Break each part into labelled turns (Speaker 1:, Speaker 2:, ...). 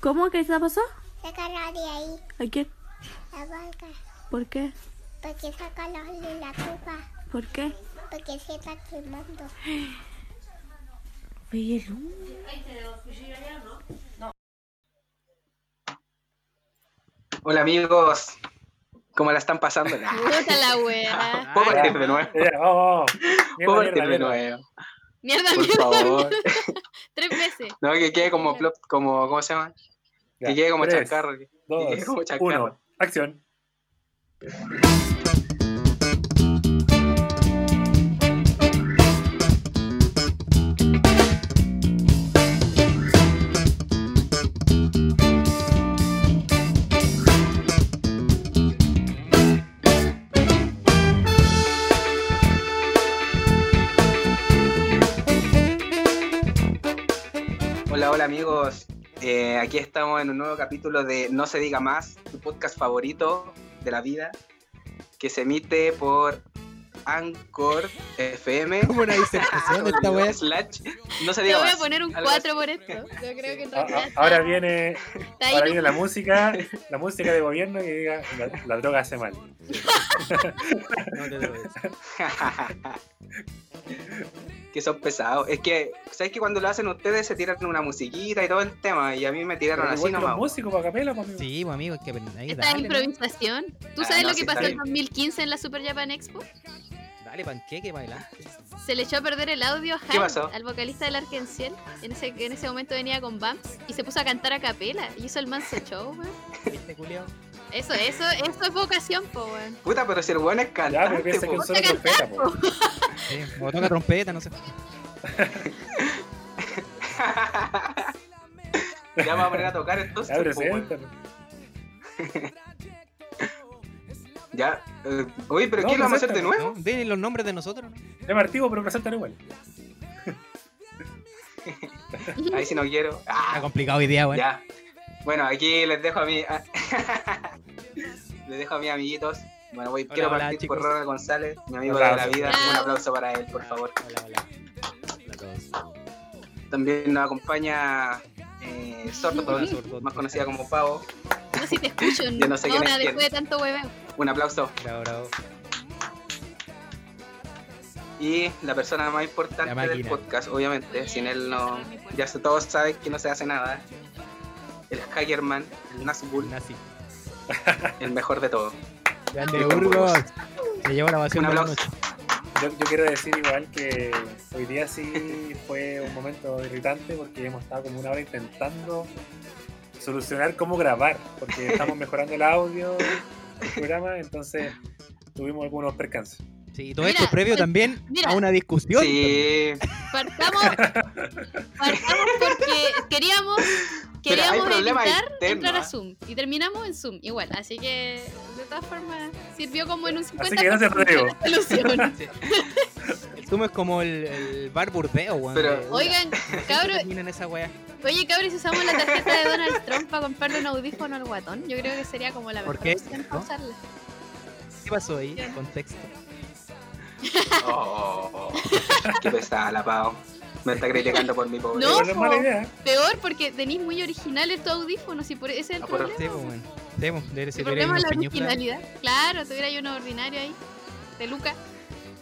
Speaker 1: ¿Cómo que se la pasó?
Speaker 2: Sácala de ahí,
Speaker 1: ¿A quién?
Speaker 2: la boca.
Speaker 1: ¿Por qué?
Speaker 2: Porque sácala de la copa.
Speaker 1: ¿Por qué?
Speaker 2: Porque se está quemando.
Speaker 1: Oye, Lu.
Speaker 3: Hola amigos, ¿cómo la están pasando?
Speaker 4: Puta la wea.
Speaker 3: Puedo
Speaker 5: Ah,
Speaker 3: partir de nuevo.
Speaker 5: Ya, oh, oh.
Speaker 3: Puedo
Speaker 5: Mierda,
Speaker 3: partir de
Speaker 5: mierda, mierda.
Speaker 3: nuevo.
Speaker 4: Mierda,
Speaker 3: Por
Speaker 4: mierda,
Speaker 3: favor.
Speaker 4: mierda. Tres veces.
Speaker 3: No, que quede como plop, como, ¿cómo se llama?
Speaker 5: Ya,
Speaker 3: Que quede como
Speaker 5: tres,
Speaker 3: chacarro. que- que quede
Speaker 5: Dos,
Speaker 3: como chacarro.
Speaker 5: uno, acción.
Speaker 3: Hola, hola amigos. Eh, aquí estamos en un nuevo capítulo de No se diga más, tu podcast favorito de la vida, que se emite por Anchor FM.
Speaker 6: Como una disertación esta wea.
Speaker 3: Slash, no se
Speaker 4: Te
Speaker 3: diga
Speaker 4: voy a
Speaker 3: más.
Speaker 4: poner un
Speaker 3: Algo así.
Speaker 4: 4 por esto. Yo creo
Speaker 3: Ah,
Speaker 4: que en
Speaker 5: A-
Speaker 4: realidad
Speaker 5: a- Ah, Ahora viene,
Speaker 4: está ahí.
Speaker 5: ahora viene la música, la música de gobierno que diga la, la droga hace mal.
Speaker 6: No te lo ves.
Speaker 3: que son pesados. Es que, ¿sabes que cuando lo hacen ustedes se tiran una musiquita y todo el tema? Y a mí me tiraron
Speaker 5: Pero
Speaker 3: así
Speaker 5: igual que los
Speaker 3: nomás.
Speaker 5: músicos para capela, pues, amigo.
Speaker 6: Sí, pues amigo, es que ahí
Speaker 4: Esta
Speaker 6: dale. ¿no?
Speaker 4: improvisación. ¿Tú
Speaker 3: Ah,
Speaker 4: sabes
Speaker 3: no,
Speaker 4: lo que
Speaker 3: sí,
Speaker 4: pasó
Speaker 3: está
Speaker 4: en 2015 en la Super Japan Expo?
Speaker 6: Dale, panqueque, baila.
Speaker 4: Se le echó a perder el audio a
Speaker 3: ¿Qué pasó?
Speaker 4: Han, al vocalista del Arkenciel. En ese, en ese momento venía con Bumps y se puso a cantar a capela. Y hizo el manso show, weón.
Speaker 6: ¿Viste, culiao?
Speaker 4: Eso, eso, eso es vocación, po, weón.
Speaker 3: Puta, pero si el weón es
Speaker 5: Ya, pero
Speaker 3: cantante,
Speaker 5: piensa que
Speaker 3: po.
Speaker 5: un solo trompeta, po.
Speaker 6: Sí, como toca trompeta, no sé.
Speaker 3: ya va a poner a tocar entonces.
Speaker 5: Ya,
Speaker 3: po, weón.
Speaker 5: presenta. po.
Speaker 3: Ya. eh, oye, pero
Speaker 5: No,
Speaker 3: ¿qué lo vamos a hacer de
Speaker 5: preséntame,
Speaker 3: nuevo?
Speaker 6: ¿No? Den los nombres de nosotros, ¿no?
Speaker 5: Es martivo, pero presentan igual.
Speaker 3: Ahí si no quiero.
Speaker 6: Está
Speaker 3: Ah,
Speaker 6: complicado hoy día, weón.
Speaker 3: ya. Bueno, aquí les dejo a mí. les dejo a mis amiguitos. Bueno, voy,
Speaker 6: Hola,
Speaker 3: quiero
Speaker 6: hola,
Speaker 3: partir por
Speaker 6: chicos.
Speaker 3: Ronald González, mi amigo
Speaker 5: Hola.
Speaker 3: de la vida. Un
Speaker 4: Hola.
Speaker 3: aplauso para él, por favor.
Speaker 6: Hola, hola. Hola a todos.
Speaker 3: También nos acompaña eh, Sordo,
Speaker 6: Hola, Sordo.
Speaker 3: más conocida como Pavo.
Speaker 4: No sé si te escucho.
Speaker 3: Yo no sé quién es
Speaker 4: ahora,
Speaker 3: quién.
Speaker 4: después de tanto hueveo.
Speaker 3: Un aplauso.
Speaker 6: Bravo, bravo.
Speaker 3: Y la persona más importante
Speaker 6: La máquina.
Speaker 3: del podcast, obviamente. Sin él no. Ya se- todos saben que no se hace nada. El Hackerman, el Nazgul,
Speaker 6: Nazi.
Speaker 3: el mejor de todos.
Speaker 6: Grande
Speaker 3: Sí,
Speaker 6: Burgos.
Speaker 3: Burgos.
Speaker 6: Se llevó la ovación
Speaker 3: Un
Speaker 6: de la
Speaker 3: aplauso.
Speaker 6: noche.
Speaker 5: Yo, yo quiero decir igual que hoy día sí fue un momento irritante porque hemos estado como una hora intentando solucionar cómo grabar, porque estamos mejorando el audio del programa, entonces tuvimos algunos percances.
Speaker 6: Sí, y todo
Speaker 4: Mira,
Speaker 6: esto previo
Speaker 4: pues,
Speaker 6: también
Speaker 4: mira.
Speaker 6: a una discusión.
Speaker 3: Sí.
Speaker 4: Partamos, partamos porque queríamos,
Speaker 3: Pero hay
Speaker 4: queríamos
Speaker 3: problemas
Speaker 4: evitar
Speaker 3: internos,
Speaker 6: ¿ah?
Speaker 4: entrar a
Speaker 3: ¿eh?
Speaker 4: Zoom y terminamos en Zoom igual, así que de todas formas sirvió como en un 50%
Speaker 5: Así que gracias, Rodrigo.
Speaker 4: la solución.
Speaker 6: El sumo es como el, el bar burdeo, weón.
Speaker 3: Pero-
Speaker 6: de-
Speaker 4: Oigan, cabros,
Speaker 6: Terminan esa weá.
Speaker 4: oye cabros, si usamos la tarjeta de Donald Trump para comprarle un audífono al guatón, yo creo que sería como la mejor
Speaker 6: ¿Por qué?
Speaker 4: opción para
Speaker 6: ¿No?
Speaker 4: usarla.
Speaker 6: ¿Qué pasó ahí? Contexto.
Speaker 3: Oh, qué pesada la Pau. Me está criticando por mi pobre.
Speaker 4: No,
Speaker 5: Igual es mala
Speaker 4: po.
Speaker 5: idea. ¿eh?
Speaker 4: Peor porque tenéis muy originales tus audífonos y por ese es el
Speaker 3: Ah, por-
Speaker 4: problema.
Speaker 6: Sí, pues, weón. Sí, pues, debe
Speaker 4: El
Speaker 6: ser
Speaker 4: problema es la
Speaker 6: piñufla.
Speaker 4: originalidad. Claro, tuviera yo uno ordinario ahí. De Luca.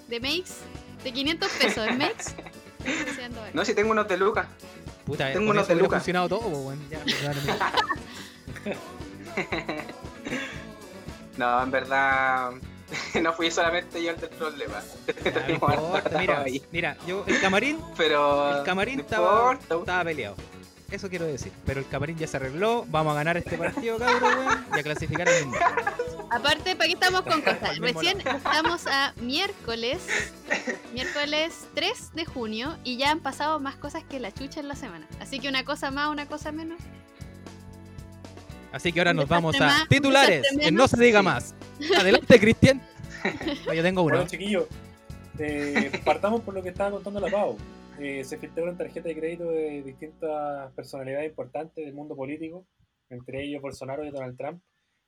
Speaker 4: De Makes. De 500 pesos. De Makes. Deseando ver.
Speaker 3: No, si tengo unos de Lucas.
Speaker 6: Puta,
Speaker 3: Tengo
Speaker 6: con
Speaker 3: unos
Speaker 6: eso
Speaker 3: de
Speaker 6: hubiera
Speaker 3: Lucas.
Speaker 6: funcionado todo, pues, weón. Ya, pues, dale, mira.
Speaker 3: No, en verdad. No fui solamente yo el del problema.
Speaker 6: Ya, no
Speaker 3: Igual,
Speaker 6: importa,
Speaker 3: estaba
Speaker 6: mira,
Speaker 3: ahí.
Speaker 6: mira, yo, el camarín,
Speaker 3: Pero.
Speaker 6: el camarín
Speaker 3: no
Speaker 6: estaba,
Speaker 3: importa.
Speaker 6: estaba peleado. Eso quiero decir. Pero el camarín ya se arregló. Vamos a ganar este partido, cabrón, weón. Y a clasificar al mundial.
Speaker 4: Aparte, ¿para qué estamos con cosas?
Speaker 6: Al mismo
Speaker 4: Recién estamos a miércoles. Miércoles 3 de junio. Y ya han pasado más cosas que la chucha en la semana. Así que una cosa más, una cosa menos.
Speaker 6: Así que ahora
Speaker 4: Un
Speaker 6: nos vamos
Speaker 4: desastre
Speaker 6: a
Speaker 4: más, un
Speaker 6: titulares.
Speaker 4: desastre
Speaker 6: Que no
Speaker 4: menos.
Speaker 6: se diga más. Adelante, Cristian. No, yo tengo uno.
Speaker 5: Bueno, chiquillos, eh, partamos por lo que estaba contando la Pau. Eh, se filtraron tarjetas de crédito de distintas personalidades importantes del mundo político, entre ellos Bolsonaro y Donald Trump.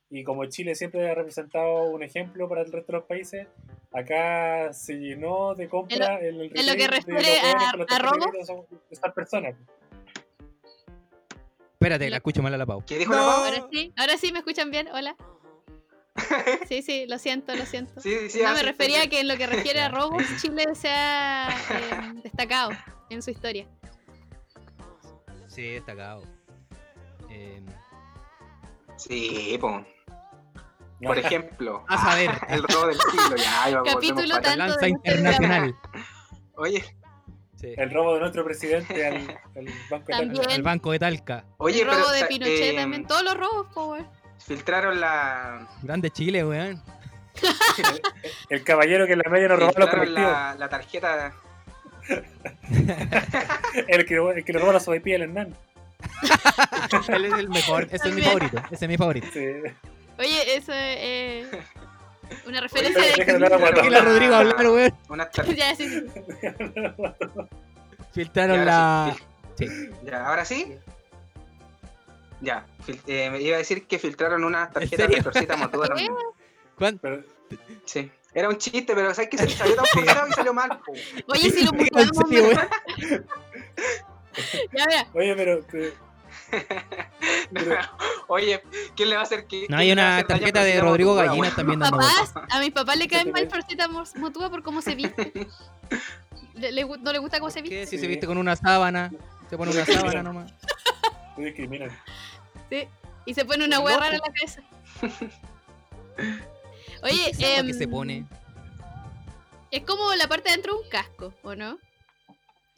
Speaker 5: Y como Chile siempre ha representado un ejemplo para el resto de los países, acá se llenó de compra el, el
Speaker 4: en lo que
Speaker 5: retail de
Speaker 4: refiere
Speaker 5: los hueones
Speaker 4: a-
Speaker 5: con
Speaker 4: a
Speaker 5: las tarjetas de
Speaker 4: robo.
Speaker 5: crédito son Estas personas.
Speaker 6: Espérate, la escucho mal a la Pau.
Speaker 3: ¿Qué dijo la Pau?
Speaker 4: Ahora sí, ahora sí me escuchan bien, hola. Sí, sí, lo siento, lo siento.
Speaker 3: Sí, sí,
Speaker 4: no,
Speaker 3: así
Speaker 4: me
Speaker 3: está
Speaker 4: refería
Speaker 3: bien.
Speaker 4: a que en lo que refiere a
Speaker 6: Ya,
Speaker 4: robos,
Speaker 6: ahí.
Speaker 4: Chile se ha eh, destacado en su historia.
Speaker 6: Sí, destacado. Eh,
Speaker 3: Sí, po.
Speaker 5: No,
Speaker 3: Por ejemplo,
Speaker 6: a saber,
Speaker 3: el robo del siglo. Ya, ahí vamos, volvemos
Speaker 4: Capítulo
Speaker 3: para atrás.
Speaker 4: Ah, tanto
Speaker 6: lanza
Speaker 4: de nuestro programa.
Speaker 6: internacional.
Speaker 3: Oye,
Speaker 6: Sí.
Speaker 5: El robo de nuestro presidente al, al Banco de
Speaker 4: También.
Speaker 5: Talca.
Speaker 6: El banco de Talca.
Speaker 3: oye,
Speaker 4: el robo
Speaker 3: pero,
Speaker 4: de
Speaker 3: sa-
Speaker 4: Pinochet
Speaker 3: eh,
Speaker 4: también, todos los robos, power.
Speaker 3: Filtraron la,
Speaker 6: Grande Chile, weón.
Speaker 5: El caballero que en la media nos robó a los
Speaker 3: filtraron
Speaker 5: colectivos.
Speaker 3: la, la tarjeta.
Speaker 5: El que, el que nos robó la sobaipilla al Hernán.
Speaker 6: Él es el mejor. Ese Este es mi
Speaker 4: También.
Speaker 6: favorito. Ese es mi favorito.
Speaker 5: Sí.
Speaker 4: Oye, eso es eh, una
Speaker 5: Oye,
Speaker 4: referencia
Speaker 5: deja de
Speaker 4: de...
Speaker 5: hablar a Martín.
Speaker 6: Tranquila, Rodrigo, hablar, weón.
Speaker 3: Una tarjeta.
Speaker 4: Ya, sí, sí.
Speaker 6: Filtraron
Speaker 3: Ya, ahora
Speaker 6: la.
Speaker 3: sí, Ya, ahora sí. Ya, fil- eh, me iba a decir que filtraron una tarjeta de
Speaker 6: serio?
Speaker 3: Florcita Motuda también.
Speaker 6: ¿Cuán-
Speaker 5: Pero
Speaker 3: Sí. Era un chiste, pero ¿sabes que Se salió tan funcionado y salió mal. po.
Speaker 4: Oye, si lo
Speaker 6: ¿En serio,
Speaker 4: buscamos...
Speaker 6: weón?
Speaker 4: Ya, mira.
Speaker 5: Oye, pero, pero- Pero-
Speaker 3: Oye, ¿quién le va a hacer que.?
Speaker 6: No, hay una tarjeta de Rodrigo Gallinas también dando vueltas.
Speaker 4: papás, a mis papás le caen mal Florcita Mos- Motúa por cómo se viste. Le- le gu- no le gusta cómo se viste.
Speaker 6: ¿Qué? Si
Speaker 5: Sí.
Speaker 6: se viste con una sábana. Se pone una sábana nomás.
Speaker 5: te discriminan.
Speaker 4: Sí. Y se pone una
Speaker 5: Loco.
Speaker 4: hueá rara en la cabeza. Oye,
Speaker 6: ¿Qué es esa agua que
Speaker 4: em,
Speaker 6: se pone?
Speaker 4: es como la parte de dentro de un casco, ¿o no?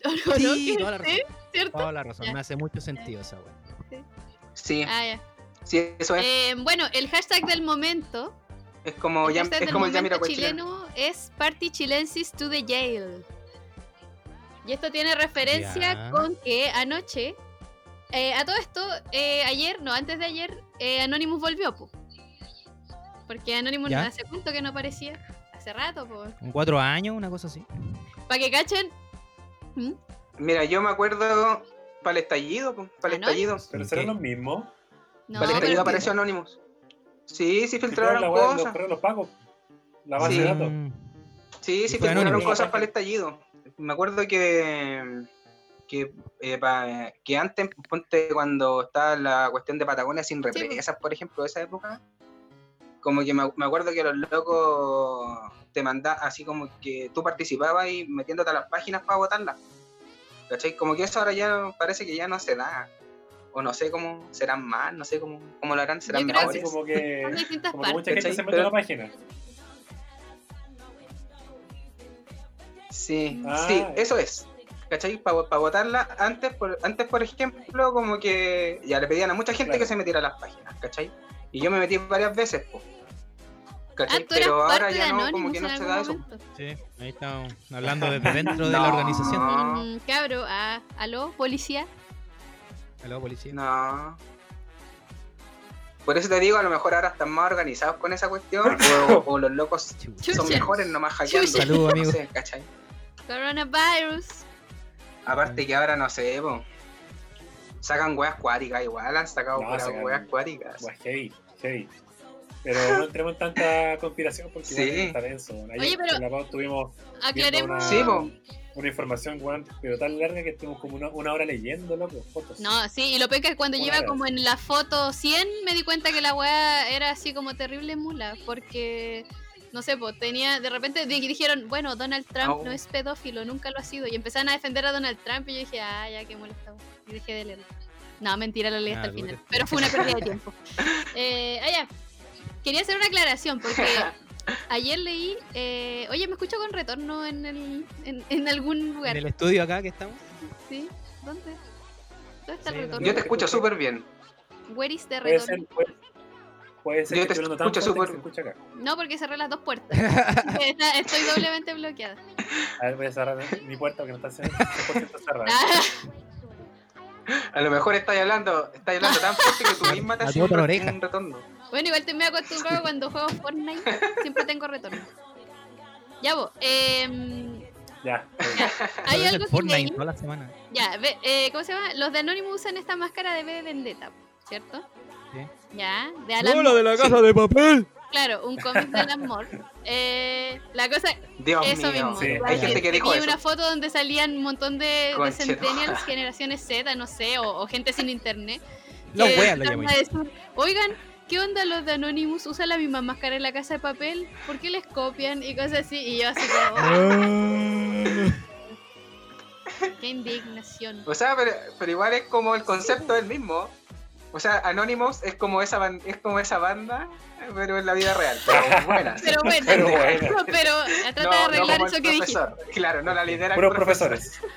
Speaker 4: ¿O no,
Speaker 6: Sí,
Speaker 4: ¿Qué-
Speaker 6: toda la razón.
Speaker 4: sí? ¿Cierto?
Speaker 6: Toda la razón. Me hace mucho sentido esa weón.
Speaker 3: Sí,
Speaker 4: Ah, ya.
Speaker 3: sí, eso es.
Speaker 4: Em, bueno, el hashtag del momento,
Speaker 3: Es como,
Speaker 4: eh, el
Speaker 3: ya, es
Speaker 4: hashtag del
Speaker 3: como el
Speaker 4: momento
Speaker 3: Yamiro
Speaker 4: chileno es Party Chilensis to the Jail. Y esto tiene referencia
Speaker 6: Ya.
Speaker 4: con que anoche, eh, a todo esto, eh, ayer, no, antes de ayer, eh, Anonymous volvió, po. porque Anonymous
Speaker 6: Ya.
Speaker 4: no hace cuánto que no aparecía, hace rato, po.
Speaker 6: ¿En cuatro años? Una cosa así.
Speaker 4: Para que cachen. ¿Mm?
Speaker 3: Mira, yo me acuerdo. Para el estallido, para el
Speaker 4: ¿Anonymous?
Speaker 3: estallido.
Speaker 5: Pero
Speaker 6: ¿En
Speaker 5: serán
Speaker 6: qué?
Speaker 5: los mismos.
Speaker 4: No,
Speaker 3: para el
Speaker 4: pero
Speaker 3: estallido apareció Anonymous. Sí, sí filtraron
Speaker 5: la web, los
Speaker 3: cosas.
Speaker 5: correos los pagos. La base
Speaker 3: Sí.
Speaker 5: de datos.
Speaker 3: Sí,
Speaker 6: Y
Speaker 3: sí,
Speaker 6: fue
Speaker 3: filtraron
Speaker 6: anónimo.
Speaker 3: cosas para el estallido. Me acuerdo que que, eh, pa- que antes, ponte cuando estaba la cuestión de Patagonia sin
Speaker 4: pues.
Speaker 3: represas, por ejemplo, de esa época, como que me, me acuerdo que los locos te mandaban, así como que tú participabas y metiéndote a las páginas para votarlas. ¿Cachai? Como que eso ahora ya parece que ya no se da. O no sé cómo serán más, no sé cómo, cómo lo harán, serán
Speaker 4: Yo creo
Speaker 5: Así
Speaker 3: mejores.
Speaker 5: como que,
Speaker 4: Son de distintas
Speaker 5: Eh, como que mucha
Speaker 4: partes.
Speaker 5: gente se
Speaker 3: ¿Cachai?
Speaker 5: mete a la página.
Speaker 3: Sí,
Speaker 5: Ah,
Speaker 3: sí,
Speaker 5: ya.
Speaker 3: eso es. ¿Cachai? Para votarla, antes por, antes, por ejemplo, como que ya le pedían a mucha gente
Speaker 5: Claro.
Speaker 3: que se metiera a las páginas, ¿cachai? Y yo me metí varias veces, po.
Speaker 4: Ah,
Speaker 3: ¿cachai?
Speaker 4: tú eras
Speaker 3: Pero ahora
Speaker 4: parte de
Speaker 3: ya no, como
Speaker 4: Anonymous
Speaker 3: que
Speaker 4: en
Speaker 3: no se
Speaker 4: algún
Speaker 3: da eso.
Speaker 4: momento.
Speaker 6: Sí, ahí estamos hablando desde dentro de la
Speaker 3: No.
Speaker 6: organización.
Speaker 3: Ah.
Speaker 4: Mm, cabro, ah, aló, policía.
Speaker 6: Aló, policía.
Speaker 3: No. Por eso te digo, a lo mejor ahora están más organizados con esa cuestión, o, o los locos
Speaker 6: Chucha.
Speaker 4: Chucha.
Speaker 3: son mejores nomás hackeando.
Speaker 4: Chucha.
Speaker 6: Saludos,
Speaker 3: No
Speaker 6: amigo.
Speaker 3: sé, ¿cachai?
Speaker 4: Coronavirus.
Speaker 3: Aparte que ahora no sé, po. Sacan weas cuáricas, igual han sacado
Speaker 5: No,
Speaker 3: puras
Speaker 5: sacan-
Speaker 3: weas cuáricas.
Speaker 5: Guau, heavy, heavy. Pero no entremos en tanta conspiración porque
Speaker 3: Sí.
Speaker 5: igual está denso. Ayer
Speaker 4: Oye, pero-
Speaker 5: en la Pau tuvimos
Speaker 4: Aclaremos.
Speaker 5: una-
Speaker 3: Sí, po.
Speaker 5: una información, weón, pero tan larga que estuvimos como una, una hora leyendo, loco, fotos.
Speaker 4: No, sí, y lo peor que cuando yo iba
Speaker 5: Claro.
Speaker 4: como en la foto 100 me di cuenta que la weá era así como terrible mula, porque no sé, po, tenía, de repente di- dijeron, bueno, Donald Trump
Speaker 3: Au.
Speaker 4: no es pedófilo, nunca lo ha sido, y empezaron a defender a Donald Trump y yo dije, ah, ya, qué molesta, weá", y dejé de leerlo. No, mentira, lo leí hasta
Speaker 6: Ah,
Speaker 4: el final,
Speaker 6: dura.
Speaker 4: pero fue una pérdida de tiempo. Eh, ah, ya, quería hacer una aclaración, porque ayer leí, eh, oye, me escucho con retorno en, el, en, en algún lugar,
Speaker 6: En el estudio acá que estamos.
Speaker 4: ¿sí? ¿Dónde? ¿Dónde está
Speaker 6: Sí,
Speaker 4: el retorno?
Speaker 3: Yo te escucho súper bien.
Speaker 4: Where is the
Speaker 5: Puede
Speaker 4: retorno?
Speaker 5: ser, puede, puede ser
Speaker 3: Yo
Speaker 5: que
Speaker 3: te
Speaker 5: esté hablando tan
Speaker 3: escucho
Speaker 5: fuerte que
Speaker 3: súper-
Speaker 5: se escucha acá.
Speaker 4: No, porque cerré las dos puertas. Está- Estoy doblemente bloqueada.
Speaker 5: A ver, voy a cerrar mi puerta porque no está 100% cerrada.
Speaker 4: Ah.
Speaker 3: A lo mejor estáis hablando, estáis hablando tan fuerte que tú misma te
Speaker 6: A
Speaker 3: haces
Speaker 6: tu
Speaker 3: un,
Speaker 6: otra
Speaker 3: re-
Speaker 6: oreja.
Speaker 3: un retorno.
Speaker 4: bueno, igual te me he acostumbrado cuando juego Fortnite. Siempre tengo retorno. Ya vos. em,
Speaker 5: Ya.
Speaker 4: hay
Speaker 6: Pero es el
Speaker 4: algo que
Speaker 6: Fortnite
Speaker 4: leí.
Speaker 6: toda la semana.
Speaker 4: Ya, ve- eh, ¿cómo se llama? Los de Anonymous usan esta máscara de B de Vendetta, ¿cierto?
Speaker 6: Sí.
Speaker 4: Ya, de Alan
Speaker 6: de la casa de
Speaker 4: Moore,
Speaker 6: papel!
Speaker 4: claro, un cómic de Alan Moore. Eh, la cosa
Speaker 3: Dios
Speaker 4: Eso
Speaker 3: mío.
Speaker 4: mismo.
Speaker 5: Sí.
Speaker 3: Hay gente que dijo
Speaker 4: tenía
Speaker 3: eso.
Speaker 4: una foto donde salían un montón de, de
Speaker 3: Conche, no.
Speaker 4: centennials, generaciones Z, no sé, o, o gente sin internet,
Speaker 6: Los
Speaker 4: que
Speaker 6: weas lo
Speaker 4: empezaron
Speaker 6: llamáis.
Speaker 4: Eh, a decir, Oigan, ¿qué onda los de Anonymous? Usan la misma máscara en la casa de papel. ¿Por qué les copian? Y cosas así. Y yo así como, "Oh, qué indignación.
Speaker 3: O sea, pero, pero igual es como el concepto del mismo. O sea, Anonymous es como esa ban- es como esa banda, pero en la vida real. Pero buena.
Speaker 4: Pero bueno,
Speaker 5: Pero
Speaker 4: pero,
Speaker 5: bueno.
Speaker 4: trata de arreglar
Speaker 3: como el
Speaker 4: eso que dije.
Speaker 3: profesor. Claro, no la lidera el
Speaker 5: Puros
Speaker 3: profesor.
Speaker 5: profesores.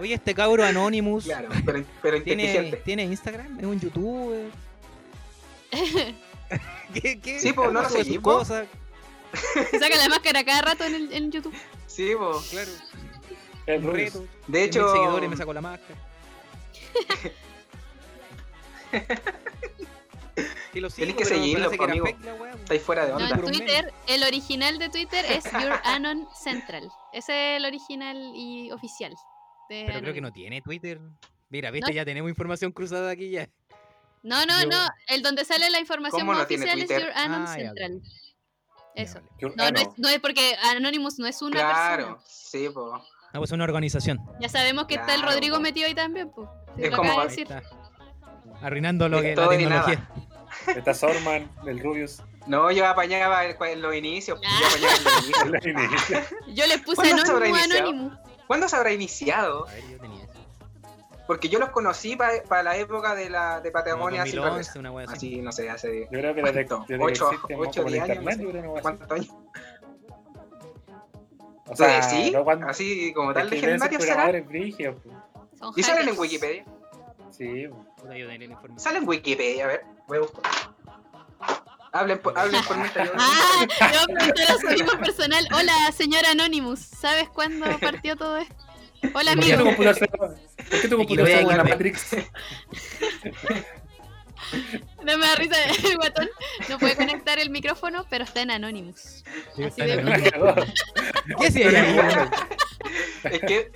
Speaker 6: Oye, este cabro Anonymous.
Speaker 3: Claro, pero, pero
Speaker 6: ¿Tiene,
Speaker 3: inteligente.
Speaker 6: ¿Tiene Instagram? ¿Es un youtuber? ¿Qué, qué?
Speaker 3: Sí, pues, no lo
Speaker 6: sube sus
Speaker 3: seguimos.
Speaker 6: cosas?
Speaker 4: Se saca la máscara cada rato en, el, en YouTube.
Speaker 3: Sí, bo.
Speaker 6: Claro.
Speaker 5: El
Speaker 6: Un
Speaker 5: Rubius.
Speaker 6: reto.
Speaker 3: De
Speaker 6: 100.000
Speaker 3: hecho,
Speaker 6: seguidores me saco la máscara. Que lo sigo,
Speaker 3: que
Speaker 6: pero me
Speaker 3: seguirlo,
Speaker 6: parece que era
Speaker 3: amigo.
Speaker 6: fake la wea,
Speaker 3: estáis fuera de
Speaker 4: No,
Speaker 3: onda.
Speaker 4: en
Speaker 6: Puro meme.
Speaker 4: Twitter, el original de Twitter es Your Anon Central. Ese es el original y oficial. de
Speaker 6: Pero creo que
Speaker 4: Anonymous.
Speaker 6: no tiene Twitter. Mira, viste, ya tenemos información cruzada aquí ya.
Speaker 4: No, no,
Speaker 5: Yo-
Speaker 4: no. El donde sale la información
Speaker 3: ¿Cómo
Speaker 4: más
Speaker 3: no tiene
Speaker 4: oficial es
Speaker 3: Twitter?
Speaker 4: Your Anon
Speaker 6: Ah, ya,
Speaker 4: Central.
Speaker 6: Ya,
Speaker 4: Eso.
Speaker 6: vale.
Speaker 5: Yo-
Speaker 4: No,
Speaker 5: ah,
Speaker 4: no, es, no es porque Anonymous no es una
Speaker 3: Claro, sí, po.
Speaker 6: Ah, pues una organización.
Speaker 4: persona. Ya sabemos que está el
Speaker 3: Claro,
Speaker 4: Rodrigo
Speaker 3: po.
Speaker 4: metido ahí también, pues. Si
Speaker 3: Es
Speaker 4: lo
Speaker 3: como-
Speaker 4: acaba de
Speaker 6: Ahí
Speaker 4: decir.
Speaker 6: está. Arruinando lo
Speaker 3: Es
Speaker 6: que la
Speaker 3: todo ni nada.
Speaker 6: tecnología.
Speaker 5: Está Sorman, el Rubius.
Speaker 3: No, yo apañaba el- en los inicios.
Speaker 4: Ah.
Speaker 3: Yo apañaba en los inicios.
Speaker 5: el Inés.
Speaker 4: Yo les puse
Speaker 3: ¿Cuándo se habrá
Speaker 4: Anonymous,
Speaker 3: iniciado?
Speaker 4: Anonymous.
Speaker 3: ¿Cuándo se habrá iniciado?
Speaker 6: A ver, yo tenía eso.
Speaker 3: Porque yo los conocí para la época de la de
Speaker 6: Como
Speaker 3: Patagonia sin
Speaker 6: 2011, una wea así.
Speaker 3: Así, no sé, hace
Speaker 5: Yo creo que desde,
Speaker 3: ¿Cuánto?
Speaker 5: desde que
Speaker 3: Ocho-
Speaker 5: existe
Speaker 3: ocho,
Speaker 5: más como el
Speaker 3: diez años, no sé.
Speaker 5: internet, yo creo que no va a ser.
Speaker 3: cuántos años.
Speaker 5: O
Speaker 3: sí,
Speaker 5: no cuan-
Speaker 3: así como
Speaker 5: es
Speaker 3: tal
Speaker 5: que deben ser
Speaker 3: legendario será.
Speaker 5: programadores brígidos, po.
Speaker 4: Son
Speaker 3: Y salen en
Speaker 4: hackers.
Speaker 3: Wikipedia.
Speaker 5: Sí, pues. po.
Speaker 6: Puta, yo tenía la información.
Speaker 3: Salen en Wikipedia, a ver, voy a buscar. Hablen por, hablen por mientras yo-
Speaker 4: Ah, le voy a preguntar a su equipo personal. Hola, señor Anonymous. ¿Sabes cuándo partió todo esto? Hola,
Speaker 5: ¿Por qué tu
Speaker 4: amigo.
Speaker 5: computador se- ¿Por qué tu
Speaker 6: Aquí lo voy
Speaker 5: computador
Speaker 6: a
Speaker 5: se llama
Speaker 6: quitar.
Speaker 5: Matrix?
Speaker 4: No me da risa el guatón. No puede conectar el micrófono, pero está en Anonymous. Así
Speaker 6: Sí, está en
Speaker 4: de-
Speaker 6: anónimo. ¿Qué hacía
Speaker 5: Pero
Speaker 6: ahí?
Speaker 5: igual,
Speaker 3: Es que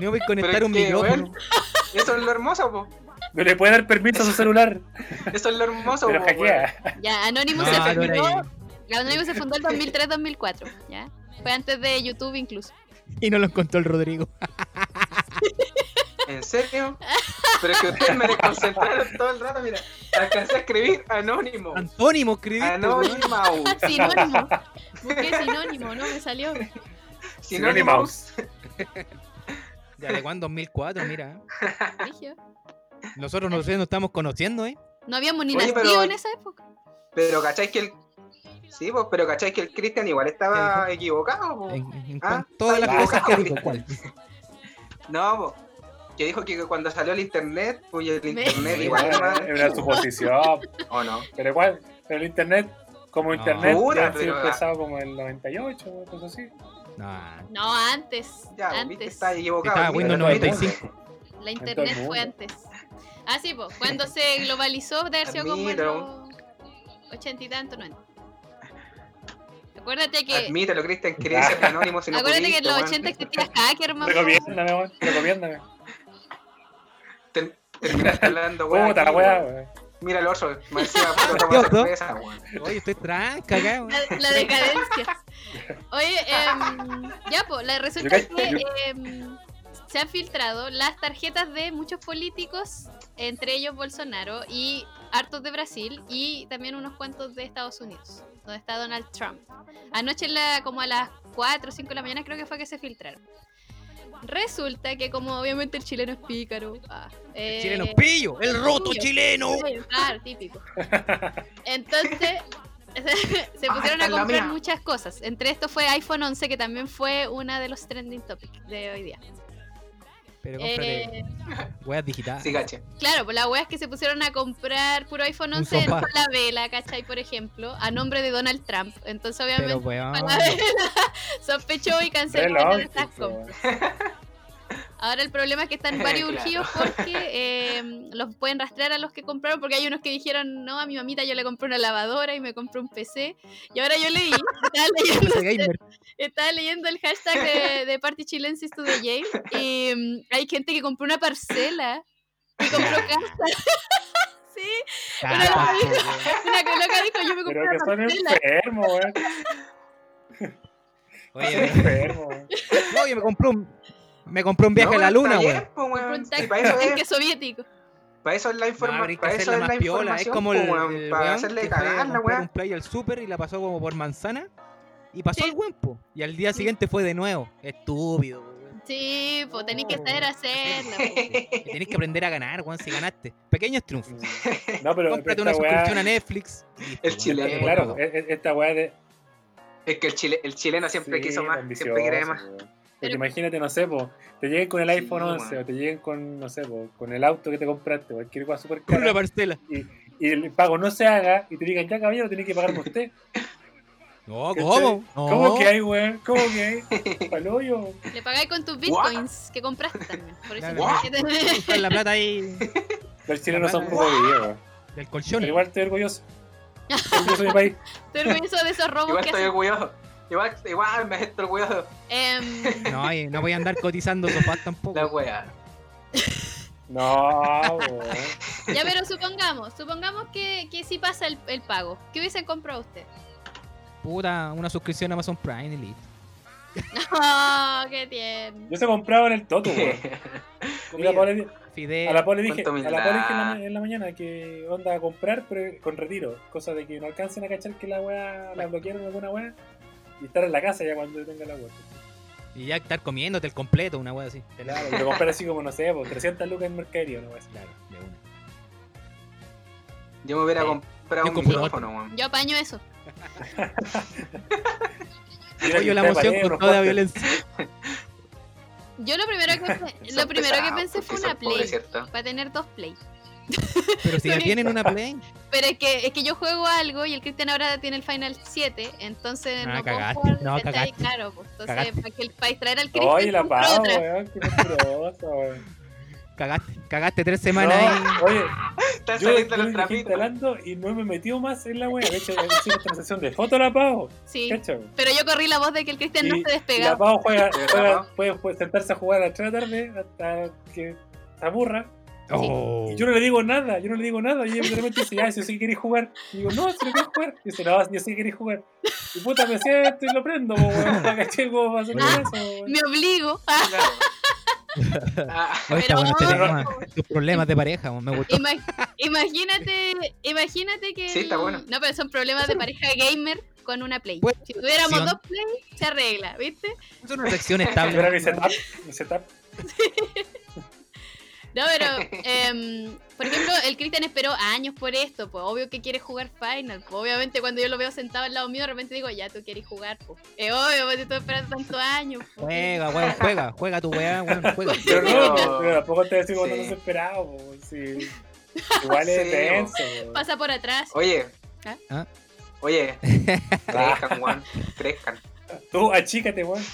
Speaker 6: Me voy a conectar
Speaker 3: Pero
Speaker 6: un
Speaker 3: es que,
Speaker 6: micrófono.
Speaker 3: eso es lo hermoso, po.
Speaker 5: No le puede dar permiso a su celular,
Speaker 3: Eso es lo hermoso,
Speaker 5: pero
Speaker 3: po, weón.
Speaker 5: hackea.
Speaker 4: Ya, Anonymous
Speaker 6: No,
Speaker 4: se
Speaker 6: no era
Speaker 4: fundó.
Speaker 6: ahí.
Speaker 4: Anonymous se fundó en 2003-2004. ¿ya? Fue antes de YouTube incluso.
Speaker 6: Y no lo encontró el Rodrigo.
Speaker 3: ¿En serio? Pero es que ustedes me desconcentraron todo el rato, mira. Alcancé a escribir anónimo.
Speaker 6: Antónimo
Speaker 3: Ah,
Speaker 6: escribiste. weón.
Speaker 3: Anonymous.
Speaker 4: Ah, Sinónimo. Busqué sinónimo, no me salió.
Speaker 3: Sinónimos.
Speaker 6: Ya de cuándo 2004, mira.
Speaker 4: Brigio.
Speaker 6: Nosotros no, sé, nos estamos conociendo, ¿eh?
Speaker 4: No habíamos ni
Speaker 3: Oye,
Speaker 4: nacido
Speaker 3: pero-
Speaker 4: en esa época.
Speaker 3: Pero cacháis que el. Sí, pues, pero cacháis que el Cristian igual estaba equivocado, po.
Speaker 6: En, en
Speaker 3: Ah,
Speaker 6: cuan- todas las
Speaker 3: ah,
Speaker 6: cosas que
Speaker 3: ah,
Speaker 6: digo,
Speaker 3: ah,
Speaker 6: ¿cuál?
Speaker 3: No, po. Que dijo que cuando salió el internet, pues el
Speaker 4: Me-
Speaker 3: internet
Speaker 6: Sí,
Speaker 3: igual estaba.
Speaker 5: Es una suposición,
Speaker 3: ¿O no?
Speaker 5: pero igual, pero el internet, como
Speaker 6: No.
Speaker 5: internet,
Speaker 3: Pura,
Speaker 5: ya ha sido
Speaker 3: pero-
Speaker 5: empezado como en el 98 o cosas así.
Speaker 6: No,
Speaker 4: No, antes.
Speaker 3: Ya, pues, viste,
Speaker 4: antes.
Speaker 3: está equivocado.
Speaker 6: Estaba
Speaker 3: el
Speaker 6: Windows
Speaker 3: internet.
Speaker 6: 95.
Speaker 4: La
Speaker 5: todo el
Speaker 4: internet fue
Speaker 5: mundo.
Speaker 4: antes. Ah, sí, pues, cuando se globalizó, debe haber sido como en
Speaker 3: Admítalo.
Speaker 4: los ochenta y tanto, no Acuérdate que,
Speaker 3: Admítelo, Cristian, quería
Speaker 6: Ah.
Speaker 3: ser anónimo si no
Speaker 4: acuérdate que en los
Speaker 3: pudiste, weón.
Speaker 4: 80 existía hacker, mamá.
Speaker 5: Recomiéndame, weón, recomiéndame.
Speaker 3: Ter- Terminaste hablando, weón.
Speaker 5: Puta la
Speaker 3: aquí,
Speaker 5: weá,
Speaker 3: weón.
Speaker 5: weón.
Speaker 3: Mira el oso, me decía, puta, toma
Speaker 6: Dios, ¿no?
Speaker 3: cerveza, weón.
Speaker 6: Oye, estoy tranca acá, weón.
Speaker 4: La, la decadencia. Oye, em, ya, pues, la resulta
Speaker 5: Yo
Speaker 4: que
Speaker 5: ca- yo-
Speaker 4: em, se han filtrado las tarjetas de muchos políticos, entre ellos Bolsonaro y hartos de Brasil y también unos cuantos de Estados Unidos, donde está Donald Trump. Anoche, en la- como a las 4 o 5 de la mañana, creo que fue que se filtraron. Resulta que, como obviamente el chileno es pícaro, ah, eh,
Speaker 6: Chileno pillo, el roto
Speaker 4: pillo.
Speaker 6: chileno.
Speaker 4: Sí, Claro, típico. Entonces, se
Speaker 3: Ah,
Speaker 4: pusieron
Speaker 3: esta
Speaker 4: a
Speaker 3: es la
Speaker 4: comprar
Speaker 3: mía.
Speaker 4: muchas cosas. Entre esto fue iPhone 11, que también fue una de los trending topics de hoy día.
Speaker 6: Pero cómprate
Speaker 4: Eh,
Speaker 6: weas digitales.
Speaker 3: Sí, caché.
Speaker 4: claro, pues la wea es que se pusieron a comprar puro iPhone
Speaker 6: Un
Speaker 4: 11 en
Speaker 6: sofá.
Speaker 4: Falabella, ¿cachai? Por ejemplo, a nombre de Donald Trump. Entonces,
Speaker 6: Pero
Speaker 4: obviamente,
Speaker 6: weón.
Speaker 4: Falabella sospechó y canceló
Speaker 5: Reloj,
Speaker 4: una de estas
Speaker 5: tipo,
Speaker 4: compras. Ahora el problema es que están varios
Speaker 3: Claro.
Speaker 4: urgidos porque eh, los pueden rastrear a los que compraron, porque hay unos que dijeron, no, a mi mamita yo le compré una lavadora y me compré un PC. Y ahora yo leí, estaba leyendo,
Speaker 6: Ese gamer.
Speaker 4: estaba leyendo el hashtag de, de Party Chilensis to the Jail y mm, hay gente que compró una parcela y compró casa. sí,
Speaker 6: Carajo, weón.
Speaker 4: una que loca dijo, yo me compré
Speaker 5: Pero que
Speaker 4: una
Speaker 5: son
Speaker 4: parcela.
Speaker 5: enfermos, weón.
Speaker 6: Oye,
Speaker 5: Enfermos, weón.
Speaker 6: no, yo me compré un. Me compré un viaje a la luna,
Speaker 3: güey.
Speaker 6: weón.
Speaker 4: Un tanque,
Speaker 3: Para eso
Speaker 4: tanque
Speaker 3: es,
Speaker 4: soviético.
Speaker 3: para eso es la,
Speaker 6: No,
Speaker 3: informa
Speaker 6: habría que
Speaker 3: para eso
Speaker 6: hacerla
Speaker 3: es la
Speaker 6: más piola. Es
Speaker 3: información,
Speaker 6: como
Speaker 3: po,
Speaker 6: el,
Speaker 3: weón,
Speaker 6: el
Speaker 3: para
Speaker 6: weón
Speaker 3: hacerle
Speaker 6: que fue a
Speaker 3: cagar la
Speaker 6: comprar un
Speaker 3: weón.
Speaker 6: play al súper y la pasó como por manzana. Y pasó
Speaker 4: Sí.
Speaker 6: el buen, po. Y al día siguiente fue de nuevo. Estúpido, weón.
Speaker 4: Sí, pues tenéis que
Speaker 6: No.
Speaker 3: Oh.
Speaker 4: saber hacerlo. po.
Speaker 6: Y Tenés que aprender a ganar, weón, si ganaste. Pequeños triunfos.
Speaker 5: No, pero esta
Speaker 6: Cómprate una
Speaker 5: weá-
Speaker 6: suscripción a Netflix. y listo,
Speaker 3: El
Speaker 6: weón,
Speaker 3: chileno.
Speaker 6: te
Speaker 5: eh,
Speaker 6: voy
Speaker 5: Claro,
Speaker 6: todo.
Speaker 5: e- e- esta weá de.
Speaker 3: Es que el, chile, el chileno siempre
Speaker 5: sí,
Speaker 3: quiso más,
Speaker 5: ambicioso,
Speaker 3: siempre quiere más.
Speaker 5: weón. Porque
Speaker 4: Pero-
Speaker 5: imagínate, no sé, po, te lleguen con el
Speaker 3: Sí,
Speaker 5: iPhone 11
Speaker 3: weón.
Speaker 5: o te lleguen con, no sé, po, con el auto que te compraste, cualquier cosa súper
Speaker 6: Con una
Speaker 5: cara,
Speaker 6: parcela.
Speaker 5: y, y el pago no se haga y te digan, ya caballero, tenés que pagar por usted.
Speaker 6: No,
Speaker 5: ¿Cachai?
Speaker 6: ¿cómo? No.
Speaker 5: ¿Cómo que hay, weón? ¿Cómo que hay? Paloyo.
Speaker 4: Le pagáis con tus bitcoins que compraste también. Por eso tenés
Speaker 6: Claro.
Speaker 4: que tener-
Speaker 6: Está la plata ahí
Speaker 5: Los chilenos son
Speaker 6: La
Speaker 5: como vividos, weón.
Speaker 6: del
Speaker 5: Pero
Speaker 6: colchón.
Speaker 5: igual estoy orgulloso. Estoy orgulloso de mi país.
Speaker 4: Estoy orgulloso de esos robos
Speaker 3: Igual
Speaker 4: que
Speaker 3: estoy
Speaker 4: hacen.
Speaker 3: orgulloso. Igual, igual me siento orgulloso.
Speaker 4: Em,
Speaker 6: No, y no voy a andar cotizando sofás tampoco.
Speaker 3: La wea.
Speaker 5: No, weón.
Speaker 4: ya, pero supongamos, supongamos que, que sí pasa el, el pago. ¿Qué hubiesen comprado usted?
Speaker 6: Puta, una suscripción a Amazon Prime y listo.
Speaker 4: Oh, qué tierno.
Speaker 5: Yo se compraba en el Toto, weón. Y la Paula di-
Speaker 6: Fideo.
Speaker 5: A la Paula dije,
Speaker 3: Cuánto
Speaker 5: a la Paula dije en, la,
Speaker 3: humildad.
Speaker 5: en la mañana que onda a comprar, pero con retiro. Cosa de que no alcancen a cachar que la weá la bloquearon alguna weá. Y estar en la casa ya cuando tenga la weá.
Speaker 6: Y ya estar comiéndote el completo, una wea así. Te la-
Speaker 5: Claro, pero comprar así como, no sé, por 300 lucas en mercadería, no weá. así.
Speaker 6: Claro, de una.
Speaker 3: Yo me hubiera
Speaker 6: Sí.
Speaker 3: comprado
Speaker 6: Yo
Speaker 3: un
Speaker 6: compré otro.
Speaker 3: micrófono, weón.
Speaker 4: Yo apaño eso.
Speaker 5: Y
Speaker 6: Apoyo la
Speaker 5: una
Speaker 6: moción
Speaker 5: pared,
Speaker 6: con
Speaker 5: unos
Speaker 6: toda
Speaker 5: postes.
Speaker 6: violencia.
Speaker 4: Yo lo primero que, lo
Speaker 3: Son
Speaker 4: primero que
Speaker 3: pesados,
Speaker 4: pensé
Speaker 3: porque
Speaker 4: fue una
Speaker 3: son pobres,
Speaker 4: play.
Speaker 3: ¿cierto?
Speaker 4: Para tener dos play.
Speaker 6: Pero si ya tienen una Play.
Speaker 4: Pero es que, es que yo juego algo y el Cristian ahora tiene el Final 7, entonces
Speaker 6: Ah,
Speaker 4: no
Speaker 6: cagaste,
Speaker 4: puedo jugar,
Speaker 6: no,
Speaker 4: ¿cachai?
Speaker 6: cagaste.
Speaker 4: Claro, pues, entonces
Speaker 6: Cagaste.
Speaker 4: para, que el, para distraer al Cristian
Speaker 5: Oye, la
Speaker 4: compré
Speaker 5: pago,
Speaker 4: otra.
Speaker 5: weón, qué monstruosa, weón.
Speaker 6: Cagaste, cagaste tres
Speaker 5: No,
Speaker 6: semanas ahí.
Speaker 5: oye,
Speaker 3: Están saliendo
Speaker 5: yo yo
Speaker 3: los
Speaker 5: lo dejé
Speaker 3: trapitos.
Speaker 5: instalando y no me he metido más en la weá. De hecho, he hecho transacción de foto a la pago.
Speaker 4: Sí,
Speaker 5: Cacha, weón.
Speaker 4: pero yo corrí la voz de que el Cristian no
Speaker 5: Y-
Speaker 4: se
Speaker 5: Y la
Speaker 4: despegaba.
Speaker 5: Pau juega,
Speaker 3: Sí,
Speaker 5: juega-
Speaker 3: la Pau.
Speaker 5: puede, puede sentarse a jugar a las 3 de la tarde hasta que se aburra.
Speaker 6: Oh.
Speaker 5: Y yo no le digo nada, yo no le digo nada. Y ella de repente dice, ah, si yo sí que queréis jugar. Y digo, no, si no queréis jugar. Y dice, no, si yo sí que queréis jugar. Y puta, me siento y lo prendo, po, weón. ¿Cachai? ¿Cómo va a ser eso, weón?
Speaker 4: Ah. Me obligo.
Speaker 3: Claro. Ah,
Speaker 6: Oye, está
Speaker 4: Pero
Speaker 6: bueno este
Speaker 4: no.
Speaker 6: tema. Tus problemas de pareja, me gustó.
Speaker 4: Ima- imagínate, imagínate que.
Speaker 3: Sí, está
Speaker 4: el-
Speaker 3: bueno.
Speaker 4: No, pero son problemas de pareja gamer con una play.
Speaker 6: Bueno,
Speaker 4: si tuviéramos
Speaker 6: opción.
Speaker 4: dos play, se arregla, ¿viste?
Speaker 6: Es una sección
Speaker 5: Yo era mi
Speaker 6: estable.
Speaker 5: setup, mi setup.
Speaker 4: No, pero, em, por ejemplo, el Cristian esperó años por esto, pues obvio que quiere jugar Final. pues, obviamente, cuando yo lo veo sentado al lado mío, de repente digo, ya tú quieres jugar, pues. Es obvio, pues, te estoy esperando tantos años. pues.
Speaker 6: Juega, weón, juega, juega tu weá, weón, juega.
Speaker 5: Pero no,
Speaker 3: Pero-
Speaker 5: pero tampoco te decimos cuando
Speaker 3: Sí.
Speaker 5: no se esperaba, po, weón. Sí. Igual es
Speaker 3: Sí,
Speaker 5: denso, weón.
Speaker 4: Pasa por atrás.
Speaker 3: Oye.
Speaker 4: ¿Ah?
Speaker 6: Ah.
Speaker 3: Oye, crezcan, weón. Crezcan.
Speaker 5: Tú, achícate, weón.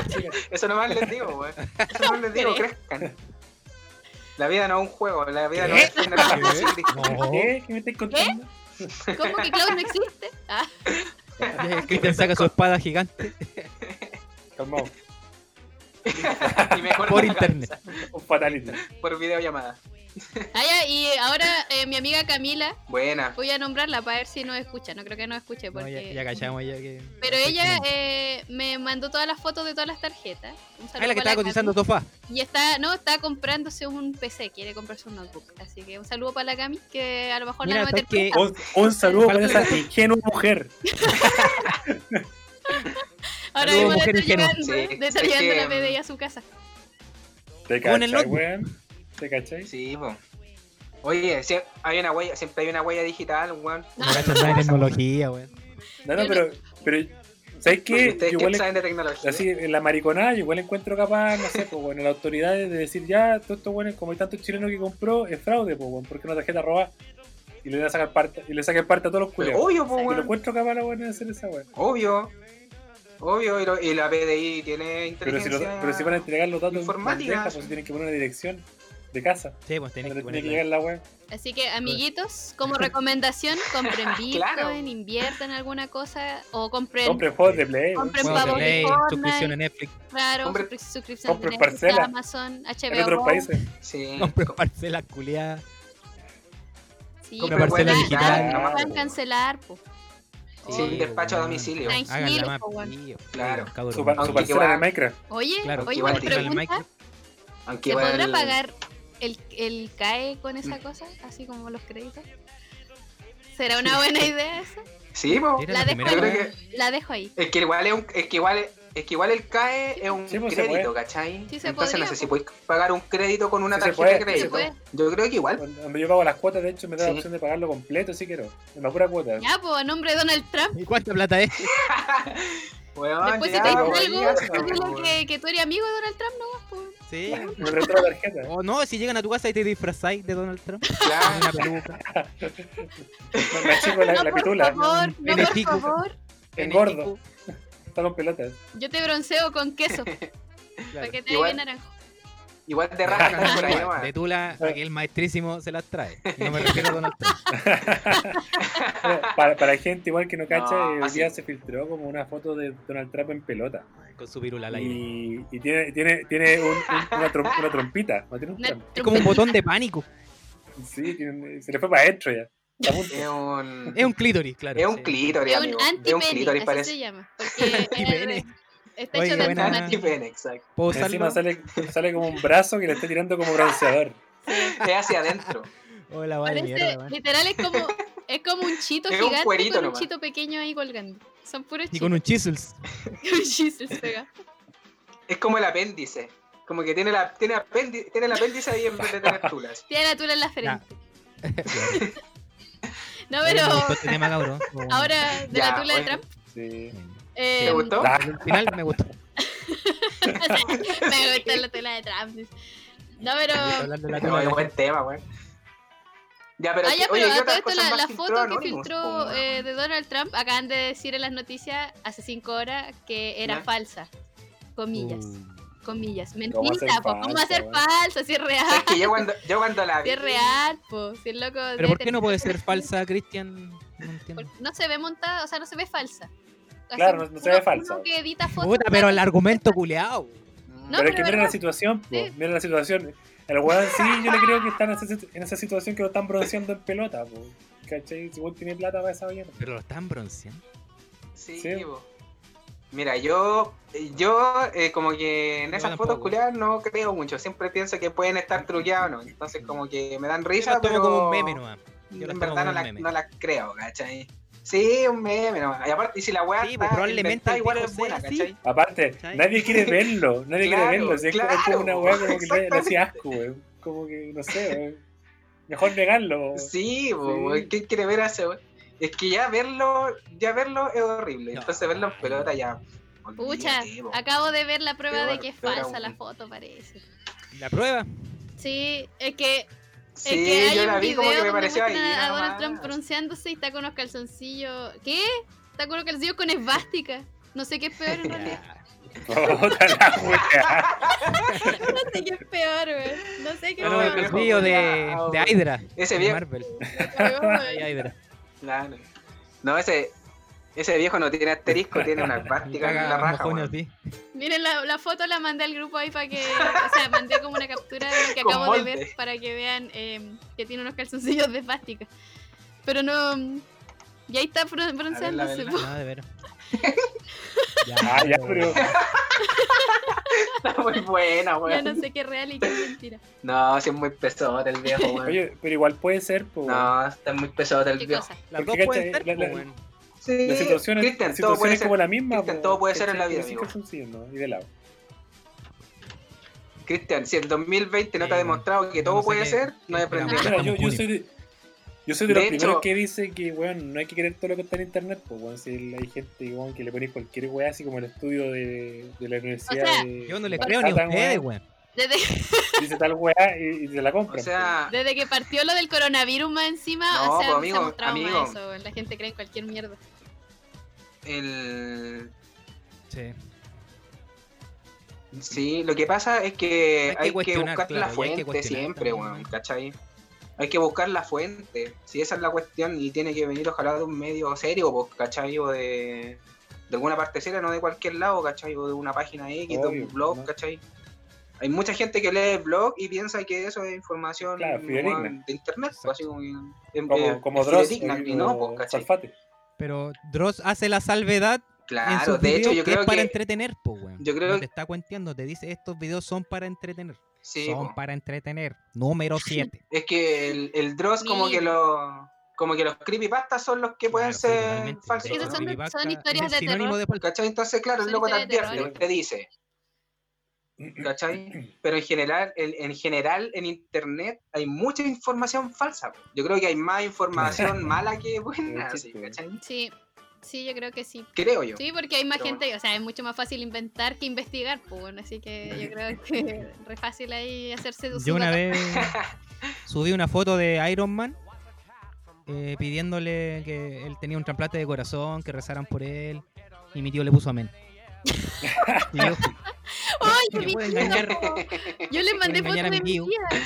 Speaker 5: Achícate.
Speaker 3: Eso nomás les digo, weón. Eso nomás les digo, crezcan. La vida no es un juego, la vida no
Speaker 6: ¿Qué?
Speaker 3: es una no.
Speaker 6: No.
Speaker 5: ¿Qué? ¿Qué me estás contando?
Speaker 4: ¿Cómo que Cloud no existe? Ah,
Speaker 6: Ya el Eh, Cristian saca su espada gigante
Speaker 5: Calmado,
Speaker 3: Y me corto
Speaker 6: por
Speaker 3: la
Speaker 6: internet.
Speaker 3: cabeza,
Speaker 5: un fatality.
Speaker 3: Por videollamada.
Speaker 4: ah, ya, y ahora eh, mi amiga Camila,
Speaker 3: Buena.
Speaker 4: voy a nombrarla para ver si nos escucha. No creo que nos escuche,
Speaker 6: No,
Speaker 4: porque.
Speaker 6: ya, ya cachamos ya que.
Speaker 4: Pero ella eh, me mandó todas las fotos de todas las tarjetas. Un
Speaker 6: Ah, la
Speaker 4: saludo
Speaker 6: que
Speaker 4: a la
Speaker 6: estaba cotizando sofá.
Speaker 4: Y está, no, está comprándose un PC, quiere comprarse un notebook. Así que un saludo para la Cami, que a lo mejor
Speaker 6: Mira,
Speaker 4: la va a meter
Speaker 6: ¿sabes qué? Oh,
Speaker 4: presa.
Speaker 5: Un, un saludo para esa ingenua mujer.
Speaker 4: Ahora
Speaker 6: saludo,
Speaker 4: mismo
Speaker 6: mujer
Speaker 4: le está
Speaker 6: ingenua.
Speaker 4: llegando,
Speaker 3: Sí,
Speaker 4: le está
Speaker 3: es
Speaker 4: llegando
Speaker 3: que,
Speaker 4: la
Speaker 3: mm,
Speaker 4: PDI a su casa.
Speaker 5: ¿Te
Speaker 6: Con el
Speaker 5: cachai,
Speaker 6: notebook.
Speaker 5: weón? ¿Te cachai?
Speaker 3: Sí, po. Oye, sie- hay una huella, siempre hay una huella digital, weón.
Speaker 6: No cachas nada de tecnología, weón.
Speaker 5: No, no, pero, pero ¿sabes qué? Yo
Speaker 3: Ustedes
Speaker 5: igual
Speaker 3: que
Speaker 5: en-
Speaker 3: saben de tecnología.
Speaker 5: así, en la mariconada, yo igual encuentro capaz, no sé, pues, bueno, las autoridades de decir ya, todo esto, bueno, como hay tantos chilenos que compró, es fraude, pues, bueno, porque una tarjeta robada. Y le van a sacar parte, y le sacan parte a todos los
Speaker 3: Pero
Speaker 5: culeros.
Speaker 3: obvio, po,
Speaker 5: Yo lo
Speaker 3: weón.
Speaker 5: encuentro capaz la buena de hacer esa weón.
Speaker 3: Obvio. Obvio, y, lo- y la PDI tiene
Speaker 5: Pero si,
Speaker 3: inteligencia.
Speaker 5: lo- pero si van a entregar los datos en
Speaker 3: informática.
Speaker 5: bandeja, pues tienen que poner una dirección de casa.
Speaker 6: Sí, pues
Speaker 5: Tiene
Speaker 6: tenés que
Speaker 5: que, tiene que
Speaker 6: ponerla.
Speaker 5: llegar la weón.
Speaker 4: Así que, amiguitos, como recomendación, compren Bitcoin,
Speaker 3: Claro.
Speaker 4: inviertan en alguna cosa o compren,
Speaker 5: Compren juegos de play. weón.
Speaker 4: Compren
Speaker 6: Juegos de
Speaker 4: pavos de
Speaker 6: ley,
Speaker 4: Fortnite.
Speaker 6: suscripción a Netflix,
Speaker 4: claro,
Speaker 3: compren-
Speaker 4: suscri- suscripción
Speaker 5: compren
Speaker 4: de Netflix,
Speaker 5: parcela.
Speaker 4: Amazon,
Speaker 5: En
Speaker 4: HBO.
Speaker 5: otros
Speaker 4: Go.
Speaker 5: países.
Speaker 3: Sí.
Speaker 6: compren parcelas culiadas.
Speaker 4: Sí,
Speaker 6: compren
Speaker 4: pues,
Speaker 6: parcela
Speaker 4: van-
Speaker 6: digital.
Speaker 4: van- Van a cancelar, po.
Speaker 3: Sí,
Speaker 6: Oye,
Speaker 3: despacho a
Speaker 6: weón.
Speaker 3: domicilio.
Speaker 4: Ay.
Speaker 6: Háganla más
Speaker 4: po, weón.
Speaker 6: pío,
Speaker 3: Claro.
Speaker 6: weón, cabrón.
Speaker 5: Su, par- su
Speaker 3: Aunque
Speaker 5: parcela
Speaker 3: igual-
Speaker 5: de Minecraft.
Speaker 4: Oye,
Speaker 6: Claro,
Speaker 4: oye,
Speaker 3: igual
Speaker 4: una
Speaker 3: tiene el
Speaker 4: pregunta,
Speaker 3: Aunque
Speaker 4: ¿se
Speaker 3: igual-
Speaker 4: podrá pagar el, el CAE con esa cosa? Así como los créditos. ¿Será una buena idea eso?
Speaker 3: Sí, po.
Speaker 6: Era
Speaker 4: La
Speaker 6: la
Speaker 4: dejo,
Speaker 6: primera
Speaker 3: Yo creo
Speaker 4: ahí,
Speaker 3: que
Speaker 4: la dejo ahí.
Speaker 3: es que igual es un, es que igual es, es que igual el CAE es un
Speaker 5: Sí, pues, se
Speaker 3: crédito,
Speaker 5: puede.
Speaker 3: ¿cachai?
Speaker 4: Sí, se
Speaker 3: Entonces
Speaker 4: podría,
Speaker 3: no sé si
Speaker 4: po.
Speaker 3: puedes pagar un crédito con una
Speaker 5: Sí, se
Speaker 3: tarjeta
Speaker 5: puede,
Speaker 3: de
Speaker 5: sí,
Speaker 4: se
Speaker 3: crédito.
Speaker 4: puede.
Speaker 3: Yo creo que igual.
Speaker 5: Cuando cuando yo pago las cuotas, de hecho, me da
Speaker 3: ¿Ah? Sí.
Speaker 5: la opción de pagarlo completo si quiero. Una pura cuota.
Speaker 4: Ya, pues, a nombre de Donald Trump.
Speaker 6: ¿Y cuánta plata es?
Speaker 3: Weón,
Speaker 4: Después si
Speaker 3: Ah, ya, pues.
Speaker 4: te dicen
Speaker 5: lo
Speaker 3: podría,
Speaker 4: algo,
Speaker 5: hacer,
Speaker 3: po,
Speaker 4: dile
Speaker 3: weón.
Speaker 4: que, que tú eres amigo de Donald Trump, ¿no? Pues,
Speaker 6: Sí.
Speaker 5: Me retro la tarjeta.
Speaker 6: O no, si llegan a tu casa y te disfrazáis de Donald Trump. con
Speaker 3: Claro.
Speaker 6: una peluca.
Speaker 5: Me- Me achico la,
Speaker 4: no,
Speaker 5: la
Speaker 4: por
Speaker 5: pitula.
Speaker 4: favor, no, por
Speaker 6: Beneficio.
Speaker 4: favor.
Speaker 5: Engordo. Está con pelotas.
Speaker 4: Yo te bronceo con queso, para
Speaker 6: Claro.
Speaker 4: que te
Speaker 3: Igual-
Speaker 4: bien naranjo.
Speaker 3: Igual te rascan por ahí nomás.
Speaker 6: De Tula, aquel maestrísimo se las trae. No me refiero a Donald Trump.
Speaker 5: Bueno, Para, para gente igual que no cacha,
Speaker 3: No,
Speaker 5: eh, hoy
Speaker 3: así-
Speaker 5: día se filtró como una foto de Donald Trump en pelota.
Speaker 6: Con su virula al aire.
Speaker 5: Y, y tiene, tiene, tiene un- un- una, trom- una trompita. ¿no? Tiene un
Speaker 4: Una
Speaker 5: trom-
Speaker 6: Es como un botón de pánico.
Speaker 5: sí, tiene un- se le fue para adentro ya. Está a punto.
Speaker 3: Es un,
Speaker 6: Es un clítoris, claro.
Speaker 3: es un
Speaker 6: sí.
Speaker 3: clítoris,
Speaker 4: Es un
Speaker 3: amigo. Es un
Speaker 4: antipene,
Speaker 3: clítoris,
Speaker 4: así
Speaker 3: parece.
Speaker 4: se llama. Porque
Speaker 6: Antipene.
Speaker 4: eh, está hecho
Speaker 6: Oye,
Speaker 4: de
Speaker 6: buena-
Speaker 4: antimático.
Speaker 3: Antipene, exacto.
Speaker 6: ¿Puedo
Speaker 5: Encima
Speaker 6: usarlo?
Speaker 5: sale, sale como un brazo que le está tirando como bronceador.
Speaker 3: Es hacia adentro.
Speaker 6: Hola, vale, mierda,
Speaker 4: Parece,
Speaker 6: weón.
Speaker 4: literal, es como, es como un chito
Speaker 3: Es un
Speaker 4: gigante
Speaker 3: cuerito
Speaker 4: con un
Speaker 3: nomás.
Speaker 4: chito pequeño ahí colgando. Son puros
Speaker 6: Y
Speaker 4: chitos.
Speaker 6: con un chisels.
Speaker 4: Jesus, pega.
Speaker 3: Es como el apéndice. Como que tiene, la, tiene, apéndice, tiene el apéndice ahí en vez de tener tulas.
Speaker 4: Tiene la tula en la
Speaker 6: Ya.
Speaker 4: frente. No,
Speaker 6: Oye,
Speaker 4: pero
Speaker 6: me gustó este tema, cabrón. Como-
Speaker 4: ahora de
Speaker 3: Ya,
Speaker 4: la tula de
Speaker 3: oye.
Speaker 4: Trump.
Speaker 5: Sí.
Speaker 4: eh,
Speaker 3: ¿Te gustó?
Speaker 5: Ah,
Speaker 6: Al final me gustó.
Speaker 4: Me gusta la tela de Trump. dice. No, pero.
Speaker 6: Hablar de la
Speaker 3: No,
Speaker 6: tula
Speaker 3: es
Speaker 6: de la
Speaker 3: buen
Speaker 6: gente.
Speaker 3: tema, weón. Ya, pero,
Speaker 4: Ah, ya,
Speaker 3: que-
Speaker 4: pero
Speaker 3: oye, ¿qué
Speaker 4: a todo
Speaker 3: otras
Speaker 4: esto
Speaker 3: cosas
Speaker 4: la,
Speaker 3: más
Speaker 4: la
Speaker 3: filtró
Speaker 4: foto que
Speaker 3: Anonymous, po,
Speaker 4: filtró
Speaker 3: weón?
Speaker 4: eh, de Donald Trump acaban de decir en las noticias hace cinco horas que era
Speaker 3: ¿Ya?
Speaker 4: falsa. Comillas,
Speaker 6: Uh,
Speaker 4: comillas.
Speaker 5: ¿Cómo va a ser
Speaker 4: Mentira, po, ¿cómo va a ser
Speaker 5: falsa,
Speaker 4: falsa? Si es real,
Speaker 3: Es que yo cuando, yo cuando la
Speaker 4: si
Speaker 3: vi.
Speaker 4: es real, po, si es loco.
Speaker 6: Pero
Speaker 4: debe
Speaker 6: ¿por
Speaker 4: tener-
Speaker 6: qué no puede ser falsa, Cristian? No entiendo.
Speaker 4: Porque no se ve montada, o sea, no se ve falsa. Así,
Speaker 5: Claro, no- no se
Speaker 4: uno-
Speaker 5: ve falsa.
Speaker 4: uno que edita fotos,
Speaker 6: Puta, pero el
Speaker 4: claro,
Speaker 6: argumento culeado.
Speaker 3: Mm,
Speaker 4: No,
Speaker 5: pero
Speaker 4: pero
Speaker 5: es que miren
Speaker 4: verdad.
Speaker 5: la situación, po,
Speaker 4: Sí.
Speaker 5: miren la situación. El weón sí, yo le creo que está en esa, situ- en esa situación que lo están bronceando en pelota, po. ¿Cachai? Si weón tiene plata para esa mierda.
Speaker 6: Pero lo están bronceando.
Speaker 3: Sí,
Speaker 5: Sí.
Speaker 3: po. Mira, yo, yo eh, como que en
Speaker 6: Yo
Speaker 3: esas
Speaker 6: tampoco.
Speaker 3: fotos culiadas no creo mucho. Siempre pienso que pueden estar truqueados, ¿no? Entonces como que me dan
Speaker 6: Yo
Speaker 3: risa,
Speaker 6: lo tomo
Speaker 3: pero...
Speaker 6: como un meme nomás. Yo las
Speaker 3: En
Speaker 6: tomo
Speaker 3: verdad
Speaker 6: como
Speaker 3: no
Speaker 6: un
Speaker 3: la,
Speaker 6: meme.
Speaker 3: no la creo, ¿cachai? Sí, un meme nomás. Y aparte, y si la weá
Speaker 6: Sí,
Speaker 3: está
Speaker 6: pues, probablemente
Speaker 3: inventada,
Speaker 6: el
Speaker 3: igual
Speaker 6: viejo
Speaker 3: es buena,
Speaker 6: sea así.
Speaker 3: ¿cachai?
Speaker 5: Aparte,
Speaker 6: ¿Cachai?
Speaker 5: nadie quiere verlo, nadie
Speaker 3: Claro,
Speaker 5: quiere verlo. si es, como- es
Speaker 3: claro,
Speaker 5: como una weá como que le, le
Speaker 3: exactamente.
Speaker 5: hacía asco, weón. Como que, no sé, weón. Mejor negarlo.
Speaker 3: Sí, po,
Speaker 5: Sí.
Speaker 3: weón, ¿quién quiere ver a ese weón? Es que ya verlo, ya verlo es horrible.
Speaker 6: No.
Speaker 3: Entonces verlo en pelota ya.
Speaker 4: Pucha,
Speaker 3: olvídate, po.
Speaker 4: acabo de ver la prueba de que es
Speaker 3: Peor
Speaker 4: falsa
Speaker 3: aún.
Speaker 4: la foto, parece.
Speaker 6: La prueba.
Speaker 4: Sí, es que
Speaker 3: Sí,
Speaker 4: es que hay
Speaker 3: yo
Speaker 4: un
Speaker 3: la vi
Speaker 4: video
Speaker 3: como que me
Speaker 4: donde
Speaker 3: pareció ahí.
Speaker 4: muestran a
Speaker 3: nada
Speaker 4: Donald
Speaker 3: más.
Speaker 4: Trump pronunciándose y está con los calzoncillos. ¿Qué? Está con los calzoncillos con esvástica. No sé qué es peor en realidad.
Speaker 5: Puta la weá.
Speaker 4: No sé qué es peor, güey. No sé qué es
Speaker 3: No,
Speaker 6: Claro, el
Speaker 3: pero-
Speaker 4: peor.
Speaker 6: calzoncillo de,
Speaker 3: culeado,
Speaker 6: de
Speaker 3: weón.
Speaker 6: Hydra.
Speaker 3: Ese
Speaker 6: de
Speaker 3: viejo-
Speaker 6: Marvel. Ay,
Speaker 4: Ay,
Speaker 6: Hydra.
Speaker 3: Claro. No, ese, ese viejo no tiene asterisco, tiene una
Speaker 6: Le
Speaker 3: plástica en
Speaker 6: caga
Speaker 3: la
Speaker 6: los
Speaker 3: raja.
Speaker 6: mojones
Speaker 3: weón.
Speaker 6: así.
Speaker 4: Miren, la, la foto la mandé al grupo ahí para que. O sea, mandé como una captura de lo que
Speaker 3: Con
Speaker 4: acabo de ver
Speaker 3: molde.
Speaker 4: para que vean eh, que tiene unos calzoncillos de esvástica. Pero no. mm, Y ahí está bron- bronceándose.
Speaker 3: verla.
Speaker 4: po.
Speaker 6: No, de veras.
Speaker 5: Ah, ya, pero.
Speaker 3: Está muy buena,
Speaker 4: Ya
Speaker 3: weón.
Speaker 4: no sé qué es real y qué es mentira.
Speaker 3: No, sí es muy pesote el viejo, weón.
Speaker 5: Oye, pero igual puede ser, po.
Speaker 3: No, está muy pesote el
Speaker 4: ¿Qué
Speaker 3: viejo.
Speaker 4: cosa?
Speaker 6: Las
Speaker 5: Porque, ¿cachai?
Speaker 6: dos pueden ser,
Speaker 5: La- la-
Speaker 6: po, weón.
Speaker 3: Sí,
Speaker 5: La situación, es-
Speaker 3: Cristian,
Speaker 5: la
Speaker 3: todo
Speaker 5: situación
Speaker 3: puede
Speaker 5: es
Speaker 3: ser.
Speaker 5: como la misma.
Speaker 3: Cristian,
Speaker 5: po,
Speaker 3: todo puede ser en la
Speaker 5: ¿cachai?
Speaker 3: vida,
Speaker 5: Sin
Speaker 3: amigo.
Speaker 5: calzoncillo, ¿no? Y de lado.
Speaker 3: Cristian, si el 2020 no
Speaker 6: Sí,
Speaker 3: te ha
Speaker 6: weón.
Speaker 3: demostrado que
Speaker 6: Yo
Speaker 3: todo
Speaker 6: no sé
Speaker 3: puede
Speaker 6: qué-
Speaker 3: ser, no
Speaker 6: qué
Speaker 3: he aprendido.
Speaker 5: Mira,
Speaker 6: esperamos.
Speaker 5: yo, yo
Speaker 6: Estamos punis.
Speaker 5: soy de, yo soy de los
Speaker 3: De
Speaker 5: primeros
Speaker 3: hecho-
Speaker 5: que dice que, weón, no hay que creer todo lo que está en internet, pues, weón, si hay gente, weón, que le pone cualquier weá, así como el estudio de, de la universidad.
Speaker 4: sea,
Speaker 5: de-
Speaker 6: Yo no le
Speaker 5: de
Speaker 6: creo ni a
Speaker 5: Manhattan,
Speaker 6: ustedes,
Speaker 5: weón,
Speaker 6: weón.
Speaker 4: Desde,
Speaker 5: Dice tal weá y, y te la
Speaker 3: O
Speaker 5: compran.
Speaker 3: sea,
Speaker 4: desde que partió lo del coronavirus más encima,
Speaker 3: No,
Speaker 4: o sea,
Speaker 3: pues, amigo,
Speaker 4: se ha mostrado
Speaker 3: amigo.
Speaker 4: más eso. güey. La gente cree en cualquier mierda.
Speaker 3: el...
Speaker 6: Sí.
Speaker 3: Sí, lo que pasa es que
Speaker 6: Hay que
Speaker 3: hay que,
Speaker 6: cuestionar,
Speaker 3: buscar
Speaker 6: claro, y
Speaker 3: la
Speaker 6: hay que
Speaker 3: fuente
Speaker 6: cuestionar
Speaker 3: siempre,
Speaker 6: también,
Speaker 3: weón,
Speaker 6: ¿no?
Speaker 3: ¿cachai? Hay que buscar la fuente, si esa es la cuestión, y tiene que venir ojalá de un medio serio, pues, ¿cachai? O de, de alguna parte seria, no de cualquier lado, ¿cachai? O de una página X, de
Speaker 5: Obvio,
Speaker 3: un blog,
Speaker 5: ¿no?
Speaker 3: ¿cachai? Hay mucha gente que lee el blog y piensa que eso es información
Speaker 5: Claro,
Speaker 3: weón,
Speaker 5: fidedigna.
Speaker 3: de internet, pues, así como, que- eh,
Speaker 5: como como
Speaker 3: es
Speaker 5: Dross
Speaker 3: fidedigna,
Speaker 5: o-
Speaker 3: y no,
Speaker 5: o
Speaker 3: pues, ¿cachai?
Speaker 5: Salfate.
Speaker 6: Pero Dross hace la salvedad en
Speaker 3: Claro,
Speaker 6: sus
Speaker 3: de hecho
Speaker 6: videos
Speaker 3: yo
Speaker 6: que
Speaker 3: creo
Speaker 6: es para
Speaker 3: que...
Speaker 6: entretener, po, weón.
Speaker 3: yo creo
Speaker 6: No
Speaker 3: que-
Speaker 6: te está cuenteando, te dice estos videos son para entretener.
Speaker 3: Sí, pues.
Speaker 6: son
Speaker 3: po.
Speaker 6: para entretener. Número 7.
Speaker 3: es que el, el Dross como
Speaker 4: Mira.
Speaker 3: que lo... Como que los creepypastas son los que pueden ser falsos.
Speaker 4: Es que esos son- son historias de terror.
Speaker 3: ¿Cachai? Entonces, claro, el
Speaker 4: Son
Speaker 3: loco te
Speaker 4: historias de
Speaker 3: advierte,
Speaker 5: terror.
Speaker 3: te dice. ¿Cachai? Pero en general, en, en general, en internet hay mucha información falsa. po. Yo creo que hay más información mala que buena,
Speaker 5: Sí,
Speaker 3: así,
Speaker 5: sí.
Speaker 3: ¿cachai?
Speaker 4: Sí, sí, yo creo que sí.
Speaker 3: Creo yo.
Speaker 4: Sí, porque hay más
Speaker 3: Pero
Speaker 4: gente, o sea, es mucho más fácil inventar que investigar, pues bueno, así que yo creo que re fácil ahí hacerse
Speaker 6: Yo una
Speaker 4: datos.
Speaker 6: vez subí una foto de Iron Man eh, pidiéndole que él tenía un trasplante de corazón, que rezaran por él. Y mi tío le puso amén. Y yo fui.
Speaker 4: ¡Ay,
Speaker 6: Me
Speaker 4: mi
Speaker 6: puede
Speaker 4: tío!
Speaker 6: engañar.
Speaker 4: Yo le mandé
Speaker 6: engañar
Speaker 4: fotos de
Speaker 6: a
Speaker 4: mi
Speaker 6: mi tío.
Speaker 4: tía.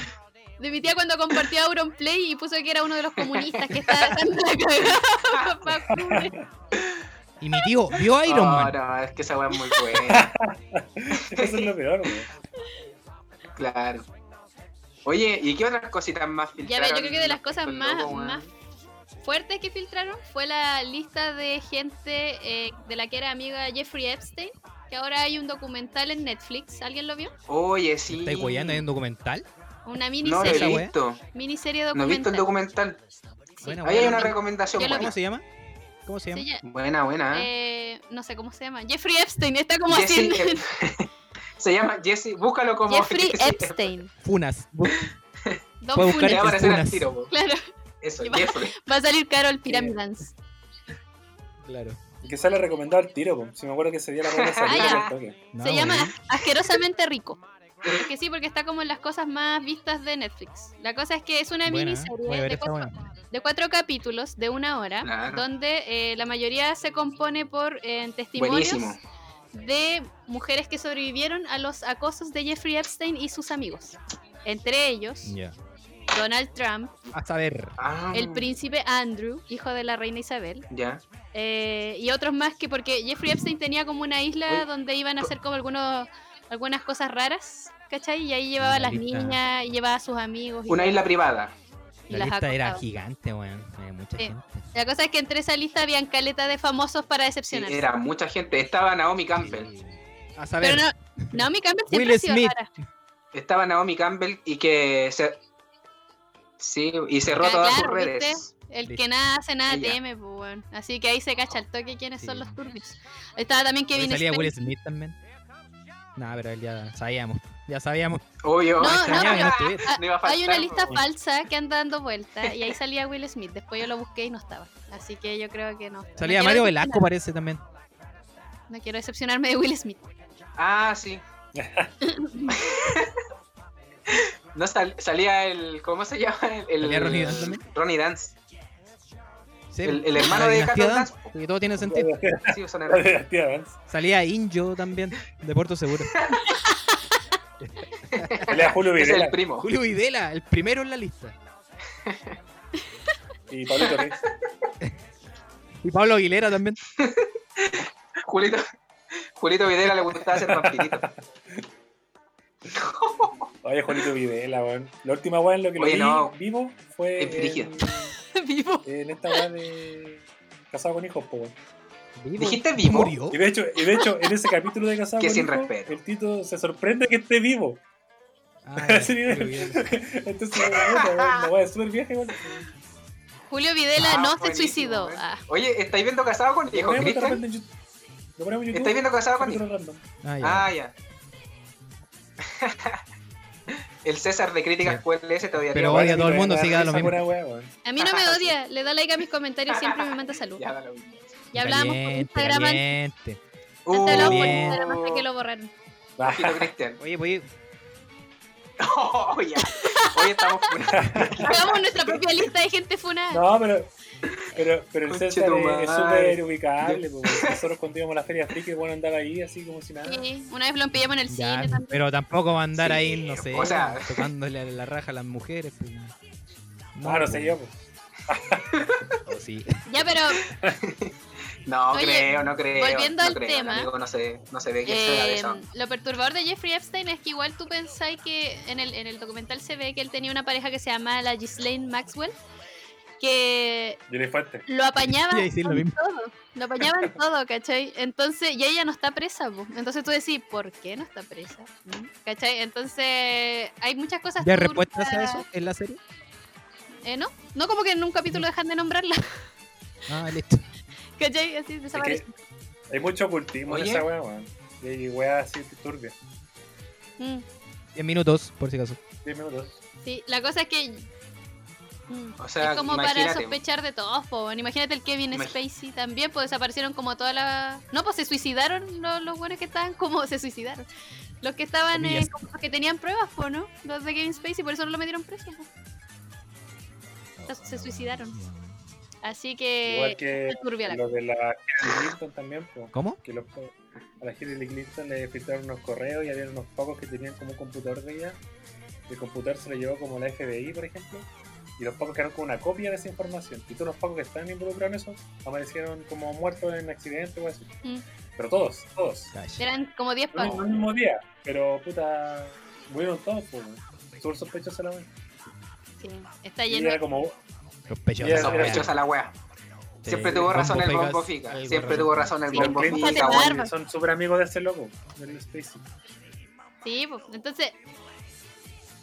Speaker 4: De mi tía cuando compartió Auronplay y puso que era uno de los comunistas que estaba dando la cagada. papá, cubre.
Speaker 6: Y mi tío vio a Iron
Speaker 3: Oh,
Speaker 6: Man.
Speaker 3: no, es que esa weá es muy buena.
Speaker 5: Eso es lo peor, weón.
Speaker 3: claro. Oye, ¿y qué otras cositas más
Speaker 4: Ya ver, yo creo que de
Speaker 3: filtraron
Speaker 4: las cosas
Speaker 3: estos
Speaker 4: más,
Speaker 3: locos, weón?
Speaker 4: más fuertes que filtraron fue la lista de gente eh, de la que era amiga Jeffrey Epstein, que ahora hay un documental en Netflix. ¿Alguien lo vio?
Speaker 3: Oye, sí.
Speaker 6: ¿Estáis guayando en un documental?
Speaker 4: Una
Speaker 3: No lo
Speaker 4: miniserie.
Speaker 6: esa
Speaker 3: he
Speaker 6: weá?
Speaker 3: visto.
Speaker 4: miniserie
Speaker 3: No he visto el
Speaker 4: documental.
Speaker 3: documental.
Speaker 4: Sí.
Speaker 6: Buena,
Speaker 3: Ahí hay una
Speaker 4: Yo lo-
Speaker 3: recomendación
Speaker 4: yo lo
Speaker 3: buena.
Speaker 6: ¿Cómo se llama? ¿Cómo se llama?
Speaker 4: Sí, ya-
Speaker 3: Buena, buena. ¿eh?
Speaker 4: eh, no sé cómo se llama. Jeffrey Epstein está como
Speaker 3: Jesse
Speaker 4: haciendo.
Speaker 3: Ep- se llama Jesse, búscalo como
Speaker 4: Jeffrey
Speaker 3: Jesse Ep-
Speaker 4: Epstein.
Speaker 6: Funas. Bu-
Speaker 4: Don
Speaker 6: Puedo buscar
Speaker 3: Te va a
Speaker 4: Funes.
Speaker 6: Funas.
Speaker 3: aparecer al tiro, po.
Speaker 4: Claro,
Speaker 3: Eso,
Speaker 4: Y va-
Speaker 3: Jeffrey.
Speaker 4: va a salir caro el Pyramidans.
Speaker 6: Claro.
Speaker 5: Que sale recomendado al tiro, po. Si me acuerdo que se dio la buena
Speaker 4: Ah, ya.
Speaker 5: salida al toque.
Speaker 6: No,
Speaker 4: Se llama
Speaker 6: weón.
Speaker 4: Asquerosamente Rico. Porque sí, porque está como en las cosas más vistas de Netflix. La cosa es que es una
Speaker 6: Buena, ¿eh?
Speaker 4: miniserie
Speaker 6: Voy a ver
Speaker 4: de
Speaker 6: esta
Speaker 4: cuatro,
Speaker 6: weá.
Speaker 4: de cuatro capítulos de una hora,
Speaker 3: Claro.
Speaker 4: donde eh, la mayoría se compone por eh, testimonios
Speaker 3: Buenísimo.
Speaker 4: de mujeres que sobrevivieron a los acosos de Jeffrey Epstein y sus amigos. Entre ellos,
Speaker 6: Ya.
Speaker 4: Donald Trump,
Speaker 6: A saber.
Speaker 3: Ah,
Speaker 4: el príncipe Andrew, hijo de la reina Isabel,
Speaker 3: Ya.
Speaker 4: eh, y otros más que porque Jeffrey Epstein tenía como una isla
Speaker 3: Oye,
Speaker 4: donde iban a
Speaker 3: co-
Speaker 4: hacer como algunos algunas cosas raras, ¿cachai? Y ahí llevaba a
Speaker 6: Una
Speaker 4: las
Speaker 6: lista.
Speaker 4: niñas, y llevaba a sus amigos. y
Speaker 3: Una
Speaker 4: todo,
Speaker 3: isla privada.
Speaker 4: y
Speaker 6: La
Speaker 4: las
Speaker 6: lista era
Speaker 4: acosaba.
Speaker 6: gigante, weón. Había mucha
Speaker 4: Sí.
Speaker 6: gente.
Speaker 4: La cosa es que entre esa lista habían caleta de famosos para
Speaker 3: Sí,
Speaker 4: decepcionar.
Speaker 3: era mucha gente. Estaba Naomi Campbell.
Speaker 6: A saber.
Speaker 4: Pero no, Naomi Campbell siempre
Speaker 6: Will
Speaker 4: ha sido
Speaker 6: Smith.
Speaker 4: rara.
Speaker 3: Estaba Naomi Campbell y que se. Sí, y cerró
Speaker 4: Ah,
Speaker 3: todas
Speaker 4: claro,
Speaker 3: sus redes.
Speaker 4: ¿viste? El que
Speaker 6: Listo.
Speaker 4: nada hace, nada
Speaker 3: Ella.
Speaker 4: teme, pues, weón. Así que ahí se cacha el toque quiénes son
Speaker 6: Sí.
Speaker 4: los turbios. Estaba también
Speaker 6: Oye,
Speaker 4: Kevin
Speaker 6: salía
Speaker 4: Spacey.
Speaker 6: Will Smith también. No, pero él ya sabíamos. Ya sabíamos.
Speaker 3: Obvio.
Speaker 4: No, no,
Speaker 6: Extrañaba que
Speaker 4: pero-
Speaker 6: no estuviera.
Speaker 4: Ah,
Speaker 3: No iba a
Speaker 4: Hay
Speaker 3: faltar,
Speaker 4: una
Speaker 3: pues,
Speaker 4: lista
Speaker 3: po.
Speaker 4: falsa que anda dando vuelta y ahí salía Will Smith. Después yo lo busqué y no estaba. Así que yo creo que no. No
Speaker 6: Salía
Speaker 4: quiero
Speaker 6: Mario
Speaker 4: decepcionar-
Speaker 6: Velasco, parece también.
Speaker 4: No quiero decepcionarme de Will Smith.
Speaker 3: Ah, sí. no sal- salía el. ¿Cómo se llama? El,
Speaker 6: ¿Salía
Speaker 3: el-
Speaker 6: Ronnie Dance también?
Speaker 3: Ronnie Dance.
Speaker 6: Sí,
Speaker 3: El- el
Speaker 6: la
Speaker 3: hermano de
Speaker 6: dinastía
Speaker 3: Carlos
Speaker 6: Dance,
Speaker 3: Dance.
Speaker 6: porque todo tiene sentido.
Speaker 3: Sí, son
Speaker 5: La
Speaker 3: hermanos.
Speaker 5: dinastía Dance.
Speaker 6: Salía Injo también, de Puerto Seguro.
Speaker 5: Pelea Julio
Speaker 3: Ese es
Speaker 5: Videla
Speaker 3: el primo.
Speaker 6: Julio Videla, el primero en la lista.
Speaker 5: y Pablo Torres.
Speaker 6: Y Pablo Aguilera también.
Speaker 3: Julito, Julito Videla le gustaba ser vampirito.
Speaker 5: Oye, Juanito Videla, weón. La última weón en lo que lo
Speaker 3: Oye,
Speaker 5: vi
Speaker 3: no.
Speaker 5: vivo fue
Speaker 3: Es brígido.
Speaker 5: en,
Speaker 4: Vivo.
Speaker 5: en esta weón de Casado con Hijos, po, weón.
Speaker 6: Vivo.
Speaker 3: ¿Dijiste vivo?
Speaker 6: ¿Murió?
Speaker 5: Y de hecho, y de hecho en ese capítulo de Casado
Speaker 3: Qué
Speaker 5: con
Speaker 3: sin
Speaker 5: Hijos,
Speaker 3: respeto.
Speaker 5: el Tito se sorprende que esté vivo.
Speaker 6: Ah,
Speaker 5: A ese
Speaker 6: Julio
Speaker 5: nivel.
Speaker 6: Videla.
Speaker 5: Entonces, weón, la weón es súper vieja, weón.
Speaker 4: Julio Videla
Speaker 3: Ah,
Speaker 4: no se
Speaker 3: buenísimo,
Speaker 4: suicidó.
Speaker 3: weón.
Speaker 4: Ah,
Speaker 3: Oye, ¿estáis viendo casado con
Speaker 5: Lo
Speaker 3: hijo,
Speaker 5: ponemos de
Speaker 3: Cristian?
Speaker 5: repente en YouTube. Lo ponemos en YouTube.
Speaker 3: ¿Estáis viendo casado con hijo?
Speaker 5: capítulo random.
Speaker 6: Ah, ya.
Speaker 3: Ah, ya. El César de Críticas QLS te odiaría.
Speaker 6: Pero
Speaker 3: igual.
Speaker 6: odia a todo el
Speaker 5: Me
Speaker 6: mundo,
Speaker 5: da
Speaker 6: así que da
Speaker 5: risa
Speaker 6: lo mismo.
Speaker 5: pura weá, weón.
Speaker 4: a mí no me odia, le da like a mis comentarios, siempre me manda salud.
Speaker 3: Ya, da lo mismo.
Speaker 4: Ya hablábamos por
Speaker 6: Caliente,
Speaker 4: Instagram antes,
Speaker 6: caliente.
Speaker 3: Uh,
Speaker 4: antes hablábamos por
Speaker 6: bien.
Speaker 4: Instagram hasta que lo borraron.
Speaker 3: ojito, Cristian.
Speaker 6: Oye, voy.
Speaker 3: Oh, ya. Hoy estamos funados.
Speaker 4: Hagamos nuestra propia lista de gente funada.
Speaker 5: No, pero, pero, pero el
Speaker 3: Conche
Speaker 5: César
Speaker 3: tu
Speaker 5: es-
Speaker 3: madre.
Speaker 5: es súper ubicable. po, weón. Nosotros cuando íbamos a la feria friki, bueno, andaba ahí así como si nada.
Speaker 4: Sí, una vez lo pillamos en el
Speaker 6: Ya,
Speaker 4: cine también.
Speaker 6: pero tampoco va a andar
Speaker 3: Sí,
Speaker 6: ahí, no sé,
Speaker 3: o sea-
Speaker 6: tocándole a la raja a las mujeres. pues.
Speaker 5: No, no, sé yo. po.
Speaker 6: O sí.
Speaker 4: Ya, pero
Speaker 3: No
Speaker 4: Oye,
Speaker 3: creo, no creo.
Speaker 4: volviendo
Speaker 3: no
Speaker 4: al
Speaker 3: creo,
Speaker 4: tema.
Speaker 3: amigo, no, se, no se ve que sea de
Speaker 4: Eh,
Speaker 3: eso.
Speaker 4: lo perturbador de Jeffrey Epstein es que igual tú pensáis que en el, en el documental se ve que él tenía una pareja que se llama la Ghislaine Maxwell, que
Speaker 5: Yo le fuerte.
Speaker 4: lo apañaban
Speaker 6: Iba a decir lo mismo.
Speaker 4: todo. Lo apañaban todo, ¿cachai? Entonces, y ella no está presa, po. Entonces tú decís, ¿por qué no está presa? ¿Mm? ¿Cachai? Entonces, hay muchas cosas.
Speaker 6: ¿Ya hay
Speaker 4: turbias.
Speaker 6: respuestas a eso en la serie?
Speaker 4: Eh, ¿No? No como que en un capítulo dejan de nombrarla.
Speaker 6: Ah, listo.
Speaker 4: ¿Cachai? Así desaparece.
Speaker 5: que hay mucho ocultismo en
Speaker 3: Oye.
Speaker 5: esa weá, weón. Y hay weá así turbia.
Speaker 4: Mm,
Speaker 6: 10 minutos, por si acaso.
Speaker 5: 10 minutos.
Speaker 4: sí, la cosa es que. mm,
Speaker 3: O sea,
Speaker 4: es como para
Speaker 3: imagínate.
Speaker 4: sospechar de todos, po. bueno. Imagínate el Kevin
Speaker 3: Imag-
Speaker 4: Spacey también, pues desaparecieron como toda la. No, pues se suicidaron los, los buenos que estaban como. Se suicidaron. Los que estaban, eh,
Speaker 6: Comillas.
Speaker 4: como los que tenían pruebas, po, ¿no? Los de Kevin Spacey, por eso no lo metieron preso. po. Se- Se suicidaron. Así que.
Speaker 5: Igual que
Speaker 4: es turbia la
Speaker 5: lo de la Hillary Clinton también, po,
Speaker 6: ¿Cómo?
Speaker 5: que los, po- a la Hillary Clinton le filtraron unos correos y había unos pocos que tenían como un computador de ella. y El computador se lo llevó como la FBI, por ejemplo. Y los pocos quedaron con una copia de esa información. Y todos los pocos que están involucrados en eso aparecieron como muertos en accidentes o así.
Speaker 4: Mm. Ah.
Speaker 5: Pero todos, todos.
Speaker 6: Cacha.
Speaker 4: Eran como 10
Speaker 5: No en
Speaker 4: pagos.
Speaker 5: el mismo día. Pero puta, murieron todos, pues. Súper sospechosa la wea.
Speaker 4: Sí, está
Speaker 5: Y
Speaker 4: lleno.
Speaker 5: era como
Speaker 6: Sospechosa.
Speaker 5: Ya,
Speaker 6: la weá.
Speaker 3: Sospechosa la wea.
Speaker 6: Sí,
Speaker 3: Siempre tuvo
Speaker 6: Eh, Bombo
Speaker 3: razón el
Speaker 6: Fegas,
Speaker 3: bombo fica.
Speaker 6: algo
Speaker 3: Siempre
Speaker 6: razón.
Speaker 3: tuvo razón el
Speaker 4: Sí,
Speaker 5: Los
Speaker 3: bombo
Speaker 4: Clinton
Speaker 5: Clinton
Speaker 4: te
Speaker 3: fica,
Speaker 4: va a dar
Speaker 3: weón.
Speaker 4: barba.
Speaker 5: son súper amigos de ese loco, del Spacey.
Speaker 4: Sí, pues. Entonces,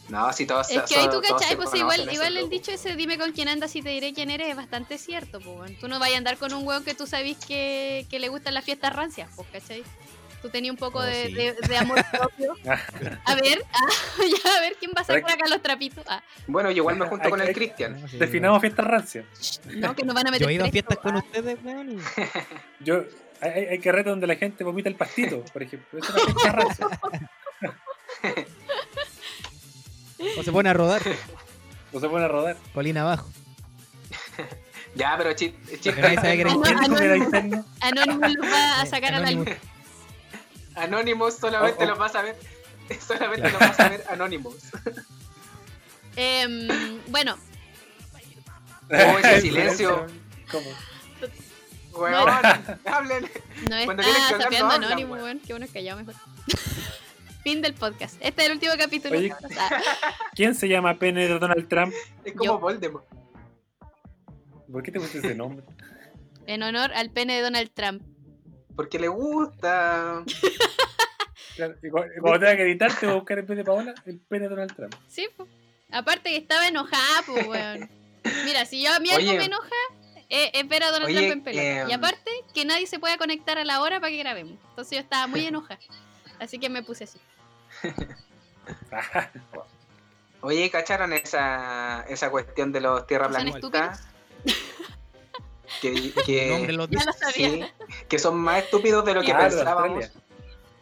Speaker 3: No, si todos
Speaker 4: Es que ahí tú
Speaker 3: todos se
Speaker 4: cachai, pues
Speaker 3: conocen,
Speaker 4: igual,
Speaker 3: ese
Speaker 4: igual el
Speaker 3: loco.
Speaker 4: dicho ese, dime con quién andas y te diré quién eres, es bastante cierto, pues Tú no vayas a andar con un hueón que tú sabís que, que le gustan las fiestas rancias, pues, ¿cachai? Tú tenías un poco
Speaker 6: Oh,
Speaker 4: de,
Speaker 6: sí.
Speaker 4: de- de amor propio. A ver, ah, ya, a ver quién va a sacar
Speaker 5: Pero-
Speaker 4: acá los trapitos. Ah,
Speaker 3: Bueno, yo igual me junto
Speaker 5: Hay-
Speaker 3: con el
Speaker 5: hay-
Speaker 3: Cristian.
Speaker 6: No, Ah, sí,
Speaker 5: Definamos fiesta rancia.
Speaker 4: no, que nos van a meter.
Speaker 6: Yo he ido
Speaker 4: preso.
Speaker 6: a
Speaker 4: ah,
Speaker 6: fiestas con ustedes, weón. y-
Speaker 5: Yo, hay- hay, hay carretas donde la gente vomita el pastito, por ejemplo. Es una fiesta rancia.
Speaker 6: O se pone a rodar,
Speaker 5: No se pone a rodar.
Speaker 6: colina abajo.
Speaker 3: Ya, pero chiste.
Speaker 6: Porque nadie sabe que eres
Speaker 4: No,
Speaker 5: ¿Quién dijo que era
Speaker 4: anónimo.
Speaker 5: interno?
Speaker 4: Anonymous los va a sacar a la
Speaker 6: Anonymous.
Speaker 4: luz.
Speaker 3: Anonymous solamente
Speaker 5: Oh, oh.
Speaker 3: lo vas a ver. Solamente lo vas a ver Anonymous.
Speaker 4: Em, bueno,
Speaker 3: Oh, ese silencio.
Speaker 5: ¿Cómo?
Speaker 3: Weón, hablen.
Speaker 4: no es
Speaker 3: Cuando tienes que
Speaker 4: ah,
Speaker 3: hablar, no
Speaker 4: sapeando
Speaker 3: hablan,
Speaker 4: anónimo,
Speaker 3: weón.
Speaker 4: weón. Qué bueno es callado mejor. fin del podcast. Este es el último capítulo.
Speaker 5: Oye.
Speaker 4: cabros. Ah.
Speaker 5: ¿Quién se llama pene de Donald Trump?
Speaker 3: Es como
Speaker 4: Yo.
Speaker 3: Voldemort.
Speaker 5: ¿Por qué te gusta ese nombre?
Speaker 4: En honor al pene de Donald Trump.
Speaker 3: Porque le gusta.
Speaker 5: Claro, y cu- y Cuando tenga que editar, te voy a buscar en vez de Paola el pene de Donald Trump.
Speaker 4: Sí, po. aparte que estaba enojada, pues, weón. Mira, si yo a mí algo
Speaker 3: Oye.
Speaker 4: me enoja, eh, es ver a Donald
Speaker 3: Oye,
Speaker 4: Trump en pelota.
Speaker 3: em.
Speaker 4: Y aparte, que nadie se pueda conectar a la hora para que grabemos. Entonces yo estaba muy enojada. Así que me puse así.
Speaker 3: Oye, ¿cacharon esa, esa cuestión de los tierra
Speaker 4: ¿Son
Speaker 3: planistas? Que, que-
Speaker 6: Nombre los
Speaker 4: Ya lo sabía.
Speaker 3: sí, que son más estúpidos de lo que
Speaker 5: Ah, de
Speaker 3: pensábamos.
Speaker 5: Australia.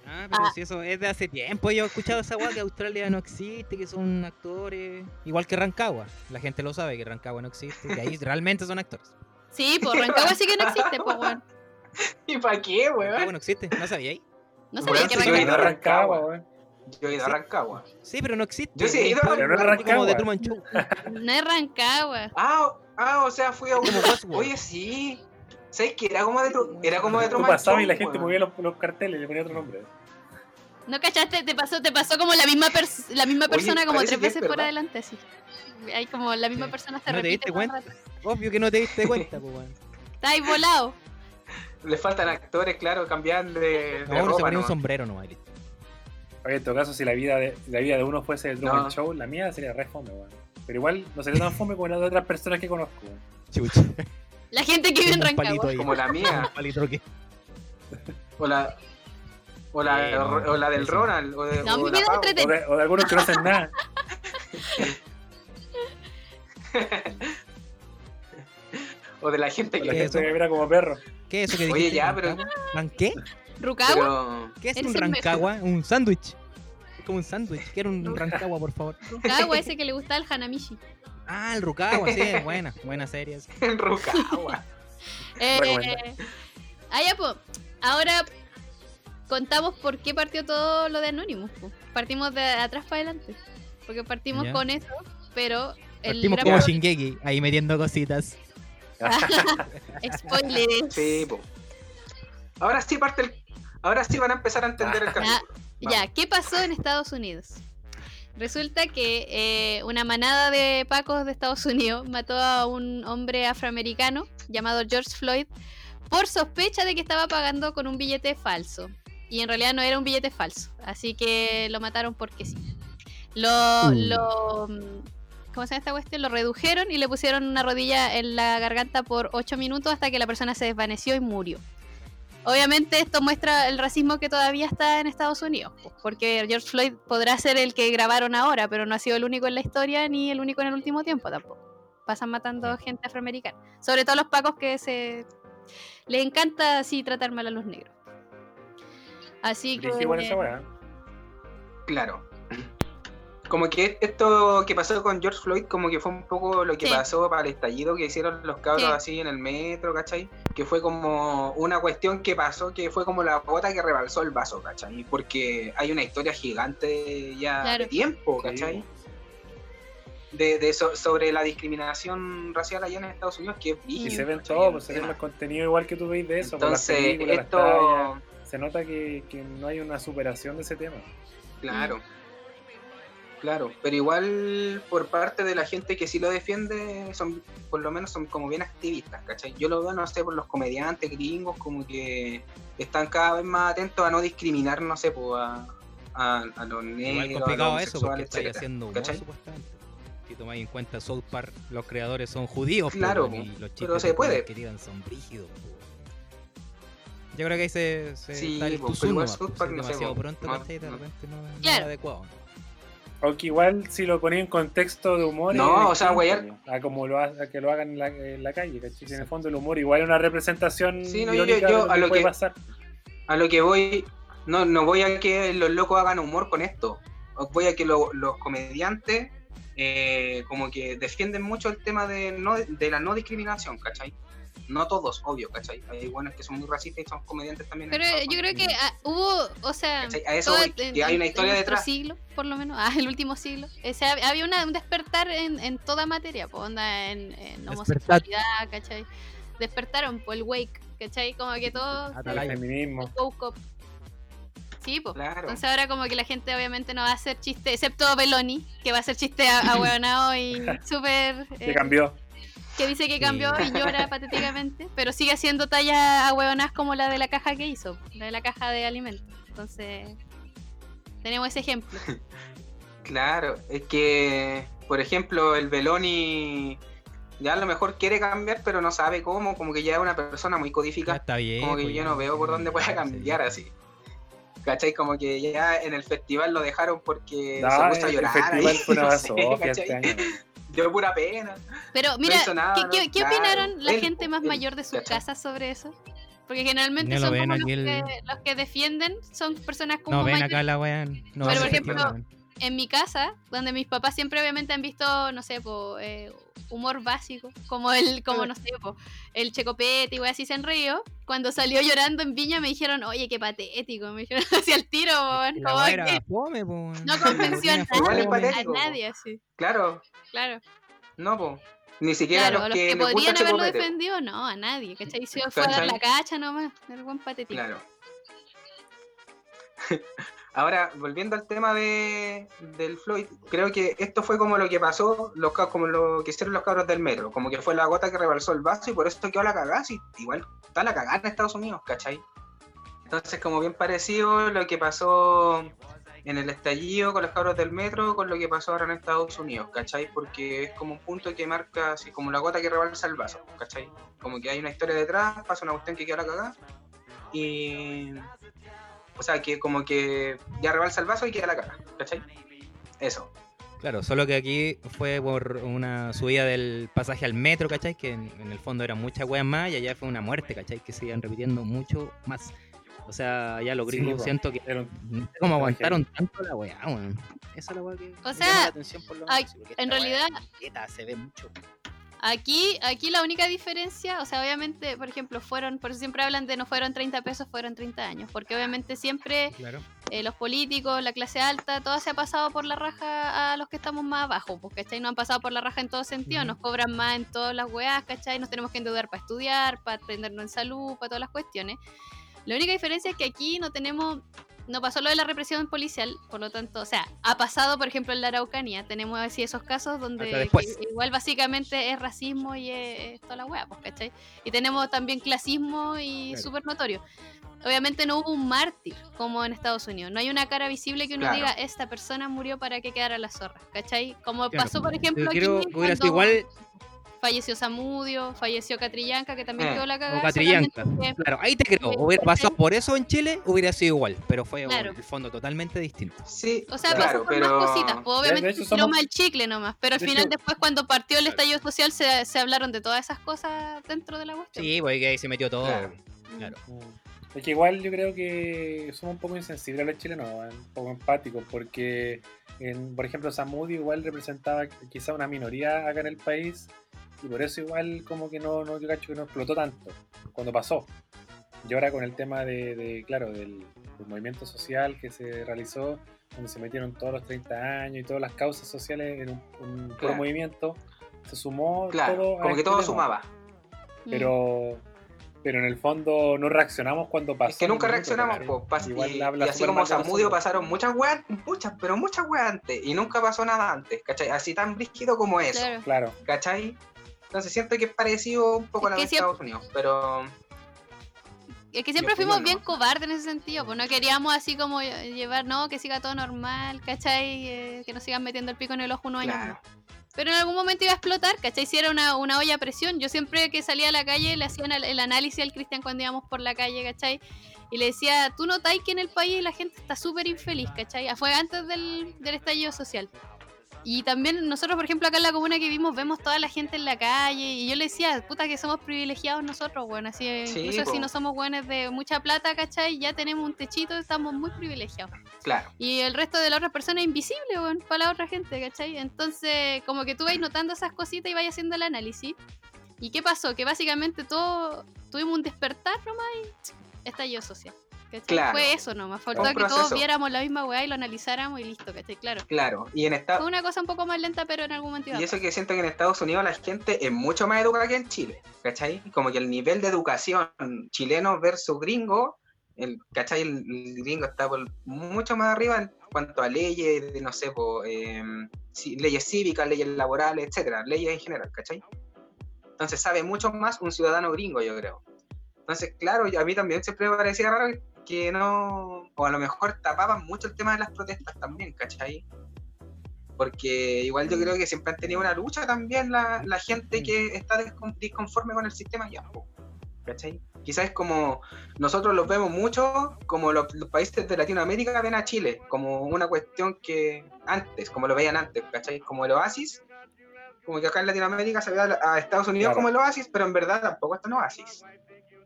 Speaker 6: Ah, pero si eso es de hace tiempo. Yo he escuchado esa weá que Australia no existe, que son actores. Igual que Rancagua. La gente lo sabe que Rancagua no existe. Que ahí realmente son actores.
Speaker 4: Sí, pues Rancagua sí que no existe, pues, weón.
Speaker 3: ¿Y para qué,
Speaker 6: Rancagua
Speaker 3: weón?
Speaker 6: no existe, no sabía ahí.
Speaker 4: No sabía
Speaker 3: Weón,
Speaker 4: que
Speaker 3: sí, yo
Speaker 5: Pero
Speaker 3: he
Speaker 4: Rancagua.
Speaker 3: ido
Speaker 5: no
Speaker 3: a
Speaker 5: arrancaba,
Speaker 3: Rancagua.
Speaker 5: weón.
Speaker 3: Yo he ido a Rancagua.
Speaker 6: Sí, pero no existe.
Speaker 3: Yo sí he ido a
Speaker 6: Es
Speaker 5: Pero no
Speaker 3: Rancagua.
Speaker 5: Rancagua.
Speaker 6: como de Truman Show.
Speaker 4: No es Rancagua.
Speaker 3: Ah, o- ah, o sea, fui a un.
Speaker 6: Como Westworld.
Speaker 3: Oye, sí. ¿Sabes qué? Era como de, Tru- era como de
Speaker 5: Tú
Speaker 3: Truman
Speaker 5: pasabas y
Speaker 3: Show,
Speaker 5: la gente
Speaker 3: weón.
Speaker 5: movía los, los carteles y le ponía otro nombre.
Speaker 4: ¿No cachaste? Te pasó, te pasó como la misma, pers- la misma
Speaker 3: Oye,
Speaker 4: persona como
Speaker 3: parece
Speaker 4: tres
Speaker 3: que es
Speaker 4: veces por
Speaker 3: verdad.
Speaker 4: adelante, así. Hay como la misma
Speaker 6: Sí.
Speaker 4: persona se
Speaker 6: ¿No te
Speaker 4: repite.
Speaker 6: diste
Speaker 4: todo el
Speaker 6: cuenta?
Speaker 4: rato.
Speaker 6: Obvio que no te diste cuenta, pues, weón.
Speaker 4: Está ahí volado.
Speaker 3: Le faltan actores, claro, cambian de, de
Speaker 6: No, uno se
Speaker 3: ropa.
Speaker 6: ponía un
Speaker 3: nomás.
Speaker 6: sombrero nomás. y listo.
Speaker 5: Oye, en todo caso, si la vida de, si la vida de uno fuese el Truman
Speaker 3: No.
Speaker 5: Show, la mía sería re fome, weón. Pero igual no sería tan fome como la de otras personas que conozco. weón.
Speaker 6: Chucha.
Speaker 4: La gente que vive en
Speaker 6: Un
Speaker 4: Rancagua.
Speaker 6: palito ahí.
Speaker 3: Como la mía.
Speaker 6: Un palito que.
Speaker 3: O la, o la,
Speaker 6: Sí, no,
Speaker 3: o la del
Speaker 6: eso.
Speaker 3: Ronald. O de,
Speaker 4: No,
Speaker 3: o
Speaker 4: mi
Speaker 3: la
Speaker 4: vida es
Speaker 3: Pau.
Speaker 4: entretenida.
Speaker 5: O de, o de algunos que no hacen nada.
Speaker 3: O de la gente
Speaker 5: O la
Speaker 3: que.
Speaker 6: ¿Qué es
Speaker 5: gente
Speaker 6: eso?
Speaker 5: que mira como perro.
Speaker 6: ¿Qué es eso que
Speaker 3: Oye,
Speaker 6: dijiste?
Speaker 3: ya, pero-
Speaker 6: Rancagua? ¿Ran qué?
Speaker 4: ¿Rucagua?
Speaker 3: Pero.
Speaker 6: ¿Qué es
Speaker 4: Eres
Speaker 6: un
Speaker 4: el mejor.
Speaker 6: Rancagua? Un sándwich. Es como un sándwich. Quiero un
Speaker 4: No.
Speaker 6: Rancagua, por favor.
Speaker 4: Rucagua, ese que le gusta al Hanamishi.
Speaker 6: Ah, el Rucagua, sí, es buena, buena serie. esa.
Speaker 3: En Rucagua.
Speaker 4: Eh,
Speaker 5: Recomendable.
Speaker 4: ah, ya, po. Ahora contamos por qué partió todo lo de Anonymous. po. Partimos de atrás para adelante. Porque partimos
Speaker 6: Ya.
Speaker 4: con eso, pero el
Speaker 6: Partimos
Speaker 4: gran
Speaker 6: como
Speaker 4: pro-
Speaker 6: Shingeki, ahí metiendo cositas.
Speaker 4: spoilers.
Speaker 3: Sí, po. Ahora sí parte el. Ahora sí van a empezar a entender el
Speaker 4: Ya,
Speaker 3: capítulo.
Speaker 4: ya, ¿qué pasó en Estados Unidos? Resulta que eh, una manada de pacos de Estados Unidos mató a un hombre afroamericano llamado George Floyd por sospecha de que estaba pagando con un billete falso. Y en realidad no era un billete falso. Así que lo mataron porque sí. Lo, lo, mm, ¿Cómo se llama esta cuestión? Lo redujeron y le pusieron una rodilla en la garganta por 8 minutos hasta que la persona se desvaneció y murió. Obviamente esto muestra el racismo que todavía está en Estados Unidos, po, porque George Floyd podrá ser el que grabaron ahora, pero no ha sido el único en la historia ni el único en el último tiempo tampoco. Pasan matando gente afroamericana, sobre todo los pacos que se les encanta así tratar mal a los negros. Así que
Speaker 5: Brigio, bueno, esa weá.
Speaker 3: Claro. Como que esto que pasó con George Floyd, como que fue un poco lo que
Speaker 4: Sí.
Speaker 3: pasó para el estallido que hicieron los cabros
Speaker 4: Sí.
Speaker 3: así en el metro, ¿cachai? Que fue como una cuestión que pasó, que fue como la gota que rebalsó el vaso, ¿cachai? Porque hay una historia gigante ya
Speaker 4: Claro.
Speaker 3: de tiempo, ¿cachai? De, de so- sobre la discriminación racial allá en Estados Unidos, que es
Speaker 5: Y
Speaker 3: brígido,
Speaker 5: se ven
Speaker 3: ¿cachai?
Speaker 5: todo,
Speaker 3: El
Speaker 5: pues se
Speaker 3: tema.
Speaker 5: ven los contenidos igual que tú veis de eso. por las
Speaker 3: Entonces,
Speaker 5: películas, las tallas.
Speaker 3: esto,
Speaker 5: Se nota que, que no hay una superación de ese tema.
Speaker 3: claro, Mm. claro, pero igual por parte de la gente que sí lo defiende, son por lo menos son como bien activistas, ¿cachai? Yo lo veo, no sé, por los comediantes gringos, como que están cada vez más atentos a no discriminar, no sé, pues a, a, a los
Speaker 6: Igual
Speaker 3: negros, a los
Speaker 6: complicado eso porque
Speaker 3: homosexuales,
Speaker 6: estáis
Speaker 3: etcétera,
Speaker 6: haciendo humor,
Speaker 3: ¿cachai?
Speaker 6: supuestamente. Si tomáis en cuenta South Park, los creadores son judíos, po,
Speaker 3: Claro,
Speaker 6: weón, y los
Speaker 3: pero
Speaker 6: chistes
Speaker 3: se
Speaker 6: de humor
Speaker 3: puede.
Speaker 6: que tiran son brígidos. po. Yo creo que ahí se, se
Speaker 3: Sí,
Speaker 6: está el
Speaker 3: po,
Speaker 6: tuzú
Speaker 3: pero igual
Speaker 6: nomás,
Speaker 3: South
Speaker 6: po,
Speaker 3: Park
Speaker 6: es
Speaker 3: no sé,
Speaker 6: demasiado
Speaker 3: po,
Speaker 6: pronto,
Speaker 3: no-
Speaker 6: ¿cachai? De
Speaker 3: no-
Speaker 6: repente no, no es
Speaker 4: Claro.
Speaker 6: adecuado.
Speaker 5: Aunque igual si lo ponéis en contexto de humor.
Speaker 3: No,
Speaker 5: es
Speaker 3: o sea,
Speaker 5: distinto, po, A como lo ha- a que lo hagan en la, en la calle, ¿cachai? Si En el fondo el humor igual es una representación
Speaker 3: Sí, no, yo-
Speaker 5: irónica
Speaker 3: yo-
Speaker 5: de
Speaker 3: a lo
Speaker 5: puede
Speaker 3: que-
Speaker 5: pasar.
Speaker 3: A lo que voy, no, no voy a que los locos hagan humor con esto. Voy a que lo- los comediantes eh, como que defienden mucho el tema de, no, de la no discriminación, ¿cachai? No todos, obvio, ¿cachai? Hay buenos que son muy racistas y son comediantes también.
Speaker 4: Pero
Speaker 3: Entonces,
Speaker 4: yo creo que ah, hubo, o sea,
Speaker 3: ¿Cachai? A eso
Speaker 4: todo
Speaker 3: voy, que hay una historia
Speaker 4: nuestro
Speaker 3: detrás.
Speaker 4: siglo, por lo menos, ah, el último siglo. O sea, hab- había una- un despertar en, en toda materia, po, onda, en, en homosexualidad, ¿cachai? Despertaron, por el wake, ¿cachai? Como que todo...
Speaker 5: El
Speaker 6: Atalaya.
Speaker 5: feminismo.
Speaker 4: woke up. Sí, po.
Speaker 3: Claro.
Speaker 4: Entonces ahora como que la gente obviamente no va a hacer chiste, excepto Beloni, que va a hacer chiste a- ahueonado y súper...
Speaker 5: Que
Speaker 4: eh,
Speaker 5: cambió.
Speaker 4: que dice que
Speaker 6: Sí.
Speaker 4: cambió y llora patéticamente, pero sigue haciendo tallas a huevonas como la de la caja que hizo, la de la caja de alimentos. Entonces, tenemos ese ejemplo.
Speaker 3: Claro, es que, por ejemplo, el Beloni ya a lo mejor quiere cambiar, pero no sabe cómo, como que ya es una persona muy
Speaker 6: Ya
Speaker 3: codificada.
Speaker 6: está bien.
Speaker 3: como que
Speaker 6: pues,
Speaker 3: yo
Speaker 6: ya,
Speaker 3: no veo por
Speaker 6: ya,
Speaker 3: dónde pueda
Speaker 6: ya,
Speaker 3: cambiar
Speaker 6: sí.
Speaker 3: así. ¿Cachai? Como que ya en el festival lo dejaron porque
Speaker 5: No,
Speaker 3: eh, se puso a
Speaker 5: el
Speaker 3: llorar.
Speaker 5: festival
Speaker 3: ahí,
Speaker 5: fue una
Speaker 3: no sé,
Speaker 5: bazofia este
Speaker 3: ¿cachai?
Speaker 5: año.
Speaker 3: Dio pura pena.
Speaker 4: Pero mira,
Speaker 3: hizo nada,
Speaker 4: ¿qué,
Speaker 3: ¿no?
Speaker 4: qué- qué
Speaker 3: Claro,
Speaker 4: opinaron la
Speaker 3: él,
Speaker 4: gente más
Speaker 3: él,
Speaker 4: mayor de sus
Speaker 3: ¿cachai?
Speaker 4: casas sobre eso? Porque generalmente
Speaker 6: No lo
Speaker 4: son
Speaker 6: ven
Speaker 4: como los,
Speaker 6: aquí el-
Speaker 4: que, los que defienden, son personas como
Speaker 6: No ven
Speaker 4: mayores.
Speaker 6: acá la weón. No,
Speaker 4: Pero,
Speaker 6: sí,
Speaker 4: por ejemplo,
Speaker 6: weón.
Speaker 4: en mi casa, donde mis papás siempre obviamente han visto, no sé, po, eh, humor básico, como el, como no sé, po, el Checopete y wey así se enrío. Cuando salió llorando en Viña me dijeron, oye, qué patético, me dijeron así al tiro, po,
Speaker 6: Es que la
Speaker 4: como
Speaker 6: weá era
Speaker 4: que
Speaker 6: fome, po, weón.
Speaker 4: no
Speaker 6: La rutina
Speaker 4: convenció a
Speaker 3: Igual
Speaker 6: fue
Speaker 3: es
Speaker 4: nadie, a
Speaker 3: patético, po.
Speaker 4: nadie así,
Speaker 3: Claro,
Speaker 4: claro.
Speaker 3: no, po. Ni siquiera
Speaker 4: Claro, a
Speaker 3: los que, les gusta
Speaker 4: podrían haberlo
Speaker 3: Checopete.
Speaker 4: defendido, no, a nadie, ¿cachai? Si fue a dar
Speaker 3: ¿Cachai?
Speaker 4: la cacha nomás, el buen patético.
Speaker 3: Claro. Ahora, volviendo al tema de, del Floyd, creo que esto fue como lo que pasó, los, ca- como lo que hicieron los cabros del metro, como que fue la gota que rebalsó el vaso y por eso quedó la cagada, si igual está la cagada en Estados Unidos, ¿cachai? Entonces, como bien parecido lo que pasó en el estallido con los cabros del metro, con lo que pasó ahora en Estados Unidos, ¿cachai? Porque es como un punto que marca así como la gota que rebalsa el vaso, ¿cachai? Como que hay una historia detrás, pasa una cuestión que queda la cagada y o sea que como que ya rebalsa el vaso y queda la cara, ¿cachai? Eso.
Speaker 6: Claro, solo que aquí fue por una subida del pasaje al metro, ¿cachai? Que en, en el fondo eran muchas weas más y allá fue una muerte, ¿cachai? Que se iban repitiendo mucho más. O sea, ya los
Speaker 5: Sí,
Speaker 6: gringos
Speaker 5: po.
Speaker 6: siento que
Speaker 5: Era un-
Speaker 6: no sé cómo aguantaron tanto la weá, weón. Esa es la weá que me
Speaker 4: sea,
Speaker 6: llama la atención por lo
Speaker 4: ay,
Speaker 6: menos, porque
Speaker 4: en
Speaker 6: esta weá
Speaker 4: realidad-
Speaker 6: completa se ve mucho.
Speaker 4: Aquí, aquí la única diferencia, o sea, obviamente, por ejemplo, fueron, por eso siempre hablan de no fueron 30 pesos, fueron 30 años, porque obviamente siempre
Speaker 6: Claro.
Speaker 4: eh, los políticos, la clase alta, todo se ha pasado por la raja a los que estamos más abajo, porque ¿cachai? Nos han pasado por la raja en todo sentido,
Speaker 6: Ujú.
Speaker 4: nos cobran más en todas las weas, ¿cachai? Nos tenemos que endeudar para estudiar, para atendernos en salud, para todas las cuestiones. La única diferencia es que aquí no tenemos no pasó lo de la represión policial, por lo tanto, o sea, ha pasado, por ejemplo, en la Araucanía. Tenemos así esos casos donde
Speaker 6: Hasta después.
Speaker 4: que igual básicamente es racismo y es, es toda la hueá, pues, ¿cachai? Y tenemos también clasismo y
Speaker 6: Claro.
Speaker 4: súper notorio. Obviamente no hubo un mártir como en Estados Unidos. No hay una cara visible que uno
Speaker 3: Claro.
Speaker 4: diga, esta persona murió para que quedara la zorra, ¿cachai? Como
Speaker 6: Claro.
Speaker 4: pasó, por ejemplo,
Speaker 6: Yo creo
Speaker 4: aquí
Speaker 6: que hubiera sido
Speaker 4: cuando-
Speaker 6: igual
Speaker 4: falleció Samudio, falleció Catrillanca, que también
Speaker 3: Eh,
Speaker 4: quedó la
Speaker 6: Ah, o
Speaker 4: cagada.
Speaker 6: Catrillanca.
Speaker 4: solamente que-
Speaker 6: Claro, ahí te creo. Hubiera pasado por eso en Chile, hubiera sido igual. Pero fue un-
Speaker 4: Claro.
Speaker 6: el fondo totalmente distinto.
Speaker 3: Sí,
Speaker 4: O sea,
Speaker 3: claro,
Speaker 4: pasó por
Speaker 3: pero...
Speaker 4: más cositas. pues, obviamente
Speaker 5: hecho,
Speaker 4: se tiró
Speaker 5: somos-
Speaker 4: mal chicle nomás. Pero al
Speaker 5: de
Speaker 4: final,
Speaker 5: hecho-
Speaker 4: después, cuando partió el estallido social, se, se hablaron de todas esas cosas dentro de la cuestión.
Speaker 6: Sí, porque ahí se metió todo.
Speaker 3: Claro.
Speaker 6: claro.
Speaker 5: Mm. Es que igual yo creo que somos un poco insensibles a los chilenos, weón, un poco empáticos, porque, en- por ejemplo, Samudi igual representaba quizá una minoría acá en el país, y por eso igual como que no, no yo cacho que no explotó tanto cuando pasó. Y ahora con el tema de, de, claro, del, del movimiento social que se realizó, donde se metieron todos los 30 años y todas las causas sociales en un, un puro
Speaker 3: Claro.
Speaker 5: movimiento, se sumó todo
Speaker 3: Claro,
Speaker 5: a
Speaker 3: como que
Speaker 5: este
Speaker 3: todo
Speaker 5: tema.
Speaker 3: sumaba.
Speaker 4: Mm.
Speaker 5: Pero, pero en el fondo no reaccionamos cuando pasó.
Speaker 3: Es que nunca
Speaker 5: el minuto,
Speaker 3: reaccionamos,
Speaker 5: claro.
Speaker 3: po, pas-
Speaker 5: Igual
Speaker 3: y,
Speaker 5: habla
Speaker 3: y así
Speaker 5: súper
Speaker 3: como
Speaker 5: mal de
Speaker 3: Samudio
Speaker 5: nosotros.
Speaker 3: pasaron muchas weas, muchas, pero muchas weas antes, y nunca pasó nada antes, ¿cachai? Así tan brígido como eso,
Speaker 4: Claro.
Speaker 5: Claro,
Speaker 3: ¿cachai? Entonces siento que es parecido un poco a
Speaker 4: Es
Speaker 3: la
Speaker 4: que
Speaker 3: de
Speaker 4: siempre-
Speaker 3: Estados Unidos, pero
Speaker 4: Es que siempre
Speaker 3: Yo
Speaker 4: fuimos
Speaker 3: opino,
Speaker 4: bien
Speaker 3: ¿no?
Speaker 4: cobardes en ese sentido, pues no queríamos así como llevar, no, que siga todo normal, ¿cachai? Eh, que nos sigan metiendo el pico en el ojo unos años
Speaker 3: claro.
Speaker 4: más. Pero en algún momento iba a explotar, ¿cachai? Si era una, una olla a presión. Yo siempre que salía a la calle le hacían al- el análisis al Cristian cuando íbamos por la calle, ¿cachai? Y le decía, tú notáis que en el país la gente está súper infeliz, ¿cachai? Ah, Fue antes del, del estallido social. Y también nosotros, por ejemplo, acá en la comuna que vivimos, vemos toda la gente en la calle. Y yo le decía, puta, que somos privilegiados nosotros, bueno, así,
Speaker 3: Sí,
Speaker 4: incluso
Speaker 3: po.
Speaker 4: si no somos buenos de mucha plata, ¿cachai? Ya tenemos un techito, estamos muy privilegiados.
Speaker 3: Claro,
Speaker 4: Y el resto de la otra persona es invisible, weón, para la otra gente, ¿cachai? Entonces, como que tú vais notando esas cositas y vais haciendo el análisis. ¿Y qué pasó? Que básicamente todo tuvimos un despertar nomás y estallido social. ¿cachai?
Speaker 3: Claro.
Speaker 4: Fue eso nomás. Faltó
Speaker 3: Un
Speaker 4: que todos
Speaker 3: proceso.
Speaker 4: viéramos la misma weá y lo analizáramos y listo, ¿cachai? Claro.
Speaker 3: claro. Y en esta...
Speaker 4: Fue una cosa un poco más lenta, pero en algún momento iba a
Speaker 3: Y eso que siento que en Estados Unidos la gente es mucho más educada que en Chile, ¿cachai? Como que el nivel de educación chileno versus gringo, el, ¿cachai? El, el gringo está por mucho más arriba en cuanto a leyes, de, no sé, po, eh, sí, leyes cívicas, leyes laborales, etcétera, leyes en general, ¿cachai? Entonces sabe mucho más un ciudadano gringo, yo creo. Entonces, claro, y a mí también siempre me parecía raro que no, o a lo mejor tapaban mucho el tema de las protestas también, ¿cachai? Porque igual yo creo que siempre han tenido una lucha también la, la gente que está descon- disconforme con el sistema ya, po, ¿cachai? Quizás es como nosotros los vemos mucho, como los, los países de Latinoamérica ven a Chile, como una cuestión que antes, como lo veían antes, ¿cachai? Como el oasis, como que acá en Latinoamérica se ve a, a Estados Unidos
Speaker 5: Claro.
Speaker 3: como el oasis, pero en verdad tampoco es tan oasis,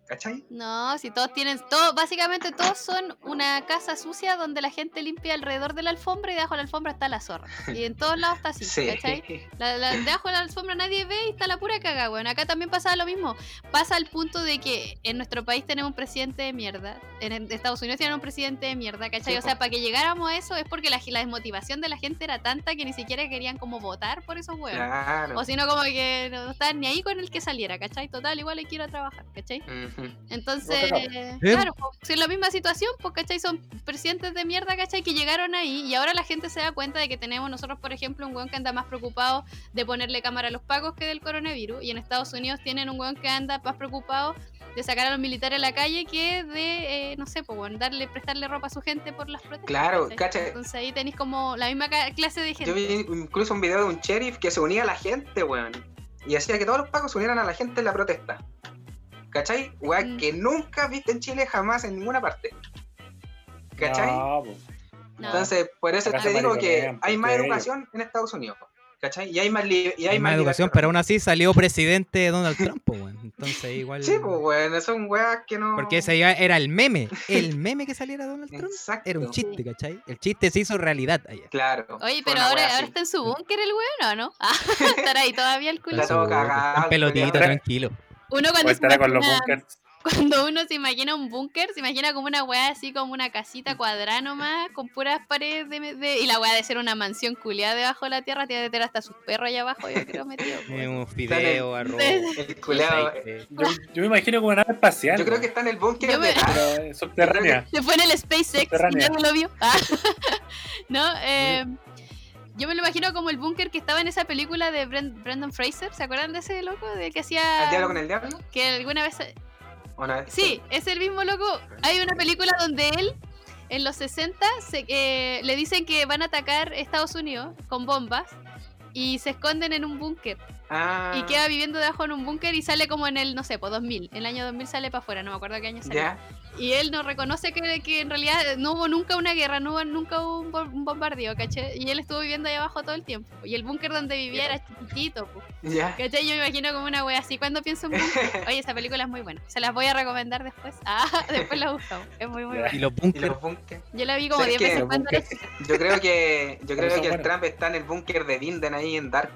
Speaker 3: ¿cachai?
Speaker 4: No, si todos tienen, todo, básicamente todos son una casa sucia donde la gente limpia alrededor de la alfombra y debajo de la alfombra está la zorra. Y en todos lados está así, ¿cachai? La, la- debajo de la alfombra nadie ve y está la pura caga, bueno. Acá también pasa lo mismo. Pasa al punto de que en nuestro país tenemos un presidente de mierda. En en Estados Unidos tienen un presidente de mierda, ¿cachai?
Speaker 3: Sí,
Speaker 4: O sea,
Speaker 3: po.
Speaker 4: para que llegáramos a eso es porque la, la desmotivación de la gente era tanta que ni siquiera querían como votar por esos huevos.
Speaker 3: Claro.
Speaker 4: O si no, como que no estaban ni ahí con el que saliera, ¿cachai? Total, igual le quiero trabajar, ¿cachai?
Speaker 3: Ujú.
Speaker 4: Entonces,
Speaker 5: No te
Speaker 4: claro, po, si es la misma situación, pues, ¿cachai? Son presidentes de mierda, ¿cachai? Que llegaron ahí y ahora la gente se da cuenta de que tenemos nosotros, por ejemplo, un weón que anda más preocupado de ponerle cámara a los pagos que del coronavirus y en Estados Unidos tienen un weón que anda más preocupado de sacar a los militares a la calle que de, eh, no sé, pues, bueno, darle, prestarle ropa a su gente por las protestas.
Speaker 3: Claro,
Speaker 4: ¿cachai?
Speaker 3: cacha.
Speaker 4: Entonces ahí tenéis como la misma ca- clase de gente.
Speaker 3: Yo vi incluso un video de un sheriff que se unía a la gente, weón. Y hacía que todos los pacos se unieran a la gente en la protesta. ¿Cachai? Weón,
Speaker 4: Mm.
Speaker 3: que nunca viste en Chile jamás en ninguna parte. ¿Cachai?
Speaker 5: No, po.
Speaker 4: No.
Speaker 3: Entonces, por eso
Speaker 5: Acá
Speaker 3: te
Speaker 5: se
Speaker 3: digo
Speaker 5: parece
Speaker 3: que
Speaker 5: bien,
Speaker 3: hay más
Speaker 5: porque ellos-
Speaker 3: educación en Estados Unidos. ¿Cachai? Y hay más, li- y hay
Speaker 6: Hay más educación,
Speaker 3: libertad.
Speaker 6: pero aún así salió presidente Donald Trump, po, weón. Entonces igual...
Speaker 3: Sí, pues, weón, son weas que no.
Speaker 6: Porque ese ya era el meme. El meme que saliera Donald Trump
Speaker 3: Exacto.
Speaker 6: era un chiste, ¿cachai? El chiste se hizo realidad allá.
Speaker 3: Claro.
Speaker 4: Oye,
Speaker 3: fue
Speaker 4: pero
Speaker 3: una
Speaker 4: ahora,
Speaker 3: wea
Speaker 4: ahora
Speaker 3: así.
Speaker 4: está en su búnker el weón, ¿o no? Ah, estará ahí todavía el culo.
Speaker 3: Está todo
Speaker 6: Está
Speaker 3: cagado,
Speaker 6: en pelotita,
Speaker 3: culiao.
Speaker 6: tranquilo.
Speaker 4: Uno
Speaker 5: O
Speaker 4: cuando se
Speaker 5: estará con los
Speaker 4: imagina-
Speaker 5: bunkers
Speaker 4: cuando uno se imagina un búnker, se imagina como una weá así, como una casita cuadrada nomás, con puras paredes de, de- y la weá de ser una mansión culiada debajo de la tierra, tiene que tener hasta sus perros allá abajo, yo creo, metido.
Speaker 6: Eh, unos fideos, arroz.
Speaker 3: El culeado.
Speaker 6: aceite.
Speaker 5: Yo, yo me imagino como una nave espacial.
Speaker 3: Yo creo que está en el búnker
Speaker 4: Yo me-
Speaker 3: de Dark.
Speaker 5: Pero eh, subterránea.
Speaker 4: Se fue en el SpaceX y
Speaker 5: Subterránea.
Speaker 4: ya no lo vio. Ah. no, eh, yo me lo imagino como el búnker que estaba en esa película de Bren- Brendan Fraser, ¿se acuerdan de ese loco? De que
Speaker 3: ¿El diálogo
Speaker 4: hacía...
Speaker 3: con el diablo?
Speaker 4: Que alguna vez
Speaker 3: ¿O no?
Speaker 4: Sí, es el mismo loco. Hay una película donde él, en los 60, se- eh, le dicen que van a atacar Estados Unidos con bombas y se esconden en un búnker.
Speaker 3: Ah,
Speaker 4: Y queda viviendo debajo en un búnker y sale como en el, no sé, pues 2000. El año 2000 sale para afuera, no me acuerdo qué año sale.
Speaker 3: ya.
Speaker 4: Y él no reconoce que, que en realidad no hubo nunca una guerra, no hubo nunca un, bo- un bombardeo, ¿caché? Y él estuvo viviendo ahí abajo todo el tiempo. Y el búnker donde vivía era chiquitito, po,
Speaker 3: Ya.
Speaker 4: ¿cachai? Yo me imagino como una wea así. Cuando pienso en búnker, Oye, esa película es muy buena. Se las voy a recomendar después. Ah, después la buscamos. Es muy, muy buena.
Speaker 6: Y los
Speaker 3: Y
Speaker 6: bunkers.
Speaker 3: los búnker.
Speaker 4: Yo la vi como
Speaker 3: ¿Sabes
Speaker 4: 10
Speaker 3: qué?
Speaker 4: veces
Speaker 5: Los
Speaker 4: cuando era
Speaker 5: bunkers.
Speaker 4: chica.
Speaker 3: Yo creo que, yo creo
Speaker 5: son
Speaker 3: que el
Speaker 5: buenos.
Speaker 3: Trump está en el búnker de Vinden ahí en Dark.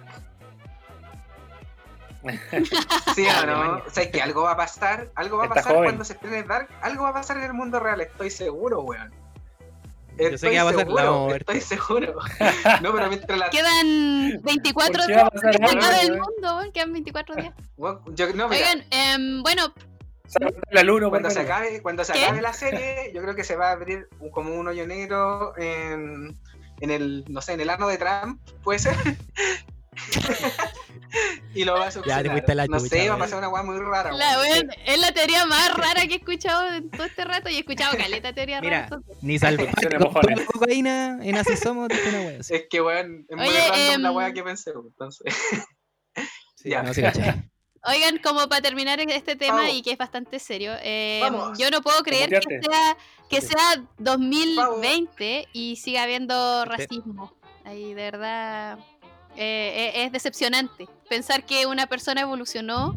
Speaker 3: Sí o no,
Speaker 6: Alemania.
Speaker 3: o sea que algo va a pasar, algo va a
Speaker 5: Está
Speaker 3: pasar
Speaker 5: joven.
Speaker 3: cuando se estrene Dark, algo va a pasar en el mundo real, estoy seguro, weón.
Speaker 6: Yo sé que va a pasar, la
Speaker 3: seguro,
Speaker 6: vamos a ver.
Speaker 3: estoy seguro. No, pero mientras la
Speaker 4: Quedan 24
Speaker 5: ¿Por qué va
Speaker 4: días
Speaker 5: a pasar
Speaker 4: para
Speaker 5: algo, eh?
Speaker 4: acabar el
Speaker 5: weón?
Speaker 4: mundo. weón. Quedan 24 días.
Speaker 3: weón, yo- no, mira,
Speaker 4: Oigan, em, bueno,
Speaker 5: Sale el alumno,
Speaker 3: cuando
Speaker 5: vuelve
Speaker 3: se
Speaker 5: el-
Speaker 3: acabe, cuando se
Speaker 4: ¿Qué?
Speaker 3: acabe la serie, yo creo que se va a abrir un- como un hoyo negro en, en el, no sé, en el ano de Trump, puede ser. y lo va a
Speaker 6: te
Speaker 3: succionar.
Speaker 6: fuiste a la
Speaker 3: No sé,
Speaker 6: chucha,
Speaker 3: va a
Speaker 6: weón.
Speaker 3: pasar una weá muy rara.
Speaker 4: la,
Speaker 3: weón.
Speaker 4: weón, es la teoría más rara que he escuchado en todo este rato y he escuchado caleta de teoría
Speaker 6: Mira,
Speaker 4: rara. entonces.
Speaker 6: Ni salva.
Speaker 5: Se le
Speaker 6: Con
Speaker 5: mojones.
Speaker 6: toda la cocaína en así somos, dijo una wea.
Speaker 3: Es que weón, es muy
Speaker 4: Oye,
Speaker 3: random la
Speaker 4: em,
Speaker 3: weá que pensé, weón, entonces.
Speaker 6: Sí,
Speaker 3: ya.
Speaker 6: no se cachai.
Speaker 4: Oigan, como para terminar este tema
Speaker 3: Vamos.
Speaker 4: y que es bastante serio, em,
Speaker 3: Vamos.
Speaker 4: yo no puedo creer que
Speaker 5: muteaste.
Speaker 4: sea, que sea 2020 y siga habiendo
Speaker 6: Viste.
Speaker 4: racismo. Ahí, de verdad, eh, e- es, decepcionante pensar que una persona evolucionó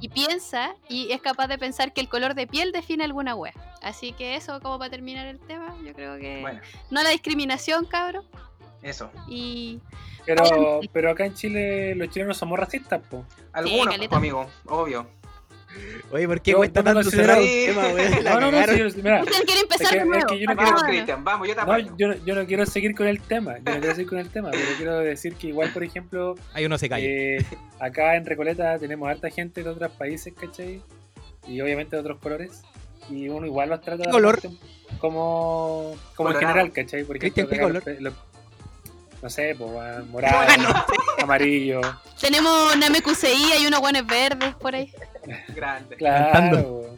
Speaker 4: y piensa y es capaz de pensar que el color de piel define alguna wea. Así que eso, como para terminar el tema, yo creo que...
Speaker 3: Bueno,
Speaker 4: No la discriminación, cabro.
Speaker 3: eso.
Speaker 4: Y
Speaker 5: Pero, pero acá en Chile los chilenos somos racistas, po.
Speaker 3: Algunos,
Speaker 4: caleta.
Speaker 3: pues, amigo, obvio.
Speaker 6: Oye, ¿por qué
Speaker 5: Yo-
Speaker 6: cuesta
Speaker 5: yo no
Speaker 6: tanto
Speaker 5: considero-
Speaker 6: cerrar un
Speaker 3: Sí.
Speaker 6: tema, weón? La
Speaker 5: No, no, no,
Speaker 6: cagaron.
Speaker 5: sí, yo- mira,
Speaker 4: usted quiere
Speaker 5: es
Speaker 4: empezar
Speaker 5: que,
Speaker 4: de nuevo.
Speaker 5: es que yo no quiero
Speaker 3: Vamos,
Speaker 4: Vámonos.
Speaker 3: Cristian, vamos, yo te
Speaker 5: No,
Speaker 3: apoyo.
Speaker 5: yo, no- yo no quiero seguir con el tema, yo no quiero seguir con el tema, pero quiero decir que igual, por ejemplo,
Speaker 6: Ahí uno se cae.
Speaker 5: eh, acá en Recoleta tenemos harta gente de otros países, ¿cachai? Y obviamente de otros colores, y uno igual los trata de
Speaker 6: color?
Speaker 5: como, como en
Speaker 3: Colorado.
Speaker 5: general, ¿cachai? Por ejemplo,
Speaker 6: Cristian, ¿qué
Speaker 5: acá los
Speaker 6: color?
Speaker 5: pe- los- no sé, pues, weón, morado, amarillo,
Speaker 4: Tenemos Namekusei, hay unos guanes verdes por ahí.
Speaker 3: Grande.
Speaker 5: claro.
Speaker 6: Cantando.
Speaker 5: weón.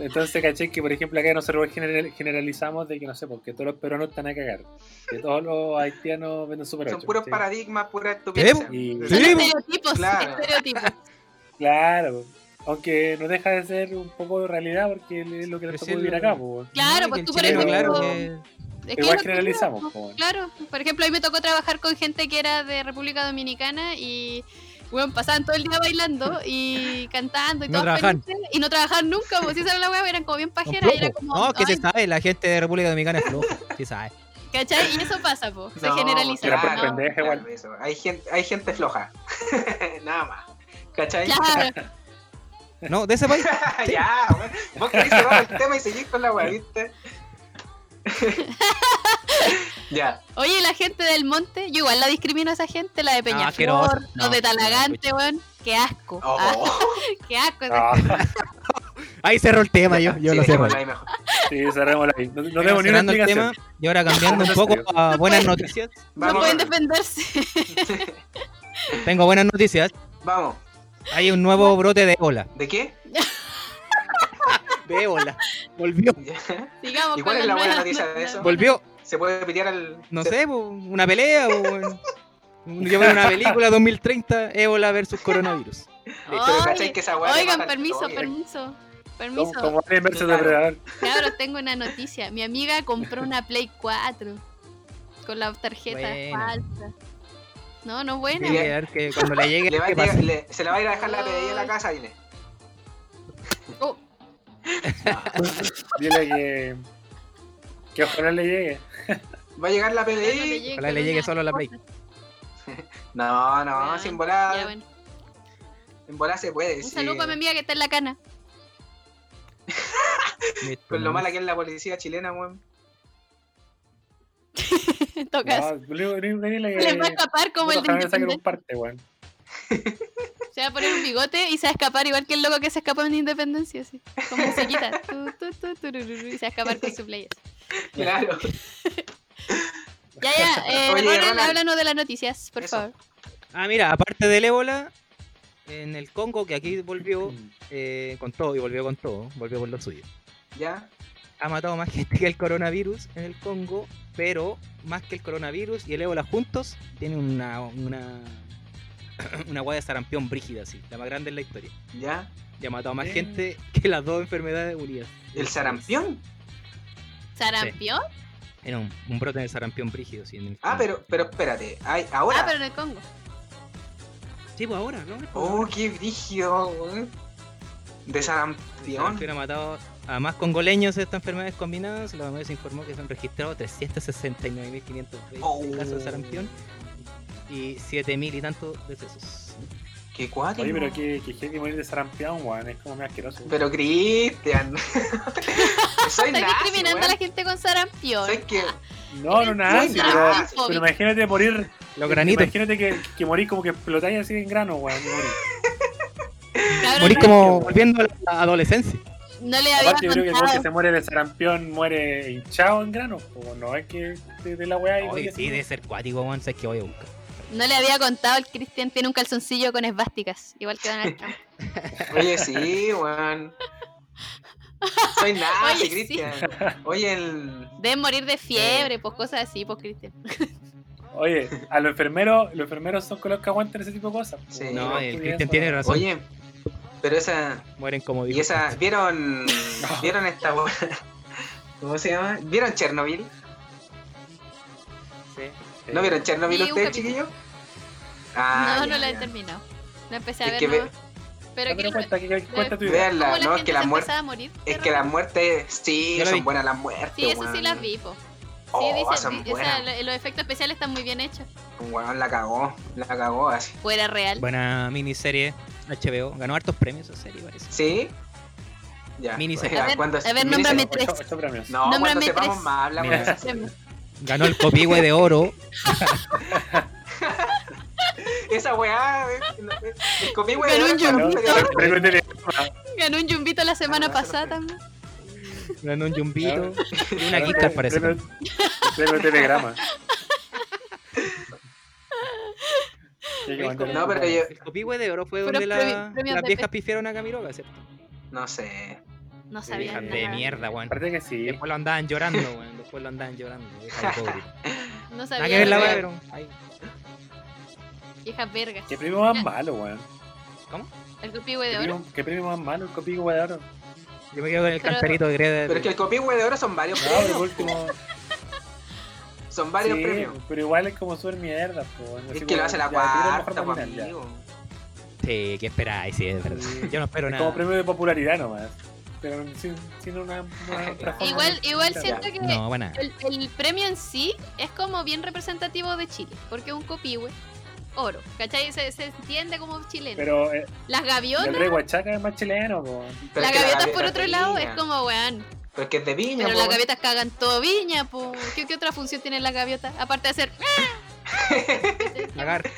Speaker 5: Entonces, ¿cachai? Que por ejemplo acá nosotros general- generalizamos de que no sé, porque todos los peruanos están a cagar, que todos los haitianos venden super
Speaker 3: Son
Speaker 5: 8,
Speaker 3: puros
Speaker 5: ¿cachai?
Speaker 3: paradigmas, pura estupidez.
Speaker 5: Y-
Speaker 4: Son
Speaker 6: Sí,
Speaker 4: estereotipos,
Speaker 3: claro.
Speaker 4: estereotipos.
Speaker 5: Claro, aunque no deja de ser un poco de realidad porque es lo que
Speaker 6: Pero
Speaker 5: nos
Speaker 6: sí,
Speaker 5: tocó vivir
Speaker 6: lo-
Speaker 5: acá, po.
Speaker 4: Claro,
Speaker 6: No,
Speaker 4: pues
Speaker 6: que
Speaker 4: tú,
Speaker 6: el
Speaker 4: por
Speaker 6: chileno,
Speaker 4: ejemplo,
Speaker 6: Claro que-
Speaker 4: es que
Speaker 5: Igual
Speaker 4: es lo que
Speaker 5: generalizamos,
Speaker 4: digo,
Speaker 5: po.
Speaker 4: Claro, por ejemplo, a mí me tocó trabajar con gente que era de República Dominicana y, bueno, pasaban todo el día bailando y cantando y
Speaker 6: No
Speaker 4: todos
Speaker 6: trabajaban.
Speaker 4: felices, y no trabajaban nunca, pues si esa era la wea, eran como bien
Speaker 6: son
Speaker 4: pajeras, y era
Speaker 6: flojos.
Speaker 4: como,
Speaker 6: No, que
Speaker 4: ay,
Speaker 6: se sabe, la gente de República Dominicana es floja. Sí sabe.
Speaker 4: ¿cachai? Y eso pasa, pues, se
Speaker 3: No,
Speaker 4: generaliza.
Speaker 5: Era
Speaker 4: ¿no?
Speaker 5: por pendeja igual.
Speaker 3: Ah, claro, eso. Hay, gente, hay gente floja. Nada más. ¿Cachai?
Speaker 4: Claro,
Speaker 6: No, de ese país.
Speaker 3: ya, weón. Vos querés cerrar el tema y seguís con la weá, ¿viste? ya.
Speaker 4: oye, la gente del monte, yo igual la discrimino a esa gente, la de Peñaflor,
Speaker 6: asquerosa.
Speaker 4: los
Speaker 6: No,
Speaker 4: de
Speaker 6: no,
Speaker 4: Talagante, weón, qué asco,
Speaker 3: Oh,
Speaker 4: ah, qué asco, esa
Speaker 5: Ah,
Speaker 6: Ahí cerró el tema, yo, yo
Speaker 3: sí,
Speaker 6: lo cierro.
Speaker 3: dejémoslo ahí mejor.
Speaker 5: sí, cerremos ahí. No, no
Speaker 6: Bueno,
Speaker 5: tengo ni una
Speaker 6: cerrando el tema
Speaker 5: explicación.
Speaker 6: y ahora cambiando un poco a buenas noticias.
Speaker 4: no
Speaker 3: Vamos,
Speaker 4: pueden defenderse.
Speaker 6: Tengo buenas noticias.
Speaker 3: vamos.
Speaker 6: Hay un nuevo brote de ébola.
Speaker 3: ¿De qué?
Speaker 6: De ébola. Volvió.
Speaker 3: Ya.
Speaker 4: Digamos
Speaker 3: ¿Y cuál
Speaker 4: con
Speaker 3: es la buena
Speaker 4: nueva-
Speaker 3: noticia de eso?
Speaker 6: Volvió.
Speaker 3: ¿Se puede pitear al.?
Speaker 6: No
Speaker 3: se-
Speaker 6: sé, po, una pelea o un- yo veo una película 2030, ébola versus coronavirus.
Speaker 3: Listo, pero ¿cachai que esa weá te mata
Speaker 4: Oigan,
Speaker 3: al
Speaker 4: permiso,
Speaker 3: toque?
Speaker 4: permiso.
Speaker 5: Como,
Speaker 4: Permiso.
Speaker 5: como Alien versus
Speaker 3: Claro.
Speaker 5: Depredador.
Speaker 4: Claro, tengo una noticia. Mi amiga compró una Play 4 con la tarjeta
Speaker 6: Buena.
Speaker 4: falsa. No, no
Speaker 6: Tiene
Speaker 4: buena.
Speaker 6: que ver que cuando le llegue
Speaker 3: Le va a
Speaker 6: ¿qué
Speaker 3: llegar-
Speaker 6: pasa?
Speaker 3: le- se la va a ir a dejar la PDI en la casa, dile.
Speaker 4: Oh,
Speaker 5: Dile que. Que ojalá le llegue.
Speaker 3: Va a llegar la
Speaker 4: ojalá no le
Speaker 3: PDI.
Speaker 4: llegue
Speaker 6: Ojalá le
Speaker 4: con
Speaker 6: llegue
Speaker 4: una
Speaker 6: solo la Play.
Speaker 4: cosa.
Speaker 3: No, no,
Speaker 4: Bueno,
Speaker 3: sin
Speaker 4: Ah, ya,
Speaker 3: volar.
Speaker 4: bueno.
Speaker 3: En bola se puede.
Speaker 4: Un
Speaker 3: sí.
Speaker 4: saludo a mi amiga que está en la cana.
Speaker 6: Listo,
Speaker 3: Con lo
Speaker 6: nomás.
Speaker 3: mala que es la policía chilena, weón.
Speaker 4: Tocas.
Speaker 5: le, le, le, le,
Speaker 4: Les va a escapar como el de
Speaker 5: ojalá le saquen un
Speaker 4: Independiente.
Speaker 5: parte, weón.
Speaker 4: Se va a poner un bigote y se va a escapar igual que el loco que se escapó en Independencia, así. Con musiquita. Tu, tu, tu, turururu, y se va a escapar con su player.
Speaker 3: Claro.
Speaker 4: Ya, ya. Eh,
Speaker 3: Oye,
Speaker 4: Ronald,
Speaker 3: Ronald.
Speaker 4: háblanos de las noticias, por
Speaker 3: Eso.
Speaker 4: favor.
Speaker 6: Ah, mira, aparte del ébola, en el Congo, que aquí volvió eh, con todo, y volvió con todo, volvió con lo suyo.
Speaker 3: ¿Ya?
Speaker 6: ha matado más gente que el coronavirus en el Congo, pero más que el coronavirus y el ébola juntos, tiene una una una hueá de sarampión brígida así, la más grande en la historia.
Speaker 3: ¿Ya?
Speaker 6: Y ha matado más
Speaker 5: Bien.
Speaker 6: gente que las dos enfermedades unidas.
Speaker 3: ¿El sarampión?
Speaker 4: ¿Sarampión?
Speaker 6: Era un, un brote de sarampión brígido, sí. en el
Speaker 3: Ah,
Speaker 6: Congo.
Speaker 3: pero, pero espérate. Ay,
Speaker 4: Ah,
Speaker 3: ahora.
Speaker 4: pero en el Congo.
Speaker 6: Sí, pues ahora, ¿no?
Speaker 3: Oh, qué brígido, weón. De
Speaker 6: El
Speaker 3: sarampión.
Speaker 6: sarampión ha matado a más congoleños de estas enfermedades combinadas. La OMS informó que se han registrado 369.520
Speaker 3: Oh.
Speaker 6: casos de sarampión y 7.000 y tantos decesos.
Speaker 3: Qué cuático.
Speaker 5: Oye, pero que, que gente morir de sarampión, weón. Es como me asqueroso.
Speaker 3: Pero Cristian. Soy
Speaker 4: Estás
Speaker 3: nazi,
Speaker 4: discriminando a
Speaker 3: weón.
Speaker 4: la gente con sarampión.
Speaker 3: Soy que
Speaker 5: No, no, nada.
Speaker 3: Soy
Speaker 5: pero,
Speaker 4: nazi.
Speaker 5: pero imagínate morir.
Speaker 6: Los granitos.
Speaker 5: Imagínate que, que morís como que explotáis así en grano, weón. y morís.
Speaker 4: Cabrón,
Speaker 6: Morís
Speaker 4: no-
Speaker 6: como volviendo a la adolescencia.
Speaker 4: No le había
Speaker 5: Aparte, yo creo que el weón que
Speaker 4: contado.
Speaker 5: se muere de sarampión muere hinchado en grano. Como no es que de, de la weá y
Speaker 6: Oye,
Speaker 5: morí
Speaker 6: sí,
Speaker 5: así.
Speaker 6: debe ser cuático, weón. Sabes que voy a buscar.
Speaker 4: No le había contado. El Cristian tiene un calzoncillo con esvásticas. Igual que Donald Trump.
Speaker 3: Oye, sí, weón. Soy nazi,
Speaker 4: Oye, sí.
Speaker 3: Cristian. Oye, el.
Speaker 4: Deben morir de fiebre, pues cosas así, pues Cristian.
Speaker 5: Oye, a los enfermeros, los enfermeros son con los que aguantan ese tipo de cosas.
Speaker 3: Sí.
Speaker 5: Como
Speaker 6: No,
Speaker 5: los
Speaker 6: el
Speaker 5: culiados,
Speaker 6: Cristian
Speaker 5: weón.
Speaker 6: tiene razón.
Speaker 3: Oye, pero esa.
Speaker 6: Mueren como
Speaker 3: Y
Speaker 6: digo.
Speaker 3: esa. ¿Vieron. ¿Vieron esta weón? ¿Cómo se llama? ¿Vieron Chernobyl?
Speaker 5: Sí.
Speaker 3: ¿No vieron Chernobyl
Speaker 4: Sí, un
Speaker 3: ustedes,
Speaker 4: capítulo.
Speaker 3: chiquillos? Ah,
Speaker 4: no,
Speaker 3: ya,
Speaker 4: no la he
Speaker 3: ya.
Speaker 4: terminado. No empecé a
Speaker 3: Es
Speaker 4: ver
Speaker 3: que ve-
Speaker 4: nomás. Pero
Speaker 5: Ya,
Speaker 4: que
Speaker 5: pero cuenta, que- que- cuenta tu idea.
Speaker 3: Veanla,
Speaker 4: ¿Cómo
Speaker 3: no,
Speaker 4: la
Speaker 3: es que
Speaker 4: gente
Speaker 3: la
Speaker 4: se
Speaker 3: muerte.
Speaker 4: empezaba a morir?
Speaker 3: Es
Speaker 4: de
Speaker 3: que las
Speaker 4: repente?
Speaker 3: muertes, sí,
Speaker 6: Yo la vi.
Speaker 3: son buenas las muertes.
Speaker 4: Sí, eso sí
Speaker 3: weón.
Speaker 4: las vi, po. Sí,
Speaker 3: Oh,
Speaker 4: dice-
Speaker 3: son
Speaker 4: di-
Speaker 3: buenas.
Speaker 4: esa- lo- los efectos especiales están muy bien hechos.
Speaker 3: Weón, la cagó, la cagó así.
Speaker 4: Fuera real.
Speaker 6: Buena miniserie HBO. Ganó hartos premios esa serie, parece.
Speaker 3: ¿Sí? Ya.
Speaker 6: Miniserie.
Speaker 3: Ya,
Speaker 4: A ver,
Speaker 3: cuando-
Speaker 4: a ver,
Speaker 3: miniserie.
Speaker 4: nómbrame
Speaker 5: Ocho-
Speaker 4: tres.
Speaker 5: ocho premios.
Speaker 3: No, cuando
Speaker 4: nómbrame
Speaker 3: sepamos
Speaker 4: tres.
Speaker 3: más, hablamos
Speaker 6: Mira.
Speaker 3: de eso.
Speaker 6: Ganó el Copihue de Oro.
Speaker 3: Esa weá, eh, no, eh, el conmigo
Speaker 4: Pero
Speaker 3: era
Speaker 4: un
Speaker 3: para
Speaker 5: No,
Speaker 3: un
Speaker 4: yumbito.
Speaker 3: periodista.
Speaker 5: pero- pero-
Speaker 4: Ganó un yumbito la semana
Speaker 3: Ah, bueno,
Speaker 4: pasada
Speaker 3: eso
Speaker 4: también.
Speaker 6: Ganó un
Speaker 5: Claro.
Speaker 6: Jumbito. Y una guita, al parecer.
Speaker 5: Premio- Premio Telegrama. Sí, que
Speaker 6: No,
Speaker 5: mandó-
Speaker 3: No, pero yo.
Speaker 6: El Copihue de Oro fue
Speaker 4: Fueron
Speaker 6: donde la-
Speaker 4: premi- premios
Speaker 6: las
Speaker 4: de
Speaker 6: viejas
Speaker 4: pe-
Speaker 6: pifiaron a Camiroga, ¿cierto?
Speaker 3: No sé.
Speaker 4: No
Speaker 5: Sí,
Speaker 4: sabía.
Speaker 6: Viejas
Speaker 5: no,
Speaker 6: de
Speaker 4: nada.
Speaker 6: mierda, weón.
Speaker 5: Parece que sí.
Speaker 6: Después lo andaban llorando, weón. Después lo andaban llorando. viejas de pobre.
Speaker 4: No
Speaker 6: Nada
Speaker 4: sabía.
Speaker 6: que ver la
Speaker 4: nada.
Speaker 6: weá, pero. ahí.
Speaker 4: Viejas vergas.
Speaker 5: Qué premio más malo, weón.
Speaker 4: El copihue
Speaker 5: Qué
Speaker 4: de oro.
Speaker 5: premio- Qué premio más malo el copico, weón, de oro.
Speaker 6: Yo me quedo con el
Speaker 4: Pero-
Speaker 6: cantarito de Greta.
Speaker 3: Pero es que el copihue de oro son varios
Speaker 5: No, pero
Speaker 3: premios.
Speaker 5: por último.
Speaker 3: Son varios
Speaker 5: sí, pues,
Speaker 3: premios.
Speaker 5: Pero igual es como súper mierda, po. Así
Speaker 3: Es que
Speaker 5: como,
Speaker 3: lo hace la
Speaker 5: ya, tira
Speaker 3: cuarta,
Speaker 5: el mejor
Speaker 3: pues,
Speaker 5: nominal, ya.
Speaker 3: amigo.
Speaker 6: Sí, ¿qué esperáis? Sí, es verdad.
Speaker 5: Sí.
Speaker 6: Yo no espero
Speaker 5: Es como
Speaker 6: nada.
Speaker 5: premio de popularidad nomás. Pero sin, sin una. una transformación.
Speaker 4: Igual, igual
Speaker 5: Ya.
Speaker 4: siento que
Speaker 6: No, bueno.
Speaker 4: el, el premio en sí es como bien representativo de Chile. Porque es un copihue oro. ¿Cachai? Se, se entiende como chileno.
Speaker 5: Pero eh,
Speaker 4: Las
Speaker 5: el
Speaker 4: gaviotas.
Speaker 5: rey Huachaca es más chileno, po.
Speaker 3: Pero
Speaker 4: Las
Speaker 3: es que la
Speaker 4: gaviotas
Speaker 3: gaviota
Speaker 4: por
Speaker 3: es
Speaker 4: otro
Speaker 3: de
Speaker 4: lado es
Speaker 3: viña.
Speaker 4: como, weón,
Speaker 3: Pero es que es de viña, pues.
Speaker 4: Pero
Speaker 3: po,
Speaker 4: las
Speaker 3: weón.
Speaker 4: gaviotas cagan todo viña, po. ¿Qué, qué otra función tiene la gaviota? Aparte de hacer. ¡ah!
Speaker 6: Cagar.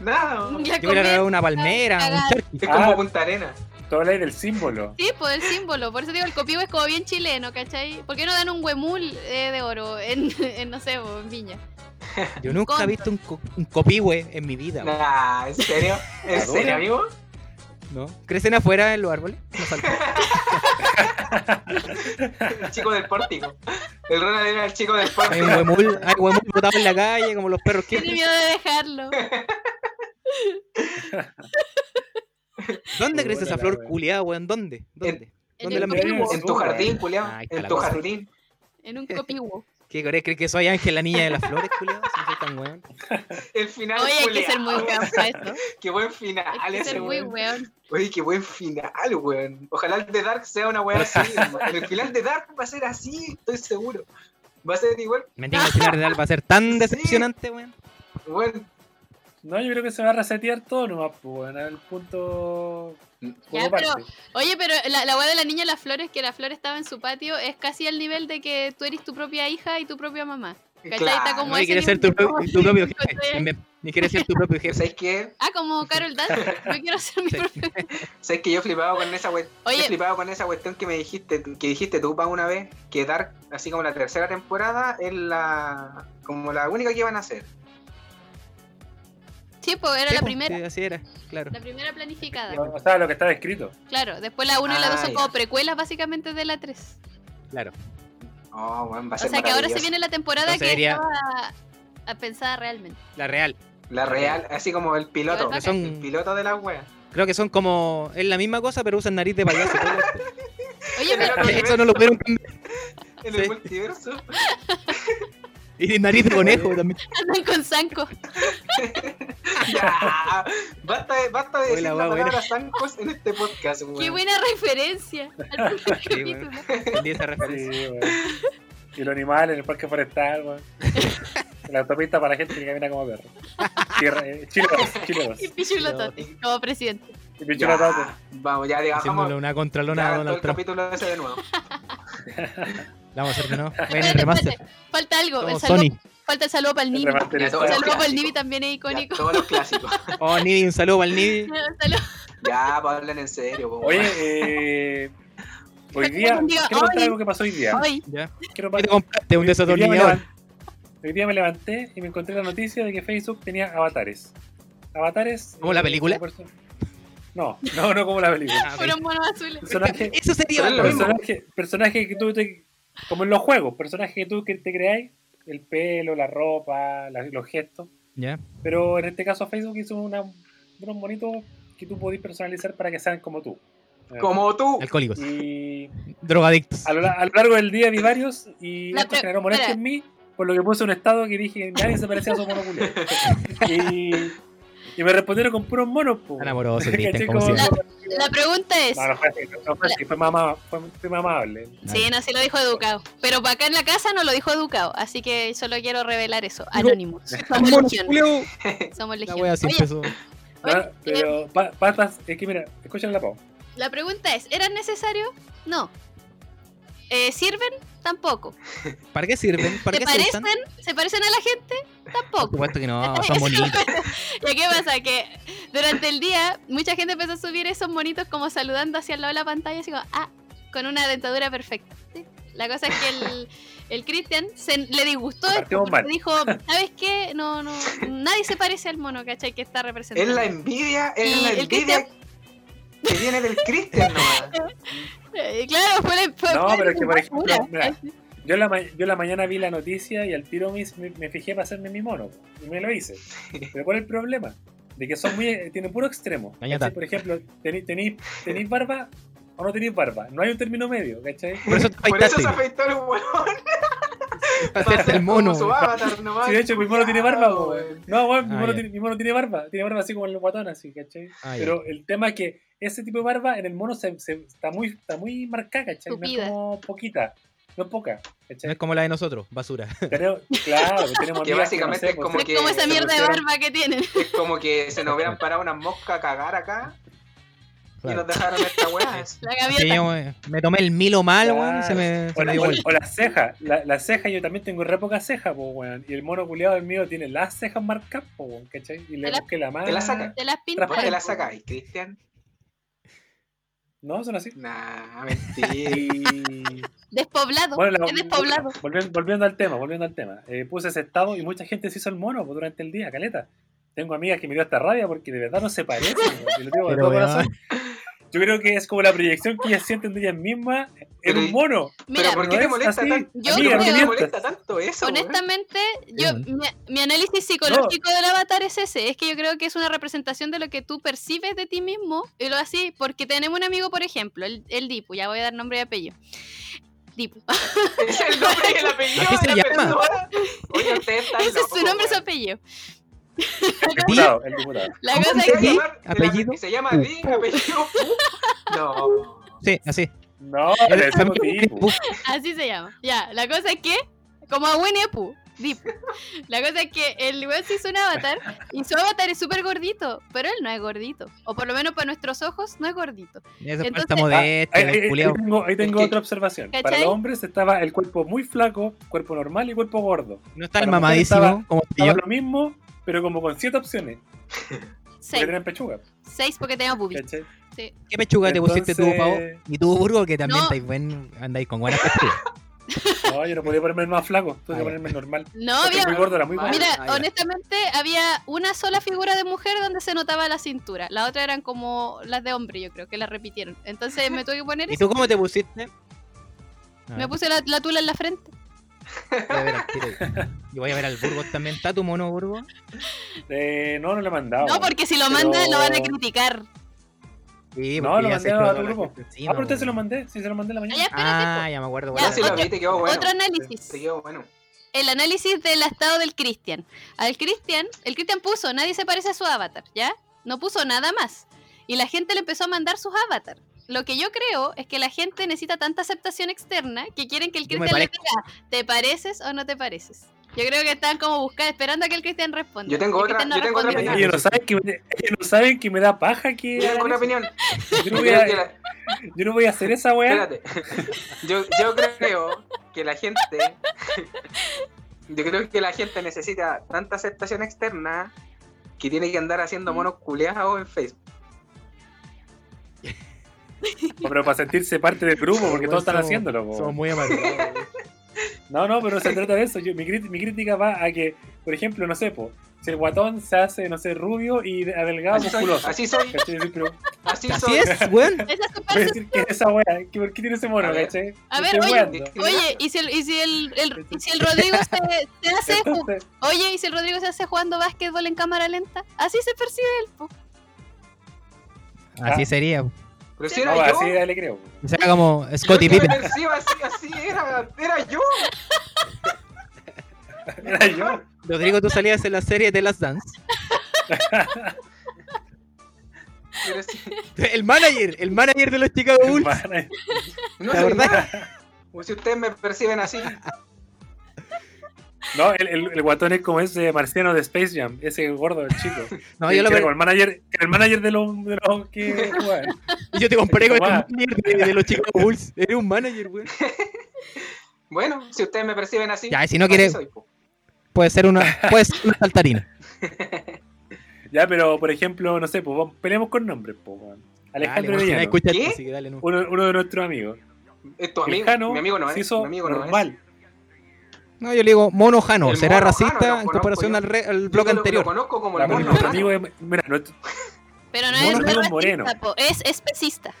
Speaker 3: Nada, weón.
Speaker 4: la
Speaker 6: Yo hubiera
Speaker 4: comer.
Speaker 6: regalado una palmera, un
Speaker 4: cagar.
Speaker 6: charqui.
Speaker 3: Es
Speaker 5: Ah.
Speaker 3: como Punta Arena.
Speaker 5: Tú hablas del símbolo.
Speaker 4: Sí, pues el símbolo. Por eso digo, el copivo es como bien chileno, ¿cachai? ¿Por qué no dan un huemul eh, de oro en, en, no sé, po, en viña?
Speaker 6: Yo nunca he
Speaker 4: Contra.
Speaker 6: visto un, co- un copihue en mi vida, weón,
Speaker 3: Nah, ¿en serio? ¿En
Speaker 5: La dura.
Speaker 3: serio, amigo?
Speaker 6: ¿no? ¿Crecen afuera en los árboles? No saltan.
Speaker 3: El chico del pórtico. El Ronald era el chico del
Speaker 6: Hay un
Speaker 3: pórtico.
Speaker 6: huemul, hay huemul botado en la calle como los perros
Speaker 4: Tiene
Speaker 6: que...
Speaker 4: miedo de dejarlo.
Speaker 6: ¿Dónde
Speaker 5: Qué
Speaker 6: crece
Speaker 5: buena
Speaker 6: esa
Speaker 5: la
Speaker 6: flor
Speaker 5: wea.
Speaker 6: culiada, weón? ¿Dónde? ¿Dónde? ¿Dónde
Speaker 4: En
Speaker 6: la
Speaker 4: un
Speaker 6: metí?
Speaker 4: copivo,
Speaker 3: En tu jardín, culiao.
Speaker 6: Ahí está
Speaker 3: En
Speaker 6: la
Speaker 3: tu
Speaker 6: cosa.
Speaker 3: jardín.
Speaker 4: En un copivo.
Speaker 6: ¿Qué crees? ¿Crees que soy Ángel, la niña de las flores, culiado? Si soy tan weón.
Speaker 3: El final,
Speaker 4: Oye, hay que
Speaker 3: culiao.
Speaker 4: ser muy weón para esto.
Speaker 3: Qué buen final
Speaker 4: Hay que
Speaker 3: ese,
Speaker 4: ser muy
Speaker 3: weón.
Speaker 4: weón.
Speaker 3: Oye, qué buen final, weón. Ojalá el de Dark sea una weá así. hermano. el final de Dark va a ser así, estoy seguro. Va a ser igual,
Speaker 6: Mentira, el final real va a ser tan
Speaker 3: Sí.
Speaker 6: decepcionante, weón.
Speaker 3: weón.
Speaker 5: No, yo creo que se va a resetear todo nomás, pues, en el punto.
Speaker 4: Ya,
Speaker 5: punto
Speaker 4: pero-
Speaker 5: parte.
Speaker 4: Oye, pero la, la weá de la niña de las flores, que la flor estaba en su patio, es casi al nivel de que tú eres tu propia hija y tu propia mamá. ¿Cachai? Está como
Speaker 6: No, y
Speaker 4: ese
Speaker 6: quieres ser tu,
Speaker 4: nivel de-
Speaker 6: pro- tu propio jefe.
Speaker 4: Entonces-
Speaker 6: también. Y quieres ser tu propio
Speaker 3: Pero
Speaker 6: jefe.
Speaker 3: ¿Sabes qué?
Speaker 4: Ah, como Carol Dance. Yo quiero ser mi
Speaker 6: Sí.
Speaker 4: propia.
Speaker 3: ¿Sabes que yo flipado con esa cuestión?
Speaker 4: Oye.
Speaker 3: flipado con esa cuestión que me dijiste, que dijiste tú, Pa, una vez, que Dark, así como la tercera temporada, es la como la única que iban a hacer.
Speaker 4: Sí, pues era
Speaker 6: Sí,
Speaker 4: la
Speaker 6: po,
Speaker 4: primera.
Speaker 6: sí, así era, claro.
Speaker 4: La primera planificada.
Speaker 5: O sea, lo que está escrito.
Speaker 4: Claro, después la 1 y la 2 son
Speaker 3: Ah,
Speaker 4: como
Speaker 3: ya.
Speaker 4: precuelas básicamente de la 3.
Speaker 6: claro.
Speaker 3: Oh, bueno, va a
Speaker 4: O
Speaker 3: ser
Speaker 4: sea que ahora se
Speaker 3: maravilloso.
Speaker 4: viene la temporada
Speaker 6: Entonces
Speaker 4: que
Speaker 6: diría-
Speaker 4: estaba a- pensada realmente.
Speaker 6: La real.
Speaker 3: La real, así como el piloto,
Speaker 4: Pero
Speaker 6: Que son-
Speaker 3: el piloto de la wea.
Speaker 6: creo que son como. Es la misma cosa, pero usan nariz de payaso. todo esto.
Speaker 4: Oye, pero
Speaker 3: Pero-
Speaker 6: Eso no lo pudieron cambiar.
Speaker 3: En
Speaker 6: Sí.
Speaker 3: el multiverso.
Speaker 6: Y nariz de conejo también.
Speaker 4: andan con Sanco.
Speaker 3: Ya. Basta de, basta de
Speaker 6: Oye,
Speaker 3: decir
Speaker 6: la
Speaker 3: la
Speaker 6: wea buena.
Speaker 3: palabra zancos en este podcast, weón.
Speaker 4: Qué buena referencia al primer
Speaker 6: Sí, weón.
Speaker 4: capítulo.
Speaker 6: Entendí esa
Speaker 5: Sí,
Speaker 6: referencia.
Speaker 5: weón. Y los animales en el parque forestal, weón. En la autopista para gente que camina como perro. Tierra- eh, Chile 2, Chile 2.
Speaker 4: Y Pichulotote como presidente.
Speaker 5: Y
Speaker 3: Ya.
Speaker 5: pichula tate.
Speaker 3: Vamos, ya
Speaker 6: Haciéndole
Speaker 3: digamos.
Speaker 6: una contralona a
Speaker 3: Ya, todo
Speaker 6: Donald
Speaker 3: el
Speaker 6: Trump.
Speaker 3: capítulo ese de nuevo.
Speaker 6: La vamos a hacer de nuevo. Ven el
Speaker 4: Espérate,
Speaker 6: remaster.
Speaker 4: espérate. Falta algo. El
Speaker 6: Somos
Speaker 4: saludo,
Speaker 6: Sony.
Speaker 4: falta el saludo para el
Speaker 5: El
Speaker 4: Nibi.
Speaker 5: remate de
Speaker 3: Ya, todo
Speaker 4: El
Speaker 5: esa-
Speaker 3: es
Speaker 4: saludo para el
Speaker 3: clásico.
Speaker 4: Nibi también es
Speaker 3: Ya,
Speaker 4: icónico.
Speaker 3: todos los clásicos.
Speaker 6: Oh, Nibi, un saludo al Nibi.
Speaker 4: El saludo-
Speaker 3: Ya, pues hablen en serio, po,
Speaker 5: Oye,
Speaker 3: weón.
Speaker 5: eh, hoy día.
Speaker 4: Diga,
Speaker 5: Quiero contar
Speaker 4: "Ay".
Speaker 5: algo que pasó hoy día.
Speaker 4: Ay,
Speaker 6: Ya.
Speaker 5: Quiero
Speaker 6: ¿Qué te compraste? Un
Speaker 5: Hoy día, me
Speaker 6: desatornillador.
Speaker 5: levan- hoy día me levanté y me encontré la noticia de que Facebook tenía avatares. Avatares.
Speaker 6: ¿Como la
Speaker 5: eh,
Speaker 6: película?
Speaker 5: de perso- No, no, no como la película.
Speaker 6: Ah, ok.
Speaker 4: fueron monos azules.
Speaker 5: Personaje,
Speaker 6: Eso sería
Speaker 3: Pero es lo mismo.
Speaker 5: personaje, personaje que tú te. Como en los juegos, personaje que tú que te creáis, el pelo, la ropa, la- los gestos.
Speaker 6: Ya.
Speaker 5: Pero en este caso, Facebook hizo una, unos bonitos que tú podís personalizar para que sean como tú.
Speaker 3: Como tú.
Speaker 6: Alcohólicos.
Speaker 5: Y
Speaker 6: Drogadictos.
Speaker 5: a lo, la- a lo largo del día vi varios y
Speaker 4: No,
Speaker 5: esto
Speaker 4: pero,
Speaker 5: generó molestia
Speaker 4: espera.
Speaker 5: en mí, por lo que puse un estado que dije nadie se parecía a su mono culiao". y, y me respondieron con puros monos, po.
Speaker 6: Tan amorosos,
Speaker 5: ¿Cachai?
Speaker 6: viste, como
Speaker 5: Como-
Speaker 6: siempre.
Speaker 4: La pregunta es.
Speaker 5: No, no fue así, no fue así, fue más ama- fue- fue más amable.
Speaker 4: Sí, no, sí lo dijo educado. Pero acá en la casa no lo dijo educado, así que solo quiero revelar eso. Anónimos. Somos legión.
Speaker 6: Julio.
Speaker 4: Somos
Speaker 6: La
Speaker 4: legión.
Speaker 6: wea así
Speaker 4: Oye, eh,
Speaker 6: empezó.
Speaker 5: No, pero pa- patas, es que mira, escuchen la pau.
Speaker 4: la pregunta es, ¿eran necesarios? No. Eh, ¿Sirven? Tampoco.
Speaker 6: ¿Para qué sirven? ¿Para
Speaker 4: ¿Se
Speaker 6: qué se
Speaker 4: parecen?
Speaker 6: usan?
Speaker 4: ¿Se parecen a la gente?
Speaker 6: Por
Speaker 4: Tampoco.
Speaker 6: supuesto que no, Ah, son bonitos.
Speaker 4: ¿Y qué pasa? Que durante el día mucha gente empezó a subir esos monitos como saludando hacia el lado de la pantalla, así como, ah, con una dentadura perfecta. ¿sí? La cosa es que el, el Christian se, le disgustó esto
Speaker 5: Partimos
Speaker 4: porque
Speaker 5: mal.
Speaker 4: dijo, ¿sabes qué? No, no, nadie se parece al mono, ¿cachai? Que está
Speaker 3: Es
Speaker 4: representado.
Speaker 3: la envidia, es
Speaker 4: Y
Speaker 3: la
Speaker 4: el
Speaker 3: envidia que viene del Cristian nomás.
Speaker 4: Eh, Claro, fue la... fue-
Speaker 5: No,
Speaker 4: fue
Speaker 5: pero es que, por ejemplo,
Speaker 4: basura.
Speaker 5: mira, Yo en la, ma- yo en la mañana vi la noticia y al tiro me, hice- me- me fijé para hacerme mi mono. Y me lo hice. Pero ¿cuál es el problema? De que son muy. Tienen puro extremo.
Speaker 6: Ahí está.
Speaker 5: ¿cachai? Por ejemplo, tenéis tenéis barba o no tenéis barba. No hay un término medio, ¿cachai?
Speaker 6: Por eso te
Speaker 3: Por eso
Speaker 6: afeitaste.
Speaker 3: se afeitó el weón.
Speaker 6: Para hacerte el mono.
Speaker 3: Como su avatar nomás.
Speaker 5: Sí, de hecho, mi mono tiene barba, po, weón. No, weón, mi,
Speaker 6: Ah,
Speaker 5: mono
Speaker 6: ya.
Speaker 5: tiene, mi mono tiene barba. Tiene barba así como el guatón, así, ¿cachai?
Speaker 6: Ah, ya.
Speaker 5: Pero el tema es que ese tipo de barba en el mono se, se- está, muy, está muy marcada, ¿cachai? No es
Speaker 4: Tupida.
Speaker 5: como poquita. No es poca,
Speaker 6: No
Speaker 5: ¿cachai?
Speaker 6: es como la de nosotros, basura.
Speaker 5: Tenemos- claro, tenemos
Speaker 3: Que
Speaker 5: amigas no
Speaker 3: básicamente
Speaker 5: sé,
Speaker 3: es
Speaker 5: pues,
Speaker 3: como
Speaker 4: Es
Speaker 3: que
Speaker 4: como esa
Speaker 3: se
Speaker 4: mierda de
Speaker 5: pusieron-
Speaker 4: barba que tienen.
Speaker 3: Es como que se nos hubieran parado unas moscas a cagar acá y
Speaker 6: Claro.
Speaker 3: nos dejaron esta
Speaker 5: Ah,
Speaker 3: weá.
Speaker 4: La
Speaker 6: Sí,
Speaker 4: gaviota.
Speaker 6: yo, eh, me tomé el Milo mal,
Speaker 5: Claro.
Speaker 6: weón. y Se me, se
Speaker 5: O
Speaker 6: me
Speaker 5: la,
Speaker 6: dio
Speaker 5: o-
Speaker 6: vuelta.
Speaker 5: o la ceja, la, la ceja, yo también tengo re poca ceja, po, weón. Y el mono culiado del mío tiene las cejas marcadas, po, weón, ¿cachai? Y le
Speaker 4: Te la-
Speaker 5: busqué la mano.
Speaker 3: te la saca.
Speaker 4: Te las
Speaker 3: ¿Vos te la
Speaker 4: pintas.
Speaker 3: sacáis, Cristian?
Speaker 5: No, son así.
Speaker 3: Nah, mentira.
Speaker 5: Y.
Speaker 4: Despoblado.
Speaker 5: Bueno, la-
Speaker 4: Es despoblado.
Speaker 5: Volviendo, volviendo al tema, volviendo al tema. Eh, puse ese estado y mucha gente se hizo el mono po, durante el día, caleta. Tengo amigas que me dio hasta rabia porque de verdad no se parecen. weón. Te lo digo de
Speaker 6: Pero,
Speaker 5: todo corazón.
Speaker 6: weón.
Speaker 5: Yo creo que es como la proyección que ellas sienten de ellas mismas en
Speaker 3: Pero-
Speaker 5: un mono.
Speaker 4: Mira,
Speaker 3: Pero ¿por
Speaker 5: no
Speaker 3: qué te
Speaker 5: es
Speaker 3: molesta
Speaker 5: así.
Speaker 3: tanto?
Speaker 4: Yo
Speaker 3: Amiga, ¿Por qué te
Speaker 5: creo-
Speaker 3: molesta tanto eso? weón?
Speaker 4: Honestamente, yo,
Speaker 6: Sí,
Speaker 4: mi, mi análisis psicológico del avatar es ese. Es que yo creo que es una representación de lo que tú percibes de ti mismo y lo así. Porque tenemos un amigo, por ejemplo, el, el Dipu, ya voy a dar nombre y apellido. Dipu.
Speaker 3: Es el nombre y el apellido
Speaker 6: ¿A qué se
Speaker 3: de la
Speaker 6: llama?
Speaker 3: persona. Oye, ustedes están
Speaker 4: ese es su
Speaker 3: locos,
Speaker 4: nombre y su
Speaker 3: weón.
Speaker 4: apellido.
Speaker 5: El diputado, el diputado.
Speaker 4: La
Speaker 6: ¿Cómo
Speaker 4: cosa es
Speaker 3: Se
Speaker 4: que
Speaker 6: Di,
Speaker 3: llama-
Speaker 6: apellido, Uh.
Speaker 3: Se llama
Speaker 6: Pu.
Speaker 3: Di, apellido Pu. No.
Speaker 6: Sí, así.
Speaker 5: No, le decimos
Speaker 6: También-
Speaker 5: tipo.
Speaker 4: así se llama. Ya, la cosa es que, como a Winnie the Pooh, Deep. La cosa es que el weón se hizo un avatar y su avatar es súper gordito, pero él no es gordito. O por lo menos para nuestros ojos no es gordito.
Speaker 6: Eso
Speaker 4: Entonces-
Speaker 6: falta modestia,
Speaker 5: Ah, ahí, ahí- ahí
Speaker 6: este, culiao.
Speaker 5: tengo, ahí tengo
Speaker 3: Es que-
Speaker 5: otra observación. Para
Speaker 4: ¿Cachai?
Speaker 5: los hombres estaba el cuerpo muy flaco, cuerpo normal y cuerpo gordo.
Speaker 6: No está
Speaker 5: para la
Speaker 6: el
Speaker 5: mujer
Speaker 6: mamadísimo
Speaker 5: estaba-
Speaker 6: como este estoy
Speaker 5: Estaba
Speaker 6: yo.
Speaker 5: lo mismo, pero como con siete opciones.
Speaker 4: Seis.
Speaker 5: Porque tenían pechuga.
Speaker 4: Seis porque tenemos boobies.
Speaker 5: ¿cachai?
Speaker 6: ¿Qué pechuga te pusiste tú, Pavo?
Speaker 5: Entonces-
Speaker 6: Y tú, Burgo, que también
Speaker 4: No.
Speaker 6: estáis buen, andáis con buenas pechugas.
Speaker 5: No, yo no podía ponerme el más flaco, tuve
Speaker 6: Ah,
Speaker 5: que
Speaker 6: ya.
Speaker 5: ponerme el normal.
Speaker 4: No,
Speaker 5: Porque
Speaker 4: había
Speaker 5: muy gordo era muy gordo.
Speaker 4: Mira,
Speaker 6: Ah, ya.
Speaker 4: honestamente había una sola figura de mujer donde se notaba la cintura. La otra eran como las de hombre, yo creo, que las repitieron. Entonces me tuve que poner
Speaker 6: ¿Y
Speaker 4: eso.
Speaker 6: tú cómo te pusiste? A
Speaker 4: Me
Speaker 6: ver,
Speaker 4: puse la, la tula en la frente.
Speaker 6: voy a ver al tiro. Y voy a ver al Burgo también. ¿Está tu mono, Burgo?
Speaker 5: Eh, no, no le he mandado.
Speaker 4: No, porque si lo
Speaker 5: pero-
Speaker 4: manda lo van a criticar.
Speaker 6: Sí,
Speaker 5: No,
Speaker 6: porque
Speaker 5: lo
Speaker 6: ya
Speaker 5: mandé
Speaker 6: se echó
Speaker 5: a tu
Speaker 6: toda la
Speaker 5: grupo.
Speaker 6: gente encima,
Speaker 5: Ah, pero usted se lo
Speaker 6: weón.
Speaker 5: mandé, sí, se lo mandé en la
Speaker 4: Ah,
Speaker 5: mañana.
Speaker 4: ya, espérate,
Speaker 6: Ah, ya me acuerdo.
Speaker 4: Ya,
Speaker 6: weón.
Speaker 3: No, sí lo
Speaker 4: otro-
Speaker 3: vi, te quedó
Speaker 4: po.
Speaker 3: bueno. eh,
Speaker 4: Otro análisis.
Speaker 3: Te quedó bueno.
Speaker 4: El análisis del estado del Cristian. Al Cristian, el Cristian puso, nadie se parece a su avatar, ¿ya? No puso nada más. Y la gente le empezó a mandar sus avatars. Lo que yo creo es que la gente necesita tanta aceptación externa que quieren que el
Speaker 6: Yo me
Speaker 4: Cristian le diga, ¿te pareces o no te pareces? Yo creo que están como buscando, esperando a que el Cristian responda.
Speaker 3: Yo tengo
Speaker 4: El
Speaker 3: otra-
Speaker 4: Cristian
Speaker 3: yo tengo otra
Speaker 4: respondió.
Speaker 6: opinión.
Speaker 5: Ellos no, saben que me, ellos no saben que me da paja que.
Speaker 3: Yo tengo una
Speaker 5: hagan eso.
Speaker 3: opinión.
Speaker 5: Yo
Speaker 3: Yo
Speaker 5: no voy
Speaker 3: creo que
Speaker 5: a,
Speaker 3: la-
Speaker 5: yo no voy a hacer esa weá.
Speaker 3: Espérate. Yo, yo creo que la gente. Yo creo que la gente necesita tanta aceptación externa que tiene que andar haciendo monos culeados en Facebook.
Speaker 5: Pero para sentirse parte del grupo, porque
Speaker 6: Weón,
Speaker 5: todos están
Speaker 6: somos-
Speaker 5: haciéndolo. po.
Speaker 6: Somos muy amargados. weón.
Speaker 5: No, no, pero se trata de eso. Yo- mi, crit- mi crítica va a que, por ejemplo, no sé, po, si el guatón se hace, no sé, rubio y de- adelgado,
Speaker 3: Así soy,
Speaker 5: musculoso.
Speaker 3: así soy,
Speaker 5: ¿Cachai? Yo siempre voy
Speaker 3: así
Speaker 6: Así
Speaker 3: soy.
Speaker 6: es, weón.
Speaker 4: Esa es su
Speaker 5: a
Speaker 4: parte.
Speaker 5: decir que esa weá, que ¿por qué tiene ese mono,
Speaker 3: A ver.
Speaker 5: cachai?
Speaker 4: A
Speaker 5: Me
Speaker 4: ver,
Speaker 5: estoy
Speaker 4: oye,
Speaker 5: weando.
Speaker 4: Oye, y si el, y si el, el- y si el Rodrigo se, se hace... ju-
Speaker 5: Entonces,
Speaker 4: Oye, ¿y si el Rodrigo se hace jugando básquetbol en cámara lenta? Así se percibe él, po.
Speaker 5: Ah.
Speaker 6: Así sería.
Speaker 3: Pero si
Speaker 5: no,
Speaker 3: era yo.
Speaker 5: así le creo. po.
Speaker 6: O sea, como Scotty
Speaker 3: yo me
Speaker 6: Pippen.
Speaker 3: percibo así, así era, era yo.
Speaker 5: Era yo.
Speaker 6: Rodrigo, tú salías en la serie de Last Dance.
Speaker 3: Pero sí.
Speaker 6: El manager, el manager de los Chicago Bulls.
Speaker 5: Hermana,
Speaker 3: No
Speaker 6: La
Speaker 3: soy
Speaker 6: verdad.
Speaker 3: nada. O si ustedes me perciben así,
Speaker 5: No, el, el, el guatón es como ese marciano de Space Jam, ese gordo, el chico.
Speaker 6: No,
Speaker 5: Que-
Speaker 6: yo lo
Speaker 5: que era
Speaker 6: veo-
Speaker 5: como el manager, el manager de los de los que jugaban.
Speaker 6: Yo te comparé con el
Speaker 5: Guau.
Speaker 6: manager de, de los Chicago Bulls. Eres un manager, weón.
Speaker 3: bueno, si ustedes me perciben así,
Speaker 6: Ya, y si no
Speaker 3: así
Speaker 6: quiere-
Speaker 3: soy, po.
Speaker 6: Puede ser una, puede ser una saltarina.
Speaker 5: Ya, pero por ejemplo, no sé, pues vamos- peleemos con nombres, pues. weón. Alejandro
Speaker 6: Dale, weón, si nadie
Speaker 5: Arellano,
Speaker 6: escucha
Speaker 3: ¿Qué?
Speaker 6: esto, así que dale, no.
Speaker 5: uno, uno de nuestros amigos.
Speaker 3: Es tu
Speaker 5: El
Speaker 3: amigo,
Speaker 5: Jano
Speaker 3: mi amigo no
Speaker 5: se
Speaker 3: es,
Speaker 5: hizo
Speaker 3: mi amigo no es.
Speaker 5: normal.
Speaker 6: No, yo le digo mono Jano.
Speaker 3: El
Speaker 6: ¿Será
Speaker 3: mono
Speaker 6: racista
Speaker 3: Jano, lo
Speaker 6: en
Speaker 3: conozco
Speaker 6: comparación
Speaker 3: yo.
Speaker 6: al, re- al
Speaker 3: Yo
Speaker 6: bloque
Speaker 3: lo- Lo
Speaker 6: anterior?
Speaker 3: conozco como
Speaker 5: La-
Speaker 3: el mono.
Speaker 5: nuestro amigo es, mira, nuestro,
Speaker 4: Pero no
Speaker 6: Mono
Speaker 4: es
Speaker 6: Carlos
Speaker 4: racista,
Speaker 5: Moreno.
Speaker 4: po, es especista.
Speaker 6: Es,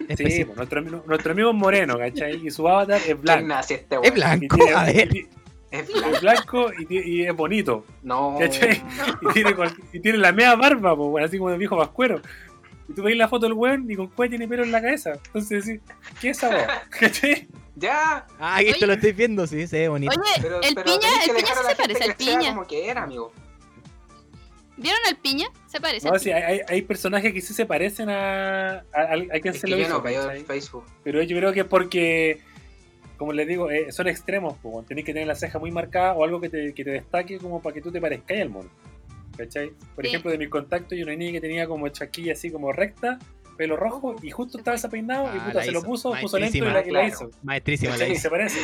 Speaker 5: sí,
Speaker 6: específico.
Speaker 5: pues, nuestro, ami- nuestro amigo es moreno, ¿cachai? Y su avatar es
Speaker 3: ¿Quién
Speaker 5: blanco.
Speaker 3: nace este
Speaker 6: es
Speaker 3: weón?
Speaker 5: Y
Speaker 6: blanco.
Speaker 5: tiene-
Speaker 6: A ver,
Speaker 5: y-
Speaker 3: Es blanco.
Speaker 5: es blanco y, ti- y es bonito.
Speaker 3: No.
Speaker 5: ¿Cachai? Y tiene, cual- y tiene la media barba, pues, bueno, así como de viejo vascuero. Y tú veis la foto del weón y con cuál tiene pelo en la cabeza. Entonces decís, ¿qué es esa weá? ¿Cachai?
Speaker 3: Ya,
Speaker 6: ah, aquí esto
Speaker 4: Oye.
Speaker 6: lo estoy viendo, sí, se ve bonito.
Speaker 4: Oye,
Speaker 3: pero,
Speaker 4: el
Speaker 3: pero
Speaker 4: piña,
Speaker 3: tenés que
Speaker 4: el piña
Speaker 3: dejar a la
Speaker 4: sí se
Speaker 3: gente
Speaker 4: parece al
Speaker 3: que sea
Speaker 4: piña.
Speaker 3: como que era, amigo.
Speaker 4: ¿Vieron al piña? Se parece.
Speaker 5: No,
Speaker 4: al
Speaker 5: sí,
Speaker 4: piña.
Speaker 5: hay, hay- hay personajes que sí se parecen a, a, a- a quien
Speaker 3: Es
Speaker 5: se
Speaker 3: que
Speaker 5: lo
Speaker 3: yo
Speaker 5: hizo.
Speaker 3: no veo
Speaker 5: ¿cachai?
Speaker 3: en Facebook.
Speaker 5: Pero yo creo que es porque, como les digo, eh, son extremos. po, weón. tenés que tener la ceja muy marcada o algo que te, que te destaque como para que tú te parezcas al mono. ¿Cachai? Por
Speaker 4: Sí.
Speaker 5: ejemplo, de mis contactos, yo una niña que tenía como chaquilla así como recta, pelo rojo y justo estaba despeinado y
Speaker 6: Ah,
Speaker 5: puta,
Speaker 6: la
Speaker 5: se lo
Speaker 6: hizo.
Speaker 5: puso, puso lento y
Speaker 6: Maestrísima.
Speaker 5: la, y la
Speaker 3: Claro.
Speaker 5: hizo.
Speaker 6: Maestrísima la
Speaker 5: ¿Cachai? Y
Speaker 6: hizo.
Speaker 5: se parece.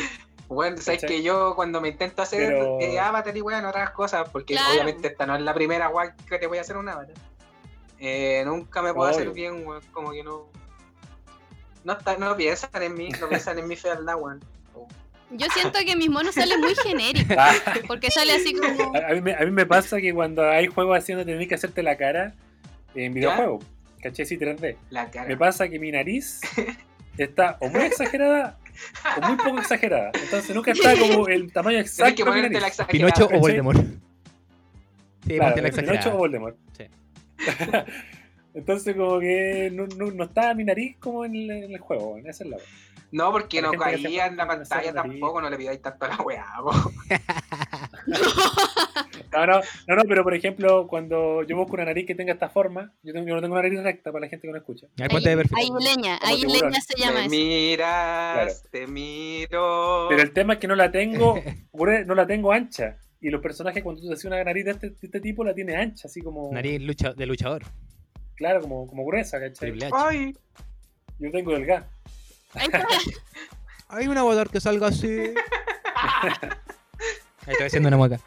Speaker 3: Bueno, sabes
Speaker 5: ¿Cachai?
Speaker 3: que yo cuando me intento hacer
Speaker 5: Pero-
Speaker 3: eh, avatar y weón, otras cosas, porque
Speaker 4: Claro.
Speaker 3: obviamente esta no es la primera weón que te voy a hacer un avatar. eh, nunca me puedo hacer
Speaker 5: Obvio.
Speaker 3: bien, weón, como que no. No, está, no piensan en mí, no piensan en mi fealdad, weón.
Speaker 4: Yo siento que mis monos salen muy genéricos.
Speaker 5: Ah,
Speaker 4: Porque sale así como.
Speaker 5: a, a mí me, a mí me pasa que cuando hay juegos haciendo tenés que hacerte la cara en videojuegos. ¿Cachai? Sí, 3D.
Speaker 3: La cara.
Speaker 5: me pasa que mi nariz está o muy exagerada o muy poco exagerada. Entonces nunca está como el tamaño
Speaker 3: Tienes
Speaker 5: exacto
Speaker 3: que
Speaker 5: de mi
Speaker 3: ponerte la
Speaker 5: nariz.
Speaker 3: exagerada.
Speaker 6: Pinocho o
Speaker 5: ¿cachai?
Speaker 6: Voldemort. Sí,
Speaker 5: Claro,
Speaker 6: ponte la
Speaker 5: el Pinocho o
Speaker 6: exagerada.
Speaker 5: Voldemort.
Speaker 6: Sí.
Speaker 5: Entonces como que no, no, no está mi nariz como en el, en el juego, weón, esa es la weá.
Speaker 3: No, porque
Speaker 5: Para
Speaker 3: no
Speaker 5: gente que se
Speaker 3: caía en la
Speaker 5: pone a hacer
Speaker 3: pantalla
Speaker 5: nariz.
Speaker 3: tampoco, no le pidáis tanto a la weá, po.
Speaker 5: No, no, no, no, pero por ejemplo, cuando yo busco una nariz que tenga esta forma, yo, tengo, yo no tengo una nariz recta para la gente que no escucha.
Speaker 6: Ahí ponte de perfil.
Speaker 4: Aguileña,
Speaker 5: Como tiburón.
Speaker 4: Aguileña se llama
Speaker 3: Me
Speaker 4: eso.
Speaker 3: miras,
Speaker 5: Claro.
Speaker 3: te miro.
Speaker 5: Pero el tema es que no la tengo, güey, no la tengo ancha. Y los personajes cuando tú te haces una nariz de este, de este tipo la tiene ancha, así como
Speaker 6: Nariz lucha- de luchador.
Speaker 5: claro, como, como gruesa, ¿cachai?
Speaker 6: Triple H.
Speaker 3: Ay,
Speaker 5: Yo tengo delgada.
Speaker 4: Ahí está.
Speaker 6: Hay un aguador que salga así. Ahí estoy haciendo una mueca.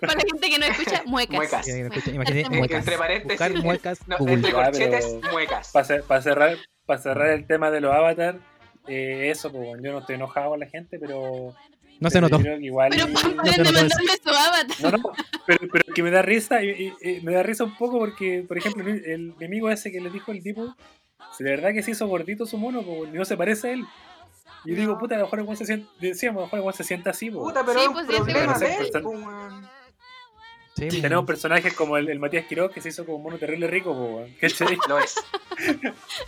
Speaker 4: Para la gente que no escucha, muecas.
Speaker 3: Muecas.
Speaker 6: Sí, escucha,
Speaker 4: Muecas.
Speaker 6: imagínate,
Speaker 4: Muecas.
Speaker 6: muecas.
Speaker 3: entre paréntesis.
Speaker 6: Buscar muecas
Speaker 3: Este No, este
Speaker 6: Google.
Speaker 3: entre
Speaker 5: Ya, Ah, pero-
Speaker 3: corchetes, muecas.
Speaker 5: Para cerrar, pa' cerrar el tema de los avatars, eh, eso, pues, bueno, yo no estoy enojado con la gente, pero.
Speaker 6: No se
Speaker 5: pero
Speaker 6: notó.
Speaker 5: yo creo que igual-
Speaker 4: Pero
Speaker 6: No se
Speaker 4: pueden
Speaker 6: notó eso.
Speaker 4: demandarme su avatar.
Speaker 5: No, no, pero, pero que me da risa, y, y- y me da risa un poco porque, por ejemplo, el, el mi amigo ese que le dijo el tipo, si de verdad que se hizo gordito su mono, pues, y no se parece a él. Y yo digo, puta, a lo mejor el weón se siente, decíamos, a lo mejor el weón se sienta así, pues.
Speaker 3: Puta, pero
Speaker 4: Sí,
Speaker 3: es un
Speaker 4: pues, sí,
Speaker 3: problema
Speaker 5: sí,
Speaker 3: de él,
Speaker 5: sí.
Speaker 3: po, weón.
Speaker 6: Sí, pues.
Speaker 5: Tenemos personajes como el, el Matías Quiroz que se hizo como un mono terrible rico, pues, weón. ¿Cachai?
Speaker 3: Lo es.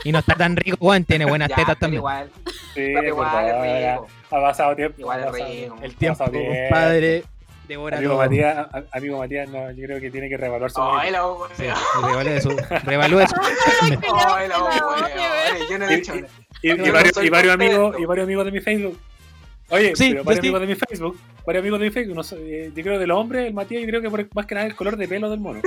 Speaker 6: Y no está tan rico, Juan. Tiene buenas
Speaker 3: Ya,
Speaker 6: tetas
Speaker 3: pero
Speaker 6: también.
Speaker 3: Igual,
Speaker 5: Sí,
Speaker 3: pero igual
Speaker 5: verdad,
Speaker 3: es
Speaker 5: ahora
Speaker 3: rico.
Speaker 5: Ha pasado tiempo.
Speaker 3: Igual
Speaker 5: ha
Speaker 3: es
Speaker 5: pasado
Speaker 3: rico.
Speaker 6: El tiempo,
Speaker 5: Pasa bien.
Speaker 6: compadre. Devora
Speaker 5: Amigo
Speaker 6: todo.
Speaker 5: Matías, a- amigo Matías, no, yo creo que tiene que revaluar su
Speaker 3: Oh,
Speaker 5: monito.
Speaker 3: el agua,
Speaker 6: Sí,
Speaker 3: weón.
Speaker 6: y revalúe su. Revalúe su.
Speaker 3: Oh, el agua,
Speaker 4: No,
Speaker 3: weón. Yo
Speaker 6: Eh,
Speaker 3: no he
Speaker 5: Y-
Speaker 3: dicho nada.
Speaker 5: y,
Speaker 3: Yo
Speaker 5: y
Speaker 3: no
Speaker 5: varios,
Speaker 3: soy
Speaker 5: y varios amigos
Speaker 3: contento.
Speaker 5: y varios amigos de mi Facebook. Oye,
Speaker 6: Sí,
Speaker 5: pero
Speaker 6: yo
Speaker 5: varios
Speaker 6: sí.
Speaker 5: amigos de mi Facebook, varios amigos de mi Facebook, no sé, eh, yo creo de los hombres, el Matías, yo creo que por- más que nada el color de pelo del mono.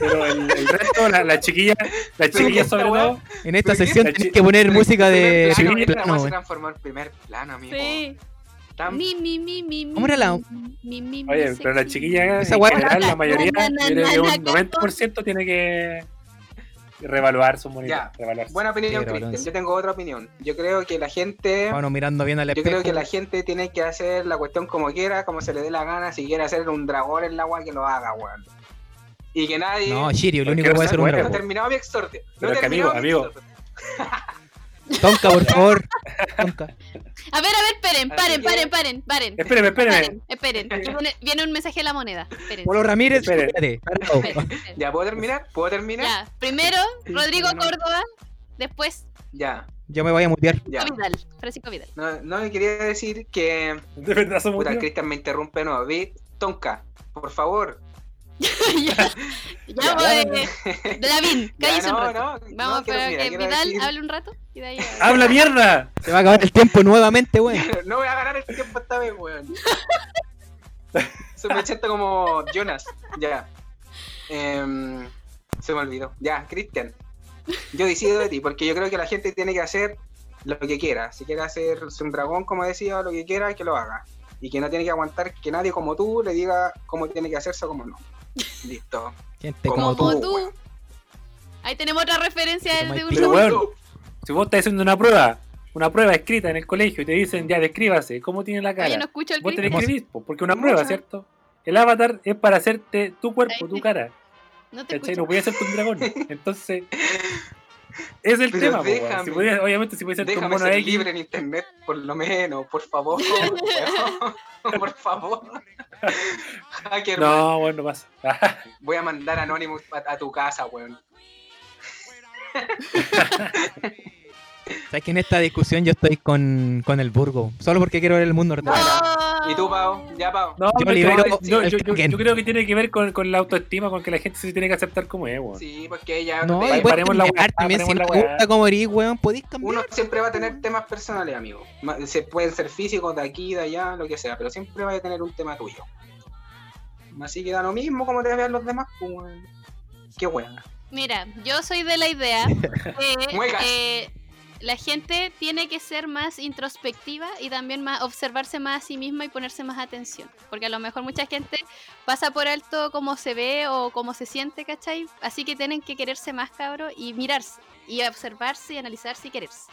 Speaker 5: Pero el, el resto, la, la chiquilla, la chiquilla
Speaker 3: esta
Speaker 5: sobre
Speaker 3: weá-
Speaker 5: todo,
Speaker 6: En esta
Speaker 3: Pero que
Speaker 6: sección
Speaker 5: esta
Speaker 6: tenés
Speaker 5: chi-
Speaker 6: que poner música de.
Speaker 3: Primer plano, esta
Speaker 6: primer plano,
Speaker 3: weá se
Speaker 6: weón.
Speaker 3: transformó en primer plano, amigo.
Speaker 4: Sí.
Speaker 3: Tan-
Speaker 4: Mi, mi, mi, mi, mi.
Speaker 6: ¿Cómo era la-
Speaker 4: Mi, mi, mi,
Speaker 5: oye,
Speaker 4: sexy.
Speaker 5: pero la chiquilla
Speaker 6: Esa
Speaker 5: en
Speaker 6: weá-
Speaker 5: general, la mayoría,
Speaker 4: Na, na,
Speaker 5: yo creo
Speaker 4: na,
Speaker 5: que
Speaker 4: na,
Speaker 5: un 90% tiene que revaluar su monito.
Speaker 3: Ya.
Speaker 5: revaluarse.
Speaker 3: Buena opinión,
Speaker 6: Sí, pero
Speaker 3: Cristian.
Speaker 6: balance.
Speaker 3: Yo tengo otra opinión. Yo creo que la gente.
Speaker 6: Bueno, mirando bien al
Speaker 3: Yo
Speaker 6: espejo.
Speaker 3: creo que la gente tiene que hacer la cuestión como quiera, como se le dé la gana. Si quiere hacer un dragón en el agua, que lo haga, weón. Y que nadie.
Speaker 6: No, Shirio, el
Speaker 5: Porque
Speaker 6: único que puede ser un
Speaker 5: bueno,
Speaker 3: no he
Speaker 6: dragón.
Speaker 3: terminado mi exhorte. No
Speaker 5: Pero
Speaker 3: he
Speaker 5: es que,
Speaker 3: terminado
Speaker 5: amigo,
Speaker 3: mi
Speaker 5: amigo.
Speaker 3: exhorte.
Speaker 6: Tonka, por favor. Tonka.
Speaker 4: A ver, a ver, esperen,
Speaker 5: Ah,
Speaker 3: Así
Speaker 4: paren,
Speaker 3: que-
Speaker 4: paren, paren, paren.
Speaker 5: Espéreme, espéreme.
Speaker 4: Paren, esperen. Viene- Viene un mensaje de la moneda. Esperen.
Speaker 6: Polo Ramírez,
Speaker 5: Espere.
Speaker 6: espérate. Oh, Parado.
Speaker 4: esperen, esperen.
Speaker 3: Ya, ¿puedo terminar? ¿Puedo terminar?
Speaker 4: Ya, primero Rodrigo
Speaker 3: no, no.
Speaker 4: Córdoba, después
Speaker 3: Ya,
Speaker 6: Yo me voy a mutear.
Speaker 3: ya.
Speaker 4: Vidal, Francisco Vidal.
Speaker 3: No, no quería decir que.
Speaker 5: De verdad somos
Speaker 3: Puta,
Speaker 5: tíos.
Speaker 3: Cristian me interrumpe no. Vi, Tonka, por favor.
Speaker 4: ya, ya,
Speaker 3: Ya,
Speaker 4: voy. Lavín,
Speaker 3: Ya,
Speaker 4: cállese un
Speaker 3: no,
Speaker 4: rato.
Speaker 3: no,
Speaker 4: Vamos a
Speaker 3: no, quiero- mira,
Speaker 4: esperar que
Speaker 3: quiero
Speaker 4: Vidal
Speaker 3: decir-
Speaker 4: hable un rato y de ahí.
Speaker 5: ¡Habla mierda!
Speaker 6: Se va a acabar el tiempo nuevamente, weón.
Speaker 3: No voy a ganar el tiempo esta vez, weón. Se me echaste como Jonas. Ya. Em, se me olvidó. Ya, Cristian. Yo decido de ti, porque yo creo que la gente tiene que hacer lo que quiera. Si quiere hacerse un dragón, como decía, lo que quiera, que lo haga. Y que no tiene que aguantar que nadie como tú le diga cómo tiene que hacerse o cómo no. Listo.
Speaker 6: Gente
Speaker 3: Como
Speaker 6: como tú.
Speaker 4: Como
Speaker 3: tú,
Speaker 4: tú.
Speaker 3: weón.
Speaker 4: Ahí tenemos otra referencia
Speaker 6: Pero
Speaker 4: de
Speaker 6: Mike
Speaker 4: un
Speaker 5: Pero
Speaker 4: show.
Speaker 5: weón, si vos estás haciendo una prueba, una prueba escrita en el colegio y te dicen, ya descríbase, ¿cómo tiene la cara?
Speaker 4: Oye, no escucho el
Speaker 5: Vos
Speaker 4: Cristo.
Speaker 5: tenés que
Speaker 6: Hermoso.
Speaker 5: escribir, po, porque una prueba, ¿cierto? El avatar es para hacerte tu cuerpo, tu cara.
Speaker 4: No te
Speaker 5: ¿Cachai?
Speaker 4: escucho.
Speaker 5: No podías hacerte un dragón. Entonces, es el
Speaker 3: Pero
Speaker 5: tema, po, weón.
Speaker 3: déjame.
Speaker 5: Si podías- obviamente, si podías hacerte un
Speaker 3: Déjame
Speaker 5: mono
Speaker 3: ser
Speaker 5: X,
Speaker 3: libre en internet, por lo menos, por favor. weón. por favor. Hacker,
Speaker 5: No, bueno, no pasa.
Speaker 3: Voy a mandar Anonymous a, a tu casa, weón.
Speaker 6: Sabes que en esta discusión yo estoy con, con el Burgo. Solo porque quiero ver el mundo ordenado.
Speaker 3: ¿Y
Speaker 4: Ah.
Speaker 3: tú, Pau? Ya, Pau.
Speaker 5: No,
Speaker 6: Yo
Speaker 5: pero
Speaker 6: libero
Speaker 5: yo- yo,
Speaker 6: el
Speaker 5: yo- yo-
Speaker 6: Kraken.
Speaker 5: yo creo que tiene que ver con, con la autoestima, con que la gente se tiene que aceptar como es, weón.
Speaker 3: Sí, porque ya.
Speaker 6: No,
Speaker 3: te- pues,
Speaker 6: y
Speaker 5: Pare-
Speaker 6: puedes
Speaker 5: paremos la
Speaker 6: cambiar
Speaker 5: weá,
Speaker 6: también. Si no
Speaker 5: paremos
Speaker 6: te
Speaker 5: la weá.
Speaker 6: gusta como eres, weón, podéis cambiar.
Speaker 3: Uno siempre va a tener temas personales, amigo. Ma- Se pueden ser físicos de aquí, de allá, lo que sea, pero siempre va a tener un tema tuyo. Así que da lo mismo como te vean los demás, pues, weón. Qué buena.
Speaker 4: Mira, yo soy de la idea que
Speaker 3: Muecas.
Speaker 4: eh, la gente tiene que ser más introspectiva y también más observarse más a sí misma y ponerse más atención. Porque a lo mejor mucha gente pasa por alto cómo se ve o cómo se siente, ¿cachai? Así que tienen que quererse más, cabro, y mirarse, y observarse, y analizarse y quererse.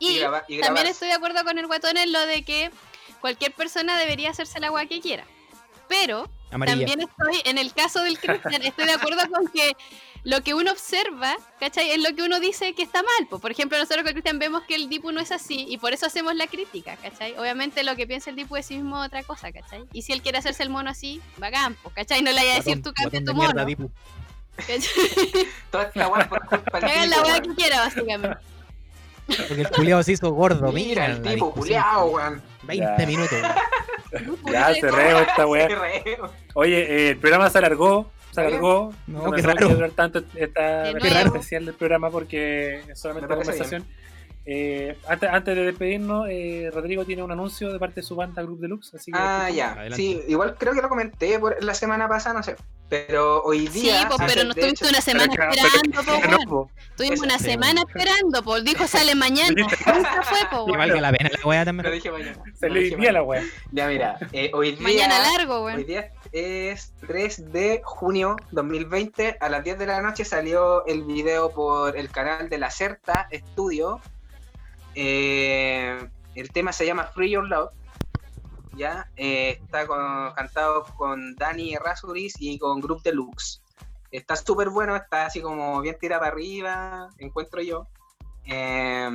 Speaker 4: Y,
Speaker 3: graba- y
Speaker 4: también
Speaker 3: grabarse.
Speaker 4: estoy de acuerdo con el guatón en lo de que cualquier persona debería hacerse el agua que quiera. Pero
Speaker 6: Amarilla.
Speaker 4: también estoy, en el caso del Cristian, estoy de acuerdo con que lo que uno observa, ¿cachai? Es lo que uno dice que está mal. po. Por ejemplo, nosotros con Cristian vemos que el Dipu no es así y por eso hacemos la crítica, ¿cachai? Obviamente lo que piensa el Dipu es sí mismo otra cosa, ¿cachai? Y si él quiere hacerse el mono así, va a campo, ¿cachai? No le vaya a decir tú cambia
Speaker 6: Guatón
Speaker 4: tu
Speaker 6: de
Speaker 4: mono.
Speaker 6: mierda, Dipu.
Speaker 4: ¿cachai?
Speaker 3: Toda esta weá por culpa
Speaker 4: Que
Speaker 3: del
Speaker 4: hagan la
Speaker 3: tipo,
Speaker 4: weá que
Speaker 3: weón.
Speaker 4: quiera, básicamente.
Speaker 6: Porque el culiao se hizo gordo.
Speaker 3: Mira, el
Speaker 6: la
Speaker 3: tipo
Speaker 6: discusión.
Speaker 3: culeado, weón.
Speaker 6: 20 minutos. weón.
Speaker 5: Ya, cerremos esta weá.
Speaker 3: Cerremos.
Speaker 5: Oye, eh, el programa se alargó, se
Speaker 3: ¿Está bien?
Speaker 5: alargó.
Speaker 6: No, qué
Speaker 5: pensamos
Speaker 6: raro.
Speaker 5: que iba a durar tanto esta
Speaker 4: Qué
Speaker 5: versión
Speaker 4: raro.
Speaker 5: especial del programa porque es solamente
Speaker 3: Me
Speaker 5: una
Speaker 3: parece
Speaker 5: conversación. Eh, antes, antes de despedirnos, eh, Rodrigo tiene un anuncio de parte de su banda Group Deluxe, así que
Speaker 3: Ah,
Speaker 5: escuchen.
Speaker 3: ya.
Speaker 6: Adelante.
Speaker 3: Sí, igual creo que lo comenté por la semana pasada, no sé. Pero hoy
Speaker 4: Sí,
Speaker 3: día.
Speaker 4: pues,
Speaker 3: hace-
Speaker 4: pero no
Speaker 3: de
Speaker 4: estuviste
Speaker 3: hecho-
Speaker 4: una semana
Speaker 5: Pero que-
Speaker 4: esperando, po,
Speaker 5: que no,
Speaker 4: weón.
Speaker 5: po.
Speaker 4: Estuvimos
Speaker 3: Eso,
Speaker 4: una
Speaker 6: sí,
Speaker 4: semana esperando, po. Dijo sale mañana. Nunca fue, po,
Speaker 6: Que
Speaker 4: weón.
Speaker 6: valga la pena la weá también.
Speaker 3: Lo dije mañana.
Speaker 5: Se
Speaker 3: lo
Speaker 5: le
Speaker 3: dije
Speaker 5: diría la
Speaker 3: mañana.
Speaker 5: weá.
Speaker 3: Ya, mira. eh, hoy día.
Speaker 4: Mañana largo,
Speaker 3: Hoy
Speaker 4: weón.
Speaker 3: día es 3 de junio 2020, a las 10 de la noche salió el video por el canal de la Certa Studio. Eh, el tema se llama Free Your Love. ¿ya? Eh, está con- cantado con Dani Rasuris y con Group Deluxe. Está súper bueno, está así como bien tira para arriba, encuentro yo. Eh,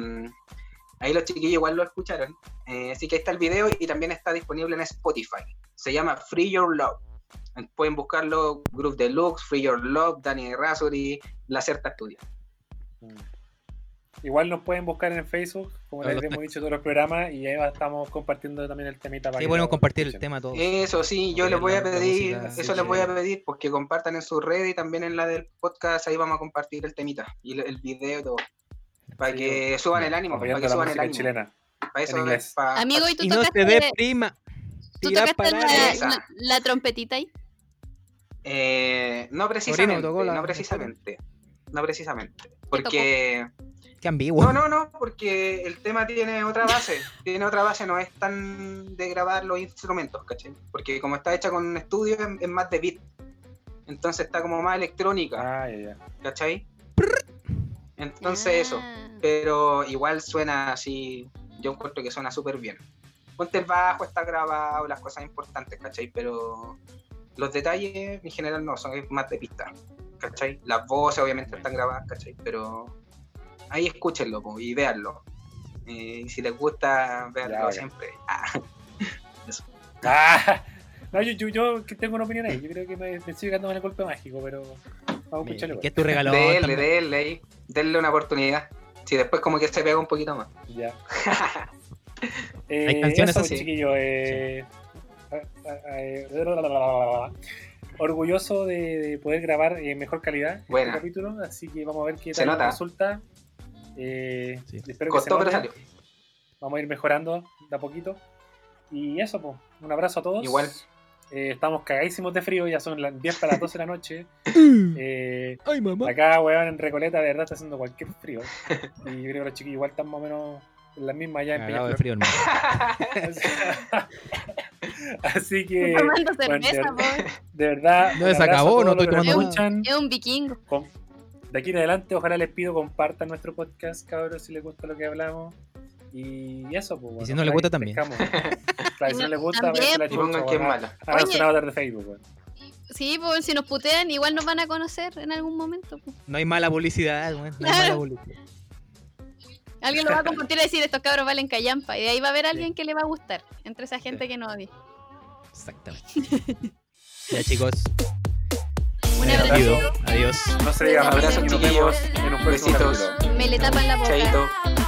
Speaker 3: ahí los chiquillos igual lo escucharon. Eh, así que ahí está el video y también está disponible en Spotify se llama Free Your Love. Pueden buscarlo, Group Deluxe, Free Your Love, Dani Razuri, La Certa Studio.
Speaker 6: Mm.
Speaker 5: Igual nos pueden buscar en Facebook, como
Speaker 6: Todos
Speaker 5: les
Speaker 6: los
Speaker 5: hemos dicho en todos los programas, y ahí va- estamos compartiendo también el temita. para
Speaker 6: Sí,
Speaker 5: que
Speaker 6: podemos
Speaker 5: lo
Speaker 6: compartir el
Speaker 5: escuchen.
Speaker 6: tema todos.
Speaker 3: Eso sí, yo
Speaker 6: Oye,
Speaker 3: les voy
Speaker 6: la-
Speaker 3: a
Speaker 6: la
Speaker 3: pedir,
Speaker 6: música,
Speaker 3: eso
Speaker 6: sí
Speaker 3: les
Speaker 6: que-
Speaker 3: voy a pedir, porque compartan en su red y también en la del podcast, ahí vamos a compartir el temita y el, el video y todo. Para
Speaker 5: Sí,
Speaker 3: que suban el ánimo, para
Speaker 5: Apoyando
Speaker 3: que
Speaker 5: la
Speaker 3: suban el
Speaker 5: música
Speaker 3: ánimo.
Speaker 5: chilena.
Speaker 3: Para eso,
Speaker 5: inglés.
Speaker 3: para-
Speaker 4: Amigo, ¿y tú
Speaker 6: Y no
Speaker 4: tocaste,
Speaker 6: te dé prima.
Speaker 4: tú
Speaker 6: Tira
Speaker 4: tocaste
Speaker 6: para
Speaker 4: la,
Speaker 3: esa.
Speaker 4: la- la trompetita ahí?
Speaker 3: eh, no precisamente,
Speaker 6: tocó la-
Speaker 3: no precisamente, no precisamente, porque...
Speaker 6: Qué ambiguo.
Speaker 3: No, no, no, porque el tema tiene otra base. tiene otra base, no es tan de grabar los instrumentos, ¿cachai? Porque como está hecha con un estudio, es, es más de beat. Entonces está como más electrónica,
Speaker 5: Ah, ya, ya.
Speaker 3: ¿cachai? Entonces eso.
Speaker 4: Ah.
Speaker 3: Pero igual suena así. Yo encuentro que suena súper bien. Ponte el bajo, está grabado, las cosas importantes, ¿cachai? Pero los detalles en general no, son más de pista, ¿cachai? Las voces obviamente están grabadas, ¿cachai? Pero ahí escúchenlo po, y véanlo. Eh, y si les gusta,
Speaker 5: Ya,
Speaker 3: véanlo
Speaker 5: bacán.
Speaker 3: siempre. Ah,
Speaker 5: Ah, no, yo, yo, yo que tengo una opinión ahí. Yo creo que me, me estoy quedando con el golpe mágico, pero vamos a
Speaker 6: Mira,
Speaker 5: escucharlo.
Speaker 6: Que es tu regalo.
Speaker 3: denle,
Speaker 6: también.
Speaker 3: denle, ahí, denle una oportunidad. Si después como que se pega un poquito más.
Speaker 5: Ya. Eh,
Speaker 6: Hay canciones
Speaker 5: eso,
Speaker 3: así.
Speaker 5: chiquillo, eh, a- a- a- eh, la, la, la, la, la. Orgulloso de, de poder grabar en mejor calidad
Speaker 3: Buena.
Speaker 5: este capítulo, así que vamos a ver qué
Speaker 3: Se
Speaker 5: tal
Speaker 3: nota.
Speaker 5: resulta. Eh,
Speaker 6: Sí.
Speaker 5: espero que se
Speaker 3: Costó, pero
Speaker 5: note.
Speaker 3: salió.
Speaker 5: Vamos a ir mejorando de a poquito. Y eso, pues, un abrazo a todos.
Speaker 3: Igual.
Speaker 5: Eh, estamos cagadísimos de frío, ya son las 10 para las 12 de la noche. Eh,
Speaker 6: Ay, mamá.
Speaker 5: Acá, weón, en Recoleta, de verdad está haciendo cualquier frío. Y yo creo que los chiquillos igual están más o menos en las mismas allá en
Speaker 6: Cagado de
Speaker 5: Peñaflor.
Speaker 6: frío, hermano.
Speaker 5: Así que,
Speaker 4: Tomando
Speaker 5: bueno, de,
Speaker 4: cerveza, po.
Speaker 5: de verdad.
Speaker 6: No,
Speaker 5: un
Speaker 6: se
Speaker 5: abrazo a
Speaker 6: acabó,
Speaker 5: todos
Speaker 6: no
Speaker 5: los
Speaker 6: estoy
Speaker 5: que nos
Speaker 6: tomando
Speaker 5: escuchan.
Speaker 4: Es un vikingo.
Speaker 5: Com- De aquí en adelante, ojalá les pido compartan nuestro podcast, cabros, si les gusta lo que hablamos. Y eso, pues, bueno,
Speaker 6: si no
Speaker 5: ojalá
Speaker 6: les gusta,
Speaker 5: que
Speaker 6: también.
Speaker 5: crezcamos. Claro, si no les gusta,
Speaker 4: También,
Speaker 5: váyanse a la
Speaker 3: Y
Speaker 5: chucha,
Speaker 3: pongan que es
Speaker 5: weón.
Speaker 3: mala.
Speaker 5: Hagan
Speaker 4: Oye.
Speaker 5: su avatar de Facebook, weón.
Speaker 4: Sí, pues si nos putean, igual nos van a conocer en algún momento. po.
Speaker 6: No hay mala publicidad, weón. No hay mala publicidad.
Speaker 4: Alguien lo va a compartir y decir, estos cabros valen callampa. Y de ahí va a haber alguien que le va a gustar, entre esa gente que no odia.
Speaker 6: Exactamente. ya, chicos.
Speaker 4: Un
Speaker 6: me
Speaker 4: abrazo.
Speaker 6: despido. Adiós.
Speaker 5: No se digan
Speaker 4: Abrazos,
Speaker 5: abrazos, nos vemos
Speaker 3: chiquillos.
Speaker 5: en un próximo
Speaker 3: Besitos.
Speaker 5: capítulo.
Speaker 4: Me le tapan la boca.
Speaker 3: Chaito.